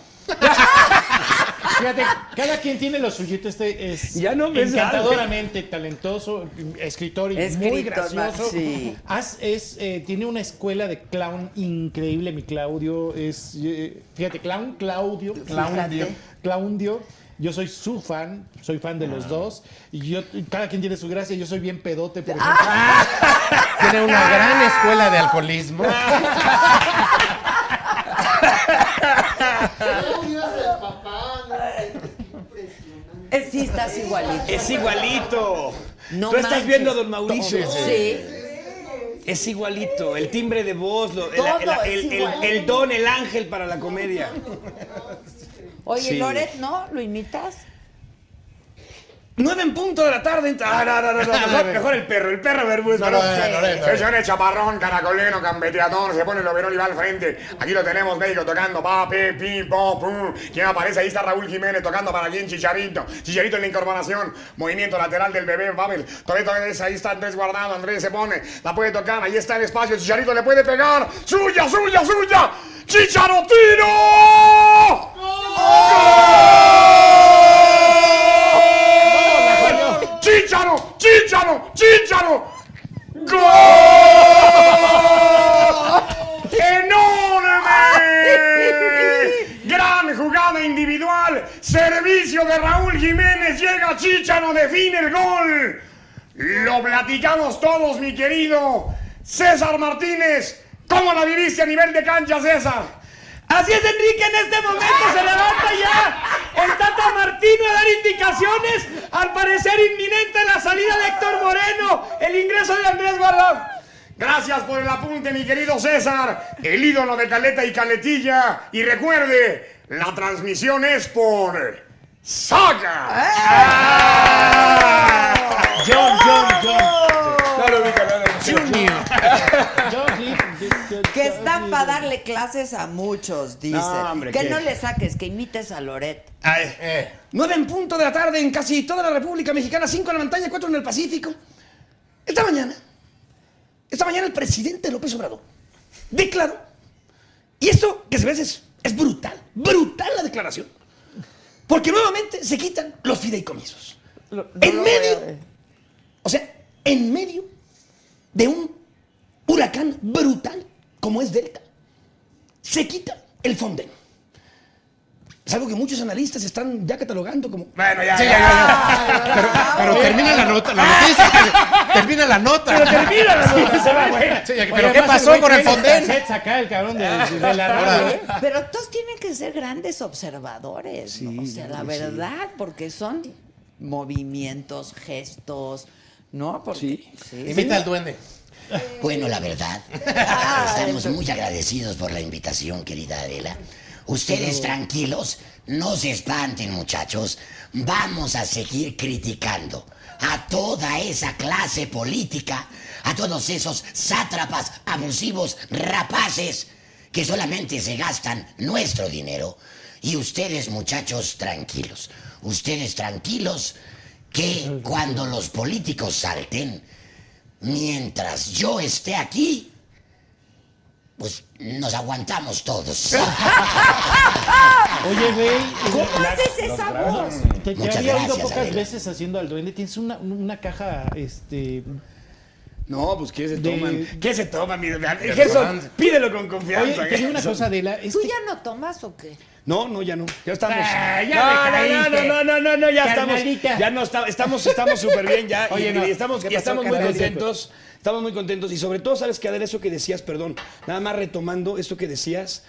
Fíjate, cada quien tiene lo suyito. Este es
Ya no me
encantadoramente talentoso, escritor y muy
Escritor,
gracioso.
sí.
Haz- es, eh, tiene una escuela de clown increíble, mi Claudio. Es, eh, fíjate, clown Claudio. Claudio. Claudio. Yo soy su fan, soy fan de los dos. Y yo, cada quien tiene su gracia. Yo soy bien pedote, por ejemplo.
Ah.
Tiene una gran escuela de alcoholismo.
Dios, el papá, no, impresionante.
Eh, Sí, estás igualito.
Es igualito.
No
Tú estás
manches.
viendo a don Mauricio.
Sí.
Es igualito. El timbre de voz, lo- el-
Todo
el,
es
el-
igualito.
el don, el ángel para la comedia.
Oye,
Sí.
Loret, ¿no? ¿Lo imitas?
Nueve en punto de la tarde. Ah, no, no, no, no, mejor, mejor el perro, el perro Bermúdez.
No, no,
pero-
eh, no, no, no, no.
Señores, chaparrón, caracoleno, gambeteador, se pone el overol y va al frente. Aquí lo tenemos, México, tocando. Pa, pe, pi, po, pum. Quien aparece ahí está Raúl Jiménez tocando para quien Chicharito. Chicharito en la incorporación. Movimiento lateral del bebé Babel. Toreto es, ahí está Andrés guardado. Andrés se pone, la puede tocar. Ahí está el espacio. Chicharito le puede pegar. ¡Suya, suya, suya! ¡Chicharotino! ¡Gol! ¡Chicharo! ¡Chicharo! ¡Chicharo! ¡Gol! ¡Enorme!
*laughs*
Gran jugada individual. Servicio de Raúl Jiménez. Llega Chicharo, define el gol. Lo platicamos todos, mi querido César Martínez. ¿Cómo la viviste a nivel de cancha, César?
Así es, Enrique, en este momento se levanta ya el Tata Martino a dar indicaciones. Al parecer inminente la salida de Héctor Moreno, el ingreso de Andrés Guardado.
Gracias por el apunte, mi querido César, el ídolo de Caleta y Caletilla. Y recuerde, la transmisión es por Saga.
John, John, John.
¡Oh!
Junior.
John Lee-
Que está para darle clases a muchos, dice.
No, hombre,
que
¿qué?
no le saques, que imites a Loret.
Eh,
9 en punto de la tarde en casi toda la República Mexicana, 5 en la montaña, 4 en el Pacífico. Esta mañana, esta mañana el presidente López Obrador declaró
Y esto que se ve es, es brutal, brutal la declaración. Porque nuevamente se quitan los fideicomisos.
Lo- no
en
lo voy a
medio,
ver.
o sea, en medio de un huracán brutal como es Delta, se quita el Fonden. Es algo que muchos analistas están ya catalogando como...
Bueno,
Sí,
Pero, pero termina la nota, la
Ah.
noticia. termina la nota.
Pero termina la nota, se va, güey.
Sí,
Oye,
pero ¿qué
además,
pasó
el güey
con el
trae los
Fonden?
cassettes
acá, el cabrón de,
Oye, *laughs* Pero todos tienen que ser grandes observadores, ¿no? O sea, la
sí.
verdad, porque son movimientos, gestos, ¿no? Porque, sí.
Invita al duende.
Bueno, la verdad, estamos muy agradecidos por la invitación, querida Adela. Ustedes tranquilos, no se espanten, muchachos. Vamos a seguir criticando a toda esa clase política, a todos esos sátrapas, abusivos, rapaces, que solamente se gastan nuestro dinero. Y ustedes, muchachos, tranquilos. Ustedes tranquilos que cuando los políticos salten, mientras yo esté aquí, pues nos aguantamos todos.
Oye, güey. eh,
¿Cómo
la-
haces
los
esa
brazos.
voz?
Te, te
Muchas
había oído
gracias,
pocas
Adela.
veces haciendo al duende. Tienes una, una caja, este...
No, pues ¿qué se
De-
toman? ¿Qué se toman? mi-
De
Gerson,
Rolando.
pídelo con confianza.
Oye, te digo una
Gerson.
cosa, Adela.
¿Tú ya no tomas o qué?
No, no, ya no. Ya estamos.
Ah, ya
no,
me
no,
creíste.
no, no, no, no, no, ya
Carnalita.
estamos. Ya no está- estamos, estamos súper bien ya. y-
*laughs* Oye,
y,
no,
estamos,
¿qué
y
pasó,
estamos muy
carnalito?
contentos. Estamos muy contentos. Y sobre todo, sabes que Adel, eso que decías, perdón, nada más retomando esto que decías.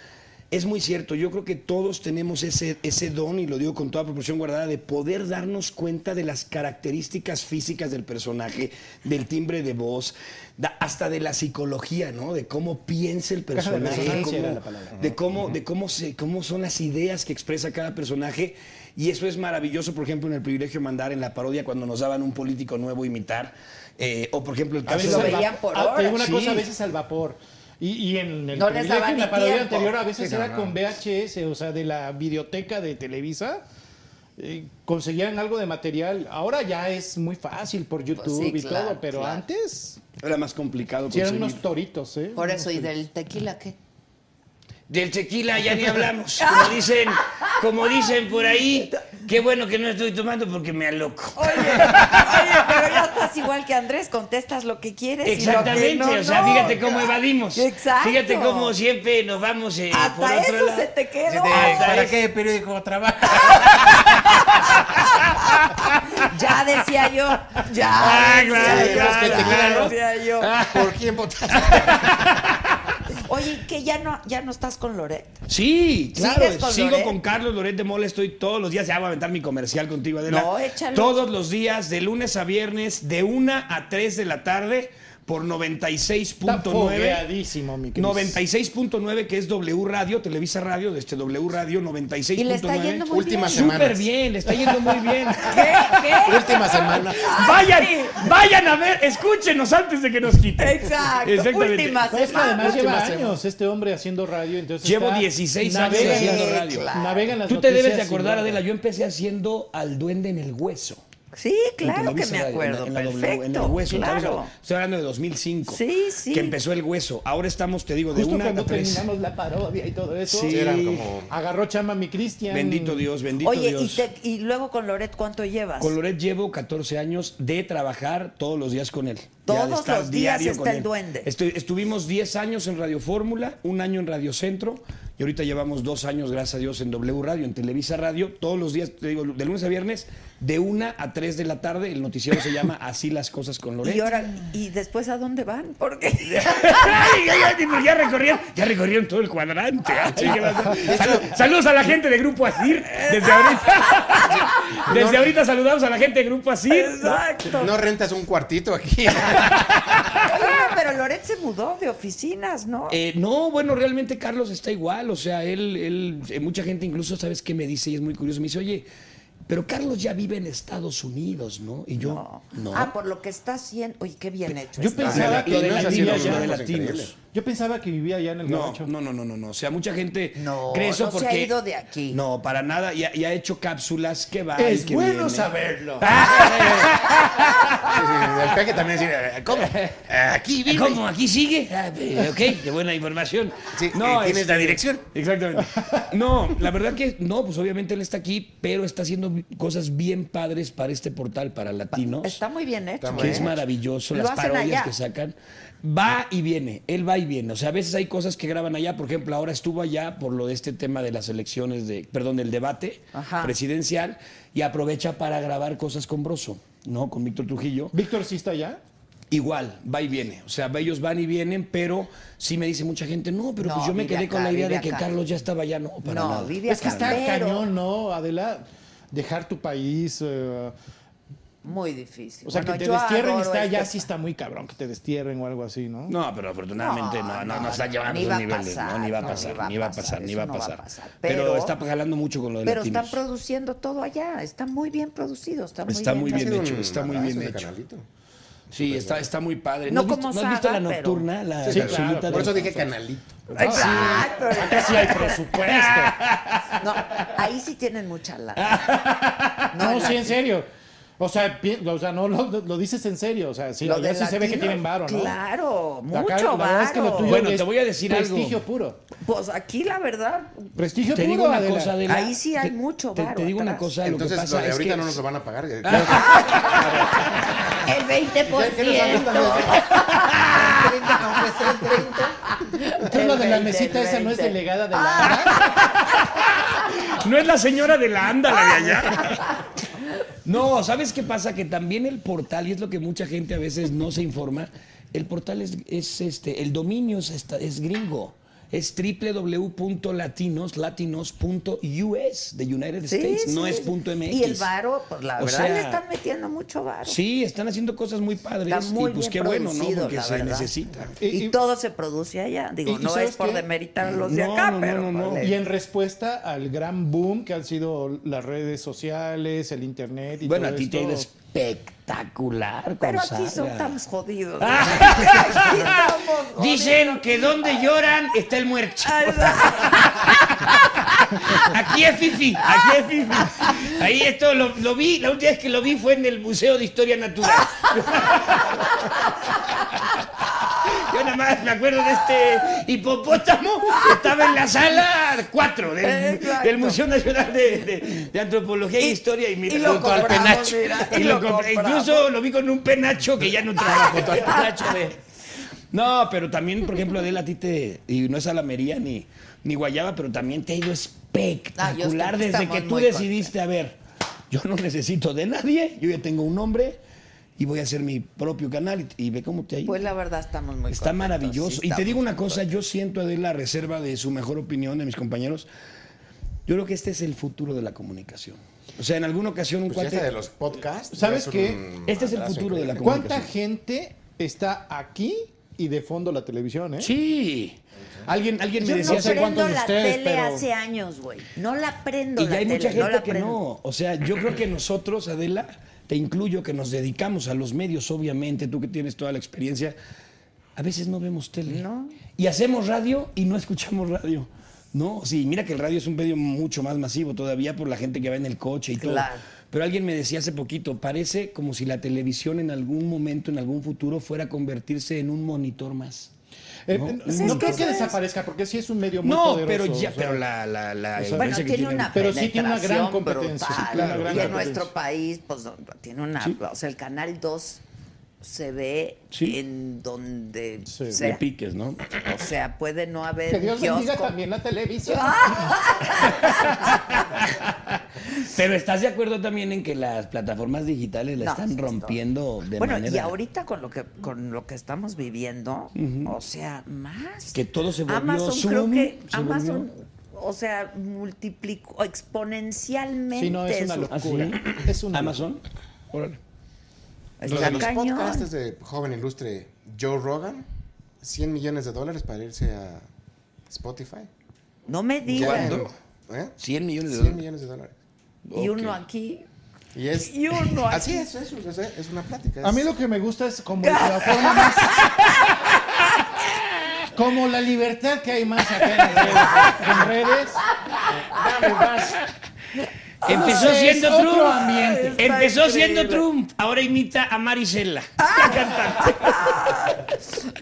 Es muy cierto, yo creo que todos tenemos ese, ese don, y lo digo con toda proporción guardada, de poder darnos cuenta de las características físicas del personaje, del timbre de voz, da- hasta de la psicología, ¿no? De cómo piensa el
Caja de
personaje,
resonancia
cómo-
era la palabra.
de cómo, de cómo, se, cómo son las ideas que expresa cada personaje. Y eso es maravilloso, por ejemplo, en El privilegio de mandar, en la parodia, cuando nos daban un político nuevo imitar. eh, o, por ejemplo, el
A
caso
veces
de-
al vapor. Ah, te digo una
Sí.
cosa, a veces al vapor. Y, y en el
No les
privilegio,
daba
en
ni
la parodia
tiempo.
anterior, a veces
Sí, no,
era
no.
con VHS, o sea, de la videoteca de Televisa. eh, conseguían algo de material. Ahora ya es muy fácil por YouTube
Pues sí,
y
claro,
todo, pero
claro.
antes
Era más complicado
sí eran
conseguir.
unos toritos, ¿eh?
Por eso, ¿y del tequila qué?
Del tequila ya ni
*laughs*
hablamos. Como dicen, como dicen por ahí, qué bueno que no estoy tomando porque me aloco.
Oye, pero ya estás igual que Andrés, contestas lo que quieres y
Exactamente,
lo que no,
o sea,
no.
fíjate cómo evadimos.
Exacto.
Fíjate cómo siempre nos vamos eh, por
Hasta
otro
eso
lado.
se te
Sí,
quedó.
de- para
qué
periódico trabaja?
Ya decía yo. Ya.
Ah, claro,
decía yo,
claro,
ya
claro.
decía yo.
¿Por
quién votaste? Oye, que ya no, ya no estás con Loret.
Sí, claro,
¿Sigues con
sigo
eh?
Loret?
con Carlos Loret de Mola, estoy todos los días, ya voy a aventar mi comercial contigo, Adela.
No, échalo.
Todos los días, de lunes a viernes, de 1 a 3 de la tarde, por
Está
96.9.
fogueadísimo, mi Cris.
96.9 que es W Radio, Televisa Radio, este W Radio 96.9.
Y le está yendo muy Últimas bien.
Súper
semanas.
bien, le está yendo muy
*laughs*
bien. *laughs*
¿Qué? ¿Qué? Últimas semanas. Ay,
Vayan,
sí.
vayan a ver, escúchenos antes de que nos quiten. Exactamente.
Pues que además lleva
¿eh?
años este hombre haciendo radio. Entonces
Llevo
está-
16
navega-
años haciendo radio.
Navegan las
Tú te debes
noticias
de
y
acordar,
luego-
Adela, yo empecé haciendo al duende en el hueso.
Sí, claro que me acuerdo,
En, la W,
perfecto,
en el hueso,
claro.
estamos hablando- estoy hablando de 2005.
Sí, sí.
Que empezó el hueso. Ahora estamos, te digo, de
Justo
una
cuando
a tres.
terminamos la parodia y todo eso.
Sí. Eran como-
Agarró chama mi Cristian.
Bendito Dios, bendito
Oye,
Dios.
y, te- y luego con Loret, ¿cuánto llevas?
Con Loret llevo 14 años de trabajar todos los días con él. Ya
Todos
de estar
los días
diario
está
con
el
él.
duende.
Estu- estuvimos 10 años en Radio Fórmula, un año en Radio Centro y ahorita llevamos dos años, gracias a Dios, en W Radio, en Televisa Radio. Todos los días, te digo, de lunes a viernes, de 1 a 3 de la tarde. El noticiero se llama Así las cosas con Loret.
y ahora, ¿y después a dónde van?
*laughs*
Porque
Ay, ya, ya, ya, ya recorrieron, ya recorrieron todo el cuadrante. ay, ¿qué va a ser? Salu- saludos a la gente de Grupo Asir. Desde
*laughs*
ahorita, desde ahorita saludamos a la gente de Grupo Asir.
Exacto.
No rentas un cuartito aquí.
Oye, pero Loret se mudó de oficinas, ¿no?
Eh, no, bueno, realmente Carlos está igual. O sea, él, él, eh, mucha gente incluso, ¿sabes qué me dice? Y es muy curioso. Me dice, oye,
Pero Carlos ya vive en Estados Unidos, ¿no? Y yo, no.
Ah, por lo que está haciendo. Oye, qué bien hecho.
Yo
está.
pensaba
Ah,
que
lo de
no
las
es así,
niñas
no,
ya.
no,
de
no, es
latinos.
increíble. Yo pensaba que vivía allá en el
No,
gabacho.
no, no, no, no, no. O sea, mucha gente cree
no
eso
se
porque.
ha ido de aquí.
No, para nada. Y ha, y ha hecho cápsulas que va.
Es
y que
bueno
viene.
saberlo.
El peje también
"Eh,
dice, ¿cómo?
Aquí vive. ¿Cómo? ¿Aquí sigue? Ah, eh, ok, qué buena información.
No,
¿Tienes
este-
la dirección?
Exactamente. No, la verdad que no, pues obviamente él está aquí, pero está haciendo cosas bien padres para este portal, para latinos.
Está muy bien hecho.
que es
¿eh?
maravilloso,
Lo
las
hacen allá.
parodias que sacan. Va y viene, él va y viene. O sea, a veces hay cosas que graban allá. Por ejemplo, ahora estuvo allá por lo de este tema de las elecciones, de, perdón, del debate
Ajá.
presidencial y aprovecha para grabar cosas con Broso, ¿no? Con Víctor Trujillo.
¿Víctor sí está allá?
Igual, va y viene. O sea, ellos van y vienen, pero sí me dice mucha gente, no, pero
No,
pues yo me
vive
quedé con
acá,
la idea
vive
de que
acá.
Carlos ya estaba allá. No, para
No,
nada.
vive
Es que
acá.
está
Pero-
cañón, ¿no, Adela? Dejar tu país. eh,
Muy difícil.
o sea,
Bueno,
que te
yo
destierren
adoro
está allá,
este-
sí está muy cabrón que te destierren o algo así, ¿no?
No, pero afortunadamente no, no, no, está llevando
ni va
esos
a
niveles.
pasar,
no, ni va a
no,
pasar, ni va a pasar, ni va a
eso no va a
pasar.
pasar.
Pero,
Pero-
está jalando mucho con lo de
Pero
latinos.
están produciendo todo allá. Está muy bien producido. Está muy
Está
bien
muy
hecho.
bien
sido
hecho,
un
está muy bien
madrazo ese
hecho.
canalito.
Sí, está, está muy
pues,
padre.
No
has visto-
como
¿No has visto
saga,
la
pero-
nocturna? La
Sí,
absoluta
claro. Por
de-
eso dije canalito.
Ay, ay, pero- *laughs*
Acá sí hay presupuesto.
No, ahí sí tienen mucha lana.
*laughs* No,
en la-
sí, en serio. O sea, pi- o sea no lo, lo dices en serio. O sea, sí,
Lo
allá
de
sí se ve que
latinos,
tienen varo, ¿no?
Claro,
Acá,
mucho
la verdad es que lo
varo.
tuyo
Bueno,
es
te voy a decir algo.
Prestigio puro.
Pues aquí la verdad,
Prestigio
Te
puro,
digo una
Adela.
cosa de
ahí sí hay mucho
Te,
varo
te digo una
atrás.
cosa, lo que
Entonces,
pasa
lo de
es
ahorita
que
no nos lo van a pagar.
El
*laughs*
20%.
aunque sea el 30.
Entonces, lo de la
20,
mesita esa no es
20.
delegada de
Ah.
la...
No es la señora de la anda, la de allá. *laughs* No, ¿sabes qué pasa? Que también el portal, y es lo que mucha gente a veces no se informa, el portal es, es este, el dominio es, esta- es gringo. Es www.latinos, latinos.us de United
Sí,
States, no
sí.
es punto .mx.
Y el varo, pues la
O
verdad
sea,
le están metiendo mucho varo.
Sí, están haciendo cosas muy padres
Está muy
y pues
bien
qué bueno, ¿no?
producido,
Porque
la
se
verdad.
necesita.
Y,
Y- y-
todo se produce allá. Digo,
y- y
no
¿sabes
es por
qué?
demeritar a los de
No,
acá,
no, no,
pero.
no, no.
pues,
Y en respuesta al gran boom que han sido las redes sociales, el internet y
Bueno, a
todo
ti te ha ido
esto.
espectacular con
Pero aquí son
Saga.
tan jodidos.
Dicen que donde lloran está el muerto.
*laughs*
Aquí es Fifi, aquí es Fifi. Ahí esto lo, lo vi, la última vez que lo vi fue en el Museo de Historia Natural. Yo nada más me acuerdo de este hipopótamo que estaba en la sala 4 del,
Exacto.
del Museo Nacional de, de- de Antropología e Historia y mira,
y lo
junto al
compramos,
penacho.
mira,
Y
y
lo
lo
compré.
compramos.
Incluso lo vi con un penacho que ya no trabaja junto al penacho de-
No, pero también, por ejemplo, Adela, a ti te. Y no es alamería ni, ni guayaba, pero también te ha ido
Ah, yo
espectacular
estoy-
desde
estamos
que tú
muy
decidiste, a ver, yo no necesito de nadie, yo ya tengo un nombre y voy a hacer mi propio canal y, y ve cómo te ha ido.
Pues la verdad estamos muy contentos,
Está
sí,
maravilloso. y te
estamos
digo una
muy
cosa, yo siento, Adela, a reserva de su mejor opinión de mis compañeros, yo creo que este es el futuro de la comunicación. O sea, en alguna ocasión un
Pues ya
cuate-
está de los podcasts.
¿Sabes
ya es
qué?
un
Este es el
madrazo
futuro de la
increíble.
¿Cuánta
comunicación.
gente está aquí y de fondo la televisión, eh?
Sí. Alguien, alguien me
Yo
decía
no
hace
prendo
cuántos de
la
ustedes,
tele
pero-
hace años, güey. No la prendo
Y
la
ya hay
tele,
mucha gente
no la
que
prendo.
no. O sea, yo creo que nosotros, Adela, te incluyo, que nos dedicamos a los medios, obviamente, tú que tienes toda la experiencia, a veces no vemos tele.
No.
Y hacemos radio y no escuchamos radio. No, sí, mira que el radio es un medio mucho más masivo todavía por la gente que va en el coche y todo.
Claro.
Pero alguien me decía hace poquito, parece como si la televisión en algún momento, en algún futuro, fuera a convertirse en un monitor más.
Eh,
No,
no
pues
no
es que
creo que
eso es.
desaparezca, porque sí es un medio muy
no,
poderoso.
pero ya,
o sea,
pero la, la, la
o sea,
influencia
Bueno,
que
tiene, una
Pero sí tiene una gran
penetración
competencia, sí,
brutal.
claro, una
y
gran
en
competencia.
nuestro país, pues no, tiene una. O sea, el canal 2 se ve
Sí.
en donde
Sí.
de
sea.
piques, ¿no?
O sea, puede no haber
Que
un
Dios bendiga
kiosco.
también la televisión.
Ah. Pero estás de acuerdo también en que las plataformas digitales la
No, sí,
están
estoy.
rompiendo de
bueno,
manera
y ahorita con lo que con lo que estamos viviendo, o sea, más
que todo se volvió
Amazon
Zoom,
creo que
se
Amazon
volvió-
o sea, multiplicó exponencialmente
Sí, no, es una
su-
¿Ah, sí?
locura. Es una
Amazon. Órale.
Lo
está
de los
cañón.
podcasts de joven ilustre Joe Rogan, 100 millones de dólares para irse a Spotify.
No me digas.
¿Eh?
100 millones de
100
dólares.
millones de dólares.
Y uno
Ok.
aquí.
Y, es,
Y uno
*laughs*
Así
aquí.
es, eso, es, es una plática.
A mí lo que me gusta es como la forma
*laughs*
más. Como la libertad que hay más acá en las redes. En redes, eh, dame más.
Empezó
Ah,
siendo
es otro
Trump.
ambiente. Está
increíble.
Empezó
Ah.
siendo Trump. Ahora imita
*laughs*
a Marisela.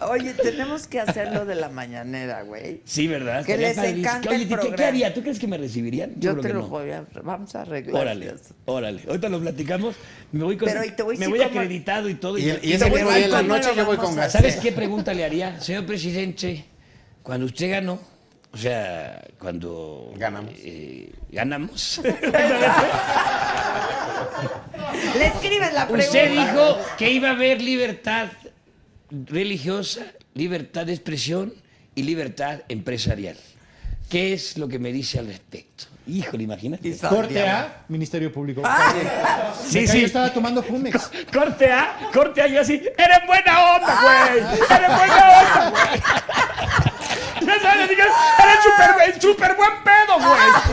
Oye, tenemos que hacerlo de la mañanera, güey.
Sí, ¿verdad?
Que
Estaría
les
padrísimo.
encanta
Oye,
el
¿y qué- ¿qué,
programa.
haría? ¿Tú crees que me recibirían?
Yo
creo
te
que
lo
no.
voy a. Vamos a arreglar.
Órale, órale. Ahorita lo platicamos. Me voy con.
Pero, ¿y te voy a
me
decir
voy
cómo-
acreditado y todo.
Y el- y
te
ese
voy
mismo
a-
día en la
¿Cómo
noche
lo
yo voy
vamos
con
a
Gatel.
¿Sabes qué pregunta le haría? Señor presidente, cuando usted ganó, o sea, cuando. Ganamos. ganamos.
Le escribes la pregunta.
Usted dijo que iba a haber libertad religiosa, libertad de expresión y libertad empresarial. ¿Qué es lo que me dice al respecto? Híjole, imagínate.
Corte A, Ministerio Público.
Sí,
Sí,
Ah. sí.
Yo estaba tomando Jumex.
*laughs* Corte A, corte A, yo así, eres buena onda, güey, eres buena onda, güey. *laughs* Ya sabes, digas, eres súper super buen pedo,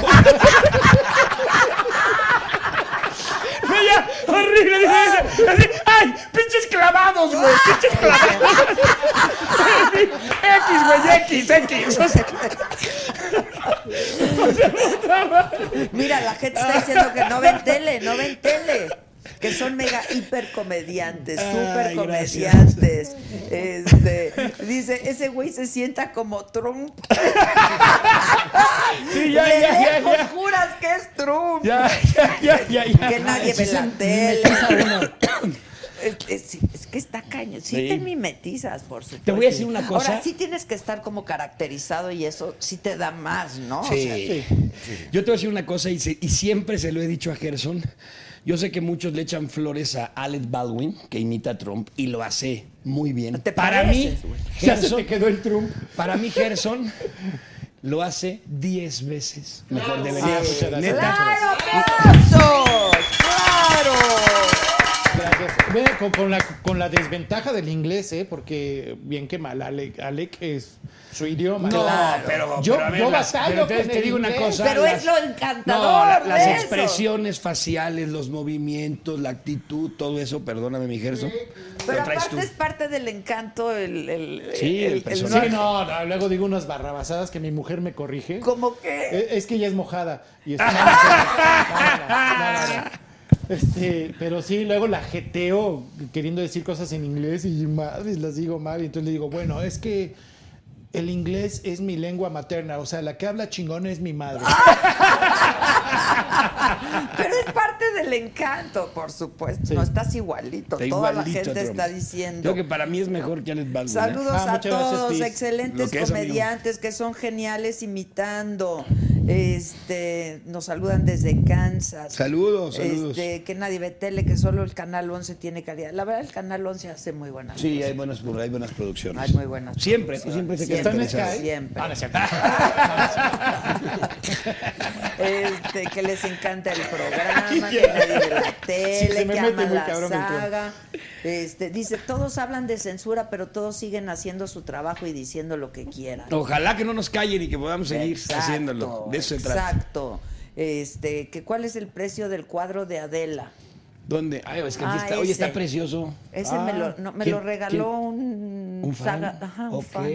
*laughs* güey. Ella, horrible, dice, dice, así, ay, pinches clavados, güey, pinches clavados. *laughs* Así, X, güey,
*laughs*
X, X. O sea, o sea, puta madre.
Mira, la gente está diciendo que no ven tele, no ven tele. Que son mega hipercomediantes,
Ay,
supercomediantes. Este, dice, ese güey se sienta como Trump.
Sí, ya,
De
ya, ya,
lejos
ya.
juras que es Trump.
Ya, ya, ya, ya, ya.
Que nadie ve la tele. Es, es- es que está caño. Sí,
Sí.
te mimetizas, por supuesto.
Te voy a decir una cosa.
Ahora sí tienes que estar como caracterizado y eso sí te da más, ¿no? O sea,
Sí.
Yo te voy a decir una cosa y, se- y siempre se lo he dicho a Gerson. Yo sé que muchos le echan flores a Alec Baldwin, que imita a Trump, y lo hace muy bien. Para mí,
pareces, güey. Ya se
*laughs*
te quedó el
Trump. Para mí, Gerson lo hace 10 veces
Ah,
mejor
Ah,
debería.
Sí, muchas gracias.
Neta.
¡Claro, aplausos! ¡Claro!
Gracias. Ve, con, con la, con la desventaja del inglés, ¿eh? porque bien que mal, Alec, Alec es su idioma.
No, Claro. pero-
yo,
pero a ver,
yo
las-
batallo
pero entonces
con
te
el
digo una
inglés.
cosa,
Pero
las-
es lo
No,
encantador.
la- las
de eso.
expresiones faciales, los movimientos, la actitud, todo eso, perdóname, mi Gerson.
Pero
lo traes
aparte
tú.
es parte del encanto el. el
Sí, el personaje.
Sí, no, no, luego digo unas barrabasadas que mi mujer me corrige. E,
¿Cómo que?
Eh.
Es, que ella es mojada.
*laughs*
Y es- No, no, no, no, no, no. Este, pero sí, luego la jeteo queriendo decir cosas en inglés y madres las digo mal. Y entonces le digo, bueno, es que el inglés es mi lengua materna. O sea, la que habla chingón es
*laughs*
mi madre.
Pero es parte del encanto, por supuesto. No estás igualito.
Está
Toda la
igualito a
gente
Trump.
está
Creo
diciendo.
que para mí es mejor que Alex Baldwin. ¿eh?
Saludos
Ah,
a
muchas gracias,
todos,
Tis.
excelentes
Lo que es, amigo.
comediantes que son geniales imitando. Este, nos saludan desde Kansas.
Saludos, saludos.
Este, que nadie ve tele, que solo el canal 11 tiene calidad. La verdad el canal 11 hace muy buena.
Sí, hay buenas, hay buenas producciones.
Hay muy buenas
Siempre, tú siempre se
producciones.
quedan
Siempre, siempre.
interesadas.
Ah, no es cierto. *laughs*
Este, que les encanta
*laughs*
el programa, que
Ya.
nadie ve la tele,
Sí, se me
que
mete
aman
muy
la
cabrón el clon.
saga. Este, dice, todos hablan de censura, pero todos siguen haciendo su trabajo y diciendo lo que quieran.
Ojalá que no nos callen y que podamos seguir
Exacto,
haciéndolo. De eso se trata.
Exacto. Este, que cuál es el precio del cuadro de Adela.
¿Dónde? Ay, es que aquí
Ah,
está. Oye, está
ese.
precioso.
Ese me lo, no, me
¿Quién-
lo regaló un,
quién? ¿Un fan?
saga- ajá, un
Ok,
fan.
ok.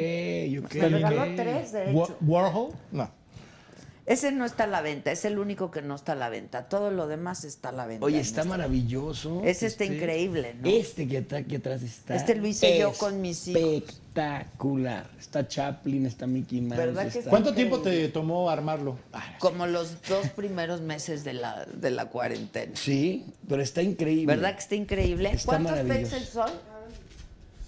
Me regaló tres, de
Wa-
hecho.
Warhol, no.
Ese no está a la venta, es el único que no está a la venta. Todo lo demás está a la venta.
Oye,
en
está
esta-
maravilloso.
Ese está increíble, ¿no?
Este que está aquí atrás está.
Este lo hice yo con mis hijos.
Espectacular. Está Chaplin, está Mickey Mouse.
¿Verdad que
está-
¿Cuánto tiempo te tomó armarlo? Ah,
Como los dos primeros meses de la, de la cuarentena.
Sí, pero está increíble.
¿Verdad que está increíble?
Está
¿Cuántos
maravilloso.
pexels son?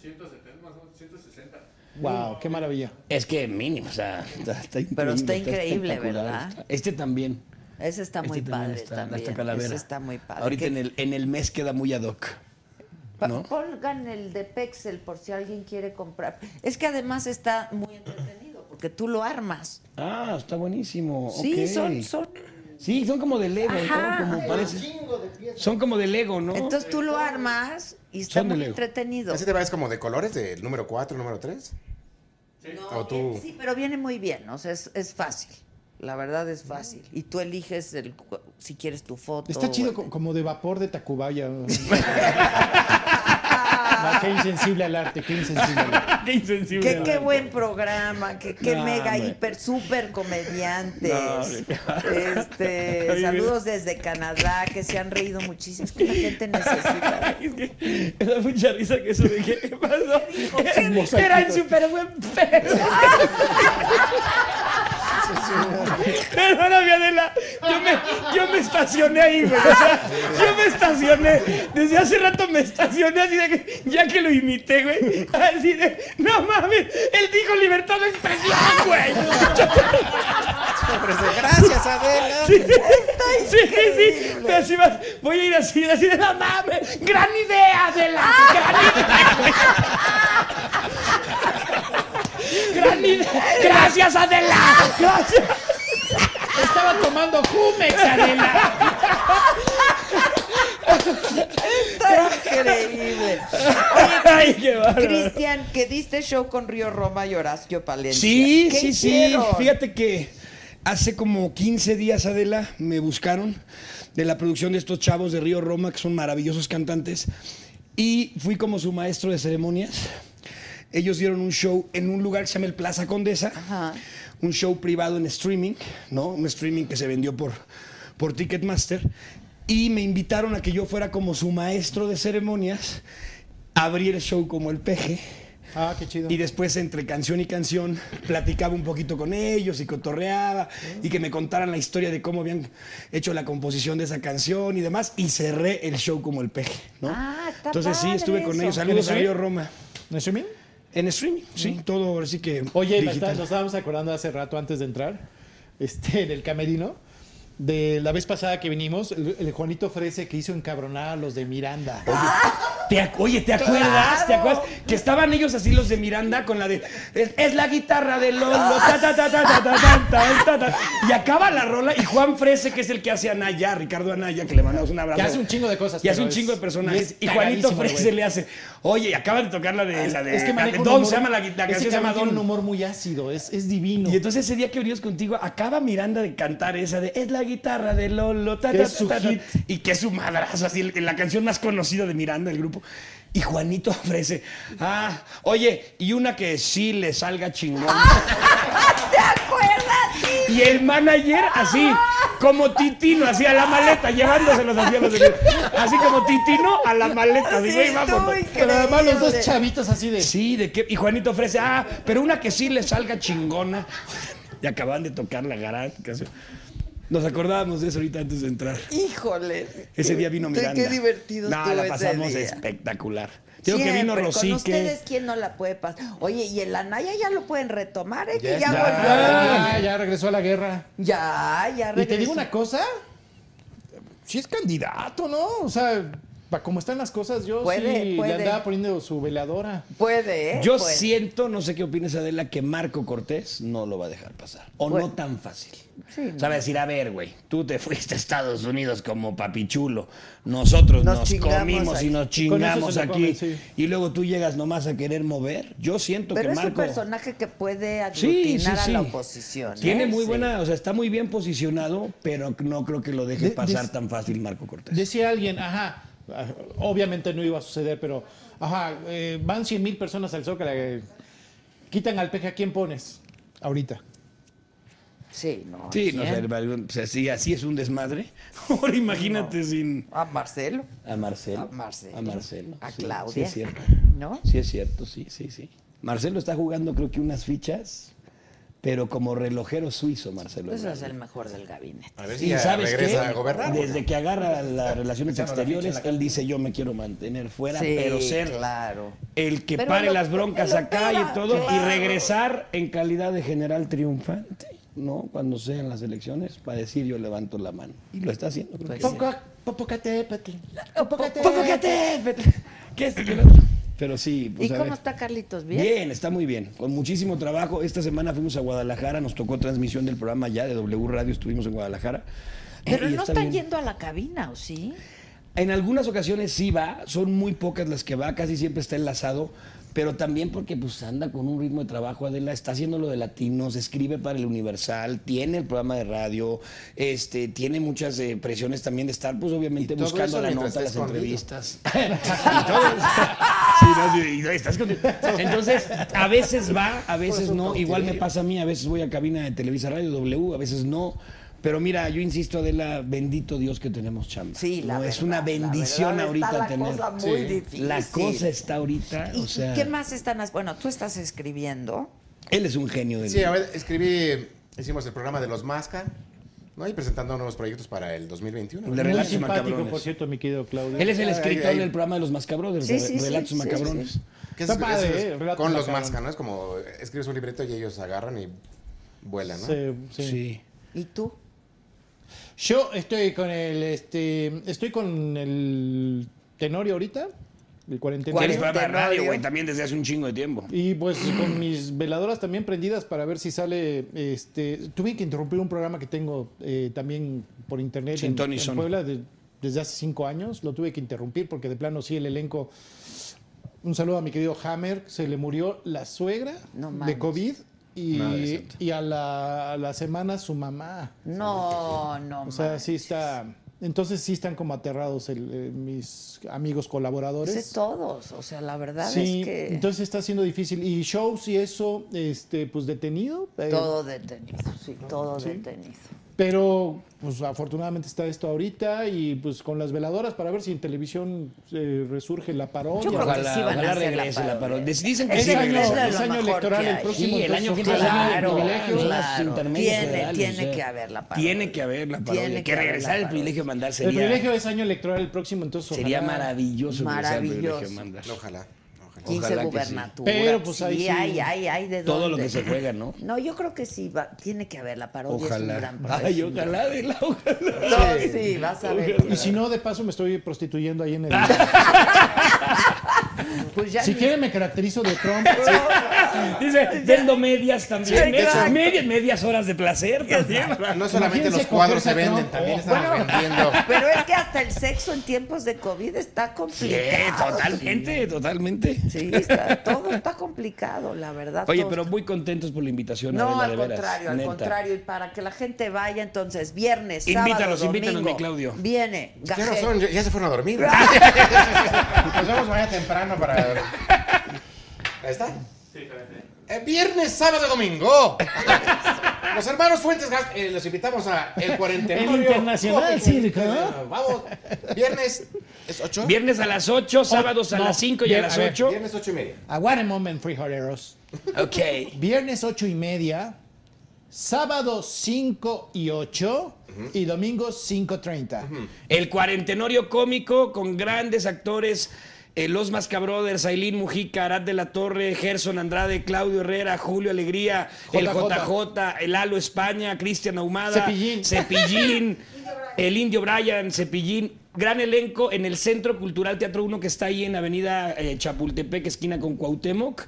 170, más o menos, 160.
Wow, qué maravilla.
Es que mínimo, o sea, *laughs* está, está increíble.
Pero está increíble,
espectacular,
¿verdad?
está- este también.
Ese está
este
muy
también
padre
está,
también.
Esta calavera.
Ese está muy padre.
Ahorita
Que-
en el, en el mes queda muy ad hoc.
pa-
¿no?
Pongan el de pexel por si alguien quiere comprar. Es que además está muy entretenido porque tú lo armas.
Ah, está buenísimo. ok.
Sí, son, son.
Sí, son como de Lego,
Ajá.
¿no? Como parece.
Chingo de piezas.
Son como de Lego, ¿no?
Entonces tú lo armas y está
Son de
muy
Lego.
entretenido.
¿Ese te va es como de colores, del número 4, número 3?
No,
¿O tú?
Sí, pero viene muy bien, o sea, es, es fácil. La verdad es fácil. Y tú eliges el, cu- si quieres tu foto.
Está
o
chido
el-
co- como de vapor de Tacubaya.
*laughs*
No, Ah, qué insensible al arte, qué insensible al arte.
qué insensible.
Qué, qué buen programa, que, qué
No,
mega,
hombre.
hiper, super comediantes.
No, hombre.
este,
Ay, mira.
saludos desde Canadá, que se han reído muchísimo. Es que la gente necesita.
Me da mucha risa que *laughs* eso de qué pasó. Era el super buen pedo. Perdóname, Adela. Yo me, yo me estacioné ahí, güey. O sea, yo me estacioné. Desde hace rato me estacioné así de que, ya que lo imité, güey. Así de, no mames, él dijo libertad de expresión, güey.
Gracias, Adela.
Sí, sí, sí. Pero así vas, voy a ir así, así de, no mames, gran idea, Adela. Gran idea, güey. Gran idea. Gracias, Adela. Gracias. Estaba tomando Jumex, Adela.
Está increíble.
Ay, qué bárbaro.
Cristian, que diste show con Río Roma y Horacio Palencia.
Sí,
¿Qué
sí,
hicieron?
sí. Fíjate que hace como 15 días, Adela, me buscaron de la producción de estos chavos de Río Roma, que son maravillosos cantantes, y fui como su maestro de ceremonias. Ellos dieron un show en un lugar que se llama el Plaza Condesa, un show privado en streaming, ¿no? Un streaming que se vendió por, por Ticketmaster, y me invitaron a que yo fuera como su maestro de ceremonias, abrí el show como el peje.
Ah, qué chido.
Y después, entre canción y canción, platicaba un poquito con ellos y cotorreaba y que me contaran la historia de cómo habían hecho la composición de esa canción y demás. Y cerré el show como el peje, ¿no?
Ah, está
Entonces, sí,
padre
estuve con
eso.
ellos. Saludos a
¿En
Río
streaming?
Roma.
¿En streaming?
En streaming,
Mm.
sí, todo ahora sí que.
Oye, me está-
digital.
nos estábamos acordando hace rato antes de entrar, este, en el camerino, de la vez pasada que vinimos, el, el Juanito Frese que hizo encabronar a los de Miranda.
Ah, ¿Te ac- oye, ¿te acuerdas? ¿Te acuerdas? Que estaban ellos así los de Miranda con la de es, es la guitarra de Lolo. ta, ta, ta, ta, ta, ta, ta, ta, ta, ta. Y acaba la rola y Juan Frese, que es el que hace Anaya, Ricardo Anaya, que le mandamos un abrazo.
Que hace un chingo de cosas,
Y hace
pero
un chingo
es-
de personajes.
es
Y Juanito
cagadísimo el
Frese
güey. Ah,
le hace, oye, acaba de tocar la de la de,
es que
la de
maneja un
Don,
humor-
se llama la, la
ese
canción se
cabrón
llama
tiene
Don.
un humor muy ácido, es, es divino.
Y entonces ese día que venimos contigo, acaba Miranda de cantar esa de Es la guitarra de Lolo, ta,
Que
ta,
es
ta,
su
ta, ta".
hit.
Y que es su madrazo, así, el- la canción más conocida de Miranda, el grupo. Y Juanito ofrece, ah, oye, y una que sí le salga
*laughs*
chingón.
¿Te acuerdas?
Y el manager así, como Titino, así a la maleta, llevándoselos así a los de- Así como Titino a la maleta. Digo,
Sí,
"Ey, vámonos".
estuvo Pero además los dos increíble. chavitos así de...
Sí, de qué. Y Juanito ofrece, ah, pero una que sí le salga chingona. *laughs* Y acaban de tocar la garage. canción. Nos acordábamos de eso ahorita antes de entrar.
Híjole.
Ese día vino
Qué-
Miranda.
Qué divertido
No,
estuvo
la
ese
pasamos
día.
espectacular. Digo que vino
Siempre,
Rosique.
Con ustedes, ¿quién no la puede pasar? Oye, y el Anaya ya lo pueden retomar, ¿eh? Que ya,
Ya, ya,
volvió.
ya, Ah, ya regresó a la guerra.
Ya, Ah, ya
Y te digo
regresó.
una cosa, sí es candidato, ¿no? O sea, para como están las cosas, yo
Puede,
sí
puede.
le andaba poniendo su veladora.
Puede, ¿eh?
Yo
Puede.
siento, no sé qué opinas, Adela, que Marco Cortés no lo va a dejar pasar. O
Bueno.
no tan fácil.
Sí, no.
O sea, va a decir, a ver, güey, tú te fuiste a Estados Unidos como papichulo. Nosotros
Nos
nos,
chingamos
comimos
aquí.
y nos
Con eso se
chingamos
lo
aquí.
comen, sí.
Y luego tú llegas nomás a querer mover. Yo siento
Pero
que
es un
Marco.
personaje que puede
Sí, sí,
aglutinar
sí.
a la oposición. ¿eh?
Tiene muy
Sí.
buena, o sea, está muy bien posicionado, pero no creo que lo deje
De-
pasar
des-
tan fácil Marco Cortés.
Decía alguien, ajá, ah, obviamente no iba a suceder, pero, ajá, eh, van 100 mil personas al Zócalo, eh, quitan al peje, ¿a quién pones? Ahorita.
Sí, no.
Sí, no,
¿quién?
sé, pues, así, así es un desmadre. *laughs* Ahora imagínate sin.
A Marcelo.
A Marcelo.
A Marcelo.
A Marcelo.
A
sí, Sí,
Claudia.
es cierto.
¿No?
Sí, es cierto, sí, sí, sí. Marcelo está jugando, creo que unas fichas, pero como relojero suizo, Marcelo.
Ese
Ebrard.
Pues es el mejor del gabinete.
A
ver
y
Pues ya
sabes
regresa
qué?
a gobernar, ¿o
Desde que agarra las relaciones
Echando la
exteriores,
ficha en la
él dice: Yo me quiero mantener fuera,
Sí,
pero ser
claro.
el que
Pero
pare
lo-
las broncas
lo
acá
pela,
y todo,
claro.
y regresar en calidad de general triunfante, ¿no? Cuando sean las elecciones, para decir: Yo levanto la mano. Y lo está haciendo.
Pues
creo que sí.
Poco- Popocatépetl.
Popocatépetl. ¿Qué es el otro? Pero sí, pues
¿Y
a
cómo
ver.
está Carlitos? ¿Bien?
Bien. está muy bien, con muchísimo trabajo. Esta semana fuimos a Guadalajara, nos tocó transmisión del programa ya de W Radio, estuvimos en Guadalajara.
Pero
Y
no
está
están
bien.
yendo a la cabina, ¿o sí?
En algunas ocasiones sí va, son muy pocas las que va, casi siempre está enlazado, pero también porque pues anda con un ritmo de trabajo, Adela, está haciendo lo de latinos, escribe para el Universal, tiene el programa de radio, este, tiene muchas eh, presiones también de estar, pues obviamente
todo
buscando
eso
la
mientras
nota, las
estés con
*laughs*
entrevistas. y todo eso. Sí, no, sí, y estás con- Entonces, a veces va, a veces no. Igual me pasa a mí, a veces voy a cabina de Televisa Radio W, a veces no. Pero mira, yo insisto, Adela, bendito Dios que tenemos chamba. Sí, la Es una bendición
verdad
ahorita
está la
tener.
cosa muy difícil.
La cosa está ahorita,
¿Y
o sea,
qué más están haciendo? Bueno, tú estás escribiendo.
él es un genio del
Sí, a ver, escribí, hicimos el programa de los Masca, ¿no? Y presentando nuevos proyectos para el 2021.
De
Muy
Relatos
simpático,
Macabrones.
por cierto, mi querido Claudio.
Él es el escritor
ahí.
del programa de los Mascabrothers, de Re- Relatos Macabrones.
Que
Está
es-
padre,
es-
¿eh? Relatos
con los
macabrones.
Masca, ¿no? Es como eh, escribes un libreto y ellos agarran y vuelan, ¿no?
Sí, sí.
¿Y tú?
Yo estoy con el este estoy con el Tenorio ahorita, el
Tienes
cuarentenario.
programa de radio, güey, también desde hace un chingo de tiempo.
Y pues con mis veladoras también prendidas para ver si sale este tuve que interrumpir un programa que tengo eh, también por internet
Sin
en,
Tony
en
Son.
Puebla de- desde hace cinco años, lo tuve que interrumpir porque de plano sí el elenco un saludo a mi querido Hammer, se le murió la suegra de
manches.
COVID
Madre
y,
santa.
y a, la, a la semana su mamá.
No, no.
O sea,
manches.
sí está. Entonces sí están como aterrados el, eh, mis amigos colaboradores.
Pues Es de todos, o sea, la verdad
Sí,
es que
entonces está siendo difícil. Y shows y eso, este, pues detenido. eh,
todo detenido, sí, todo
Sí.
detenido.
Pero, pues afortunadamente está esto ahorita y pues con las veladoras para ver si en televisión eh, resurge la parodia.
Yo creo que Ojalá- sí van a ojalá hacer la
regrese la parodia. parodia. Dicen que
Es
sí
año-
regresa.
es
Es lo
año
mejor
electoral
que
el
hay.
próximo.
Sí, el
entonces,
año que
ojalá
viene,
haya
claro,
privilegios.
claro. Intermedios
Tiene,
federales,
tiene
o sea,
que haber la parodia.
Tiene que haber la parodia.
Tiene
que,
que haber la
regresar el
parodia.
privilegio de mandar
El
sería,
privilegio es año electoral el próximo, entonces
sería
ojalá-
maravilloso. regresar el privilegio de mandar.
Ojalá. ojalá.
15
Ojalá que sí.
gubernaturas.
Pero, pues, ahí sí.
hay, hay, hay de
Todo lo
dónde.
que se juega, ¿no?
No, yo creo que sí, va- tiene que haber la parodia. Es un
Ojalá.
gran
Ay,
proyecto.
ojalá de la
*laughs* No, sí. vas a ver.
Y si no, de paso me estoy prostituyendo
*laughs*
ahí en el.
Pues ya
si
ni-
quiere, me caracterizo de Trump.
Dice, vendo medias también.
Sí,
medias,
exacto.
medias, medias horas de placer también.
Ah, No solamente los cuadros se venden, también estamos vendiendo.
Pero es que hasta el sexo en tiempos de COVID está
Sí,
complicado.
totalmente, totalmente.
Sí, está- todo está complicado, la verdad.
Oye,
todo
pero muy contentos por la invitación.
No,
Adela,
al
de veras,
contrario, al
neta.
contrario. Y para que la gente vaya, entonces, viernes,
Invítanos,
sábado, domingo.
invítanos, mi Claudio.
Viene.
Ya, no
Gajé.
son, ya, ya se fueron a dormir. Nos vemos mañana temprano para. Ahí está. Eh, viernes, sábado, domingo. *laughs* Los hermanos Fuentes Gas- eh, los invitamos a el cuarentenario.
El Internacional
Cómico.
Circo, ¿no?
Vamos. Viernes es 8.
Viernes a las 8,
Oh,
sábados a
no,
las 5 y a
vier-
las
a ver,
8.
Viernes 8 y media.
Aguarde un moment, frijoleros.
Ok.
Viernes 8 y media, sábado 5 y 8 y domingo 5.30.
El cuarentenorio cómico con grandes actores. eh, los Mascabrothers, Ailín Mujica, Arad de la Torre, Gerson Andrade, Claudio Herrera, Julio Alegría, el
JJ.
JJ, el Alo España, Cristian Ahumada,
Cepillín.
Cepillín, el Indio Bryan, Cepillín. Gran elenco en el Centro Cultural Teatro 1 que está ahí en Avenida eh, Chapultepec, esquina con Cuauhtémoc.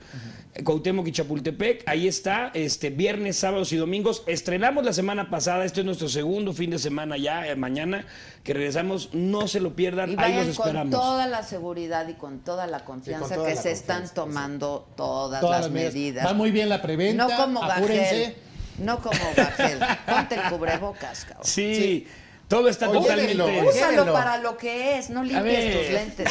eh, Cuauhtémoc y Chapultepec, ahí está, este viernes, sábados y domingos. Estrenamos la semana pasada, este es nuestro segundo fin de semana ya, eh, mañana, que regresamos, no se lo
Y
pierdan, ahí
vayan
los
con
esperamos.
toda la seguridad y con toda la confianza
toda
que
la
se están tomando todas,
Todas
las
las medidas.
medidas.
Va muy bien la preventa,
No como
apúrense.
Gajel. No como Gajel. Ponte el cubrebocas, cabrón.
Sí, todo está
Oye,
totalmente.
Úsalo para lo que es, no limpies
ver.
tus lentes.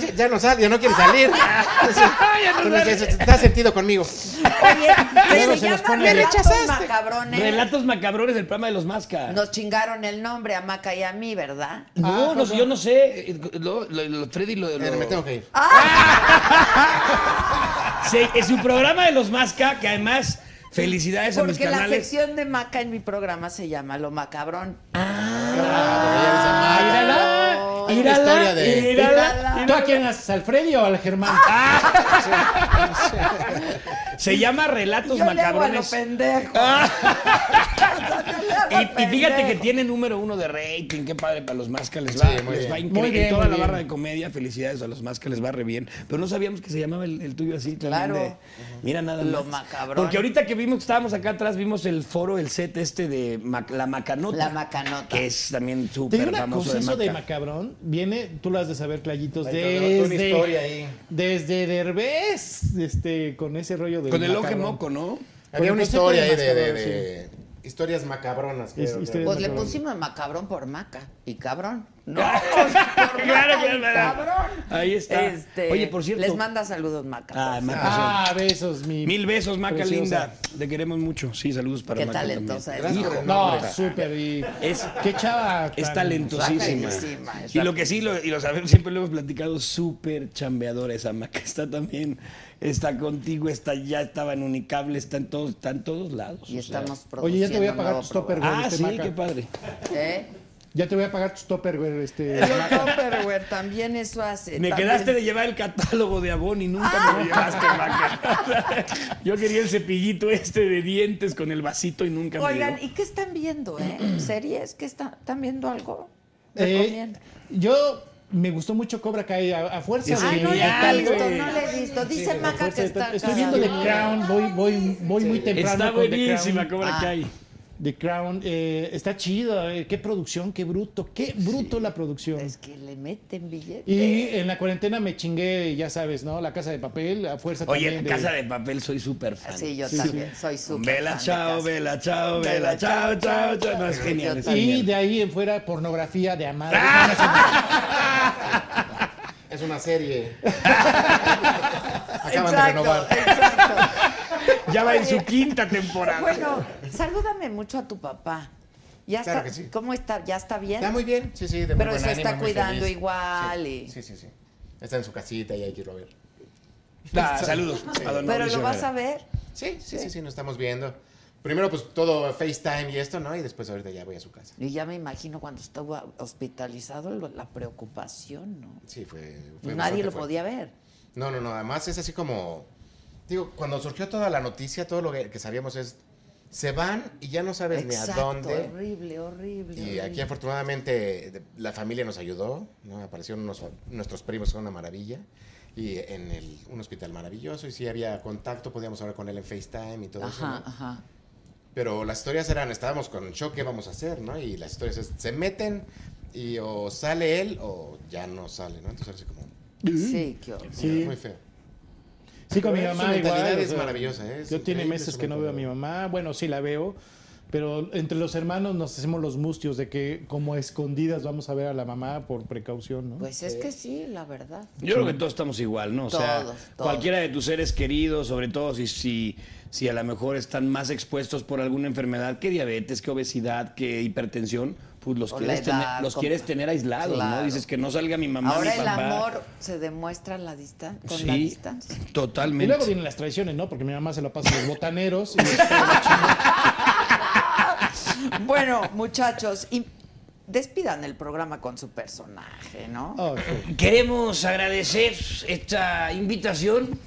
Ya, ya no sale, ya no quiere salir.
no sale.
Está sentido conmigo.
Oye, que
Luego
se
se los
llama
pone- Me
Relatos
rechazaste.
Macabrones.
Relatos macabrones del programa de los Masca.
Nos chingaron el nombre a Maca y a mí, ¿verdad?
No, no, yo no sé. eh, Lo, lo, lo- Freddy lo. lo-
me tengo que ir.
Sí, es un programa de los Masca que además. Felicidades a mis
Porque la
canales.
sección de Maca en mi programa se llama Lo Macabrón.
Ah,
Ah,
Hay una
írala,
historia de-
írala. ¿Tú a quién haces, a Alfredo o al Germán?
Ah,
Ah,
Se llama Relatos
Yo le hago a lo
Macabrones.
pendejo.
Ah.
*laughs*
Y, y fíjate que tiene número uno de rating. Qué padre para los Masca. Les va,
Sí, muy
les va
bien.
increíble.
Muy bien,
Toda
muy
la
bien.
barra de comedia. Felicidades a los Masca. Les va re bien. Pero no sabíamos que se llamaba el, el tuyo así.
Claro.
Claro. mira nada más.
Lo Macabrón.
Porque ahorita que vimos que estábamos acá atrás, vimos el foro, el set este de Mac- La Macanota.
La Macanota.
Que es también
Te digo
súper
una
famoso
cosa, eso de
Maca.
macabrón, viene, tú lo has de saber, Clayitos,
Clayito, dándote una
desde,
historia ahí.
desde Derbez, este, con ese rollo de.
Con el ojo moco, ¿no? Había una historia ahí de- de- de- Historias macabronas.
Es-
creo,
historias
¿no?
Pues le pusimos macabrón por maca y cabrón.
*laughs*
No,
Claro,
claro, cabrón.
Ahí está.
Este,
Oye, por cierto.
Les manda saludos maca.
Ah, Maca.
Ah, besos, mi.
Mil besos, Maca
preciosa.
linda. Te queremos mucho. Sí, saludos para
Qué
Maca. también.
talentosa es.
Hijo, no, súper. Y...
Es,
Qué chava.
es
tan-
talentosísima.
Rapidísima, es
Y lo que sí, lo- y lo sabemos, siempre lo hemos platicado, súper chambeadora esa Maca. *laughs* Está también, está contigo, está ya estaba en Unicable, está en todos, está en todos lados.
Y estamos
Oye, ya te voy a pagar tus
stopper
Tupperware.
Ah,
este,
sí,
Maca.
qué padre. *laughs*
¿Eh?
Ya te voy a pagar tus Tupperware, este.
Yo Tupperware también eso hace.
Me
eh, también. Ah.
quedaste de llevar el catálogo de Avon y nunca me lo llevaste, Maca. Yo quería el cepillito este de dientes con el vasito y nunca me
Oigan,
llegó.
¿y qué están viendo, eh? ¿Series? ¿Qué está- están viendo algo?
Eh,
Recomienda.
yo me gustó mucho Cobra Kai a, a fuerza de.
Ay, no le he
tal,
visto,
güey.
no le he visto. Dice
Sí, a
Maca
fuerza
que
de
está
tal. Estoy viendo The
cagada.
Crown, voy, voy, voy muy temprano.
Está
con The
buenísima
Crown.
Ah.
Cobra Kai.
The Crown, eh, está chido, eh, qué producción, qué bruto, qué bruto la producción. Es
que le meten billetes.
Y en la cuarentena me chingué, ya sabes, ¿no? La casa de papel, a fuerza
Oye,
también.
Casa de Papel soy súper fan.
Sí, yo
Sí,
también.
sí.
Soy súper
Vela,
fan de
chao,
Casa.
vela, chao, vela, chao, chao, chao. No, es genial, es
Y
genial.
de ahí en fuera, pornografía de amar.
Ah,
*laughs*
Es una serie.
Acaban de
Exacto,
renovar.
exacto.
Ya va en
Oye,
su quinta temporada.
*laughs* Bueno, salúdame mucho a tu papá. Ya
Claro
está,
que sí.
¿Cómo está? ¿Ya está bien?
Está muy bien, sí, sí, de muy
Pero
buen
se
ánimo,
está
muy
cuidando
feliz.
igual.
Sí,
y-
sí, sí, sí. Está en su casita y hay que irlo a ver.
Ah, saludos a don
Pero
Mauricio
lo vas
Herrera.
a ver.
Sí, sí, sí, sí, nos estamos viendo. Primero, pues todo FaceTime y esto, ¿no? Y después ahorita ya voy a su casa.
Y ya me imagino cuando estuvo hospitalizado lo- la preocupación, ¿no?
Sí, fue. Pues
Nadie
fue bastante
lo
fuerte.
podía ver.
No, no, no. Además es así como. Digo, cuando surgió toda la noticia, todo lo que, que sabíamos es. Se van y ya no sabes Pues ni a dónde.
Horrible, horrible.
Y aquí
horrible.
afortunadamente de- la familia nos ayudó, ¿no? Aparecieron unos- nuestros primos, son una maravilla. Y en el- un hospital maravilloso, y sí había contacto, podíamos hablar con él en FaceTime y todo eso.
Ajá,
¿no?
ajá.
Pero las historias eran, estábamos con shock, ¿qué vamos a hacer, no? Y las historias es, se meten y o sale él o ya no sale, ¿no? Entonces era así como,
Sí, qué horror.
Sí.
muy feo.
Sí, con mi
Pero su
mamá
mentalidad
igual.
es maravillosa, ¿eh? Es
yo tiene
increíble
meses
su
que no veo a mi mamá. Bueno, sí la veo. Pero entre los hermanos nos hacemos los mustios de que como a escondidas vamos a ver a la mamá por precaución, ¿no?
Pues es que sí, la verdad.
Yo creo que todos estamos igual, ¿no? O sea,
Todos, todos.
cualquiera de tus seres queridos, sobre todo si, si, si a lo mejor están más expuestos por alguna enfermedad que diabetes, que obesidad, que hipertensión, pues los,
O
quieres,
la edad,
tener, los
como-
quieres tener aislados, ¿no?
Claro.
Dices que no salga mi mamá,
Ahora
mi
el
papá.
amor se demuestra a la distan- con la
Sí.
distancia. *laughs*
Y
Totalmente.
luego vienen las traiciones, ¿no? Porque mi mamá se la pasa a los botaneros. *laughs* y-
Bueno, muchachos, y despidan el programa con su personaje, ¿no?
Oh.
Queremos agradecer esta invitación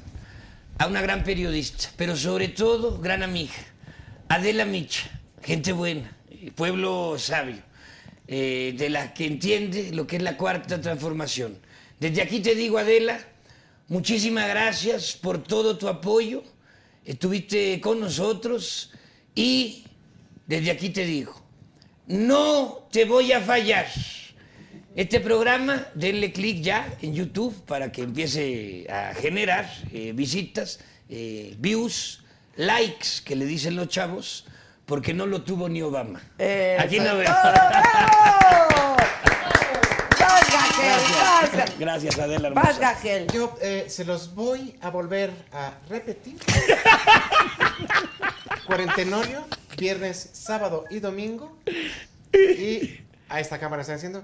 a una gran periodista, pero sobre todo gran amiga, Adela Micha, gente buena, pueblo sabio, eh, de las que entiende lo que es la cuarta transformación. Desde aquí te digo, Adela, muchísimas gracias por todo tu apoyo, estuviste con nosotros y desde aquí te digo, no te voy a fallar. Este programa, denle clic ya en YouTube para que empiece a generar eh, visitas, eh, views, likes, que le dicen los chavos, porque no lo tuvo ni Obama.
Eh,
Aquí
¡Oh,
no veo.
Gracias.
Gracias, Adela. hermosa.
Vas, Gagel.
Yo eh, se los voy a volver a repetir. Cuarentenorio, viernes, sábado y domingo. Y a esta cámara está diciendo.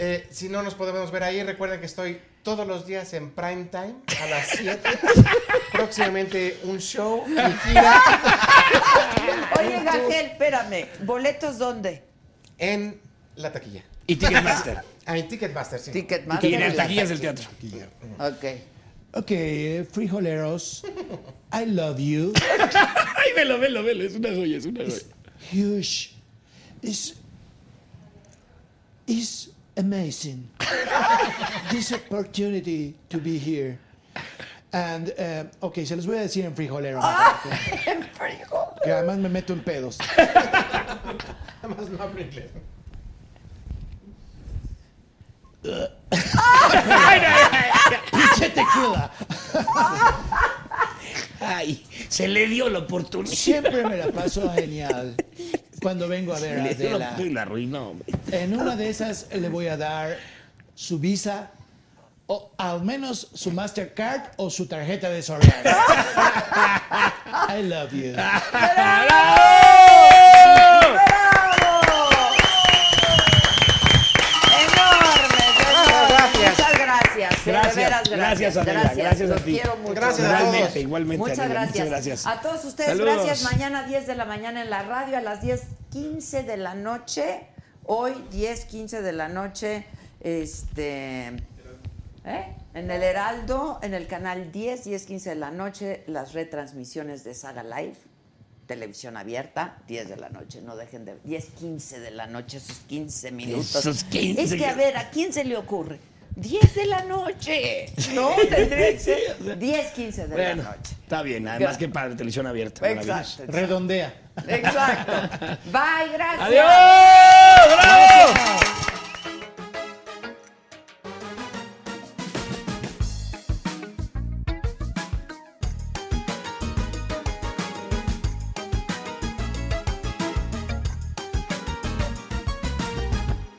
eh, si no nos podemos ver ahí, recuerden que estoy todos los días en prime time a las 7. Próximamente un show, mi gira.
Oye, Gagel, espérame. ¿Boletos dónde?
En la taquilla.
Y Ticketmaster.
Ah, en Ticketmaster, sí.
Ticketmaster. Y en las taquillas del
teatro.
Ok.
Ok, eh, frijoleros, I love you.
Ay, velo, velo, velo. Es una joya, es una joya.
Huge. It's, it's amazing. *laughs* This opportunity to be here. And, eh, ok, se los voy a decir en frijolero. *laughs* Que además me meto en pedos.
Nada más no hablo inglés.
Ay, Pinche tequila.
Ay, se le dio la oportunidad.
Siempre me la paso genial cuando vengo a ver a
Le dio la
Adela.
oportunidad y la arruinó, hombre.
En una de esas le voy a dar su visa o al menos su Mastercard o su tarjeta de Soriana. I love you.
Gracias. Muchas gracias. eh,
Gracias,
de veras, gracias.
gracias, Adela, gracias a
los
ti.
quiero mucho.
Gracias a Igualmente, todos. igualmente,
Muchas
Adela,
gracias.
muchas gracias.
A todos ustedes,
Saludos.
gracias. Mañana 10 de la mañana en la radio, a las 10.15 de la noche. Hoy 10.15 de la noche, este... ¿eh? En el Heraldo, en el canal 10, 10.15 de la noche, las retransmisiones de Saga Live. Televisión abierta, 10 de la noche, no dejen de... 10, 15 de la noche, esos 15 minutos.
Esos 15
Es que, a
que-
ver, ¿a quién se le ocurre? 10 de la noche,
*laughs*
¿no? Tendría que ser 10, 15 de
Bueno,
la noche.
está bien, además que para la televisión abierta.
Exacto,
maravilloso.
exacto.
Redondea.
Exacto. Bye, gracias.
¡Adiós! ¡Bravo!
Gracias.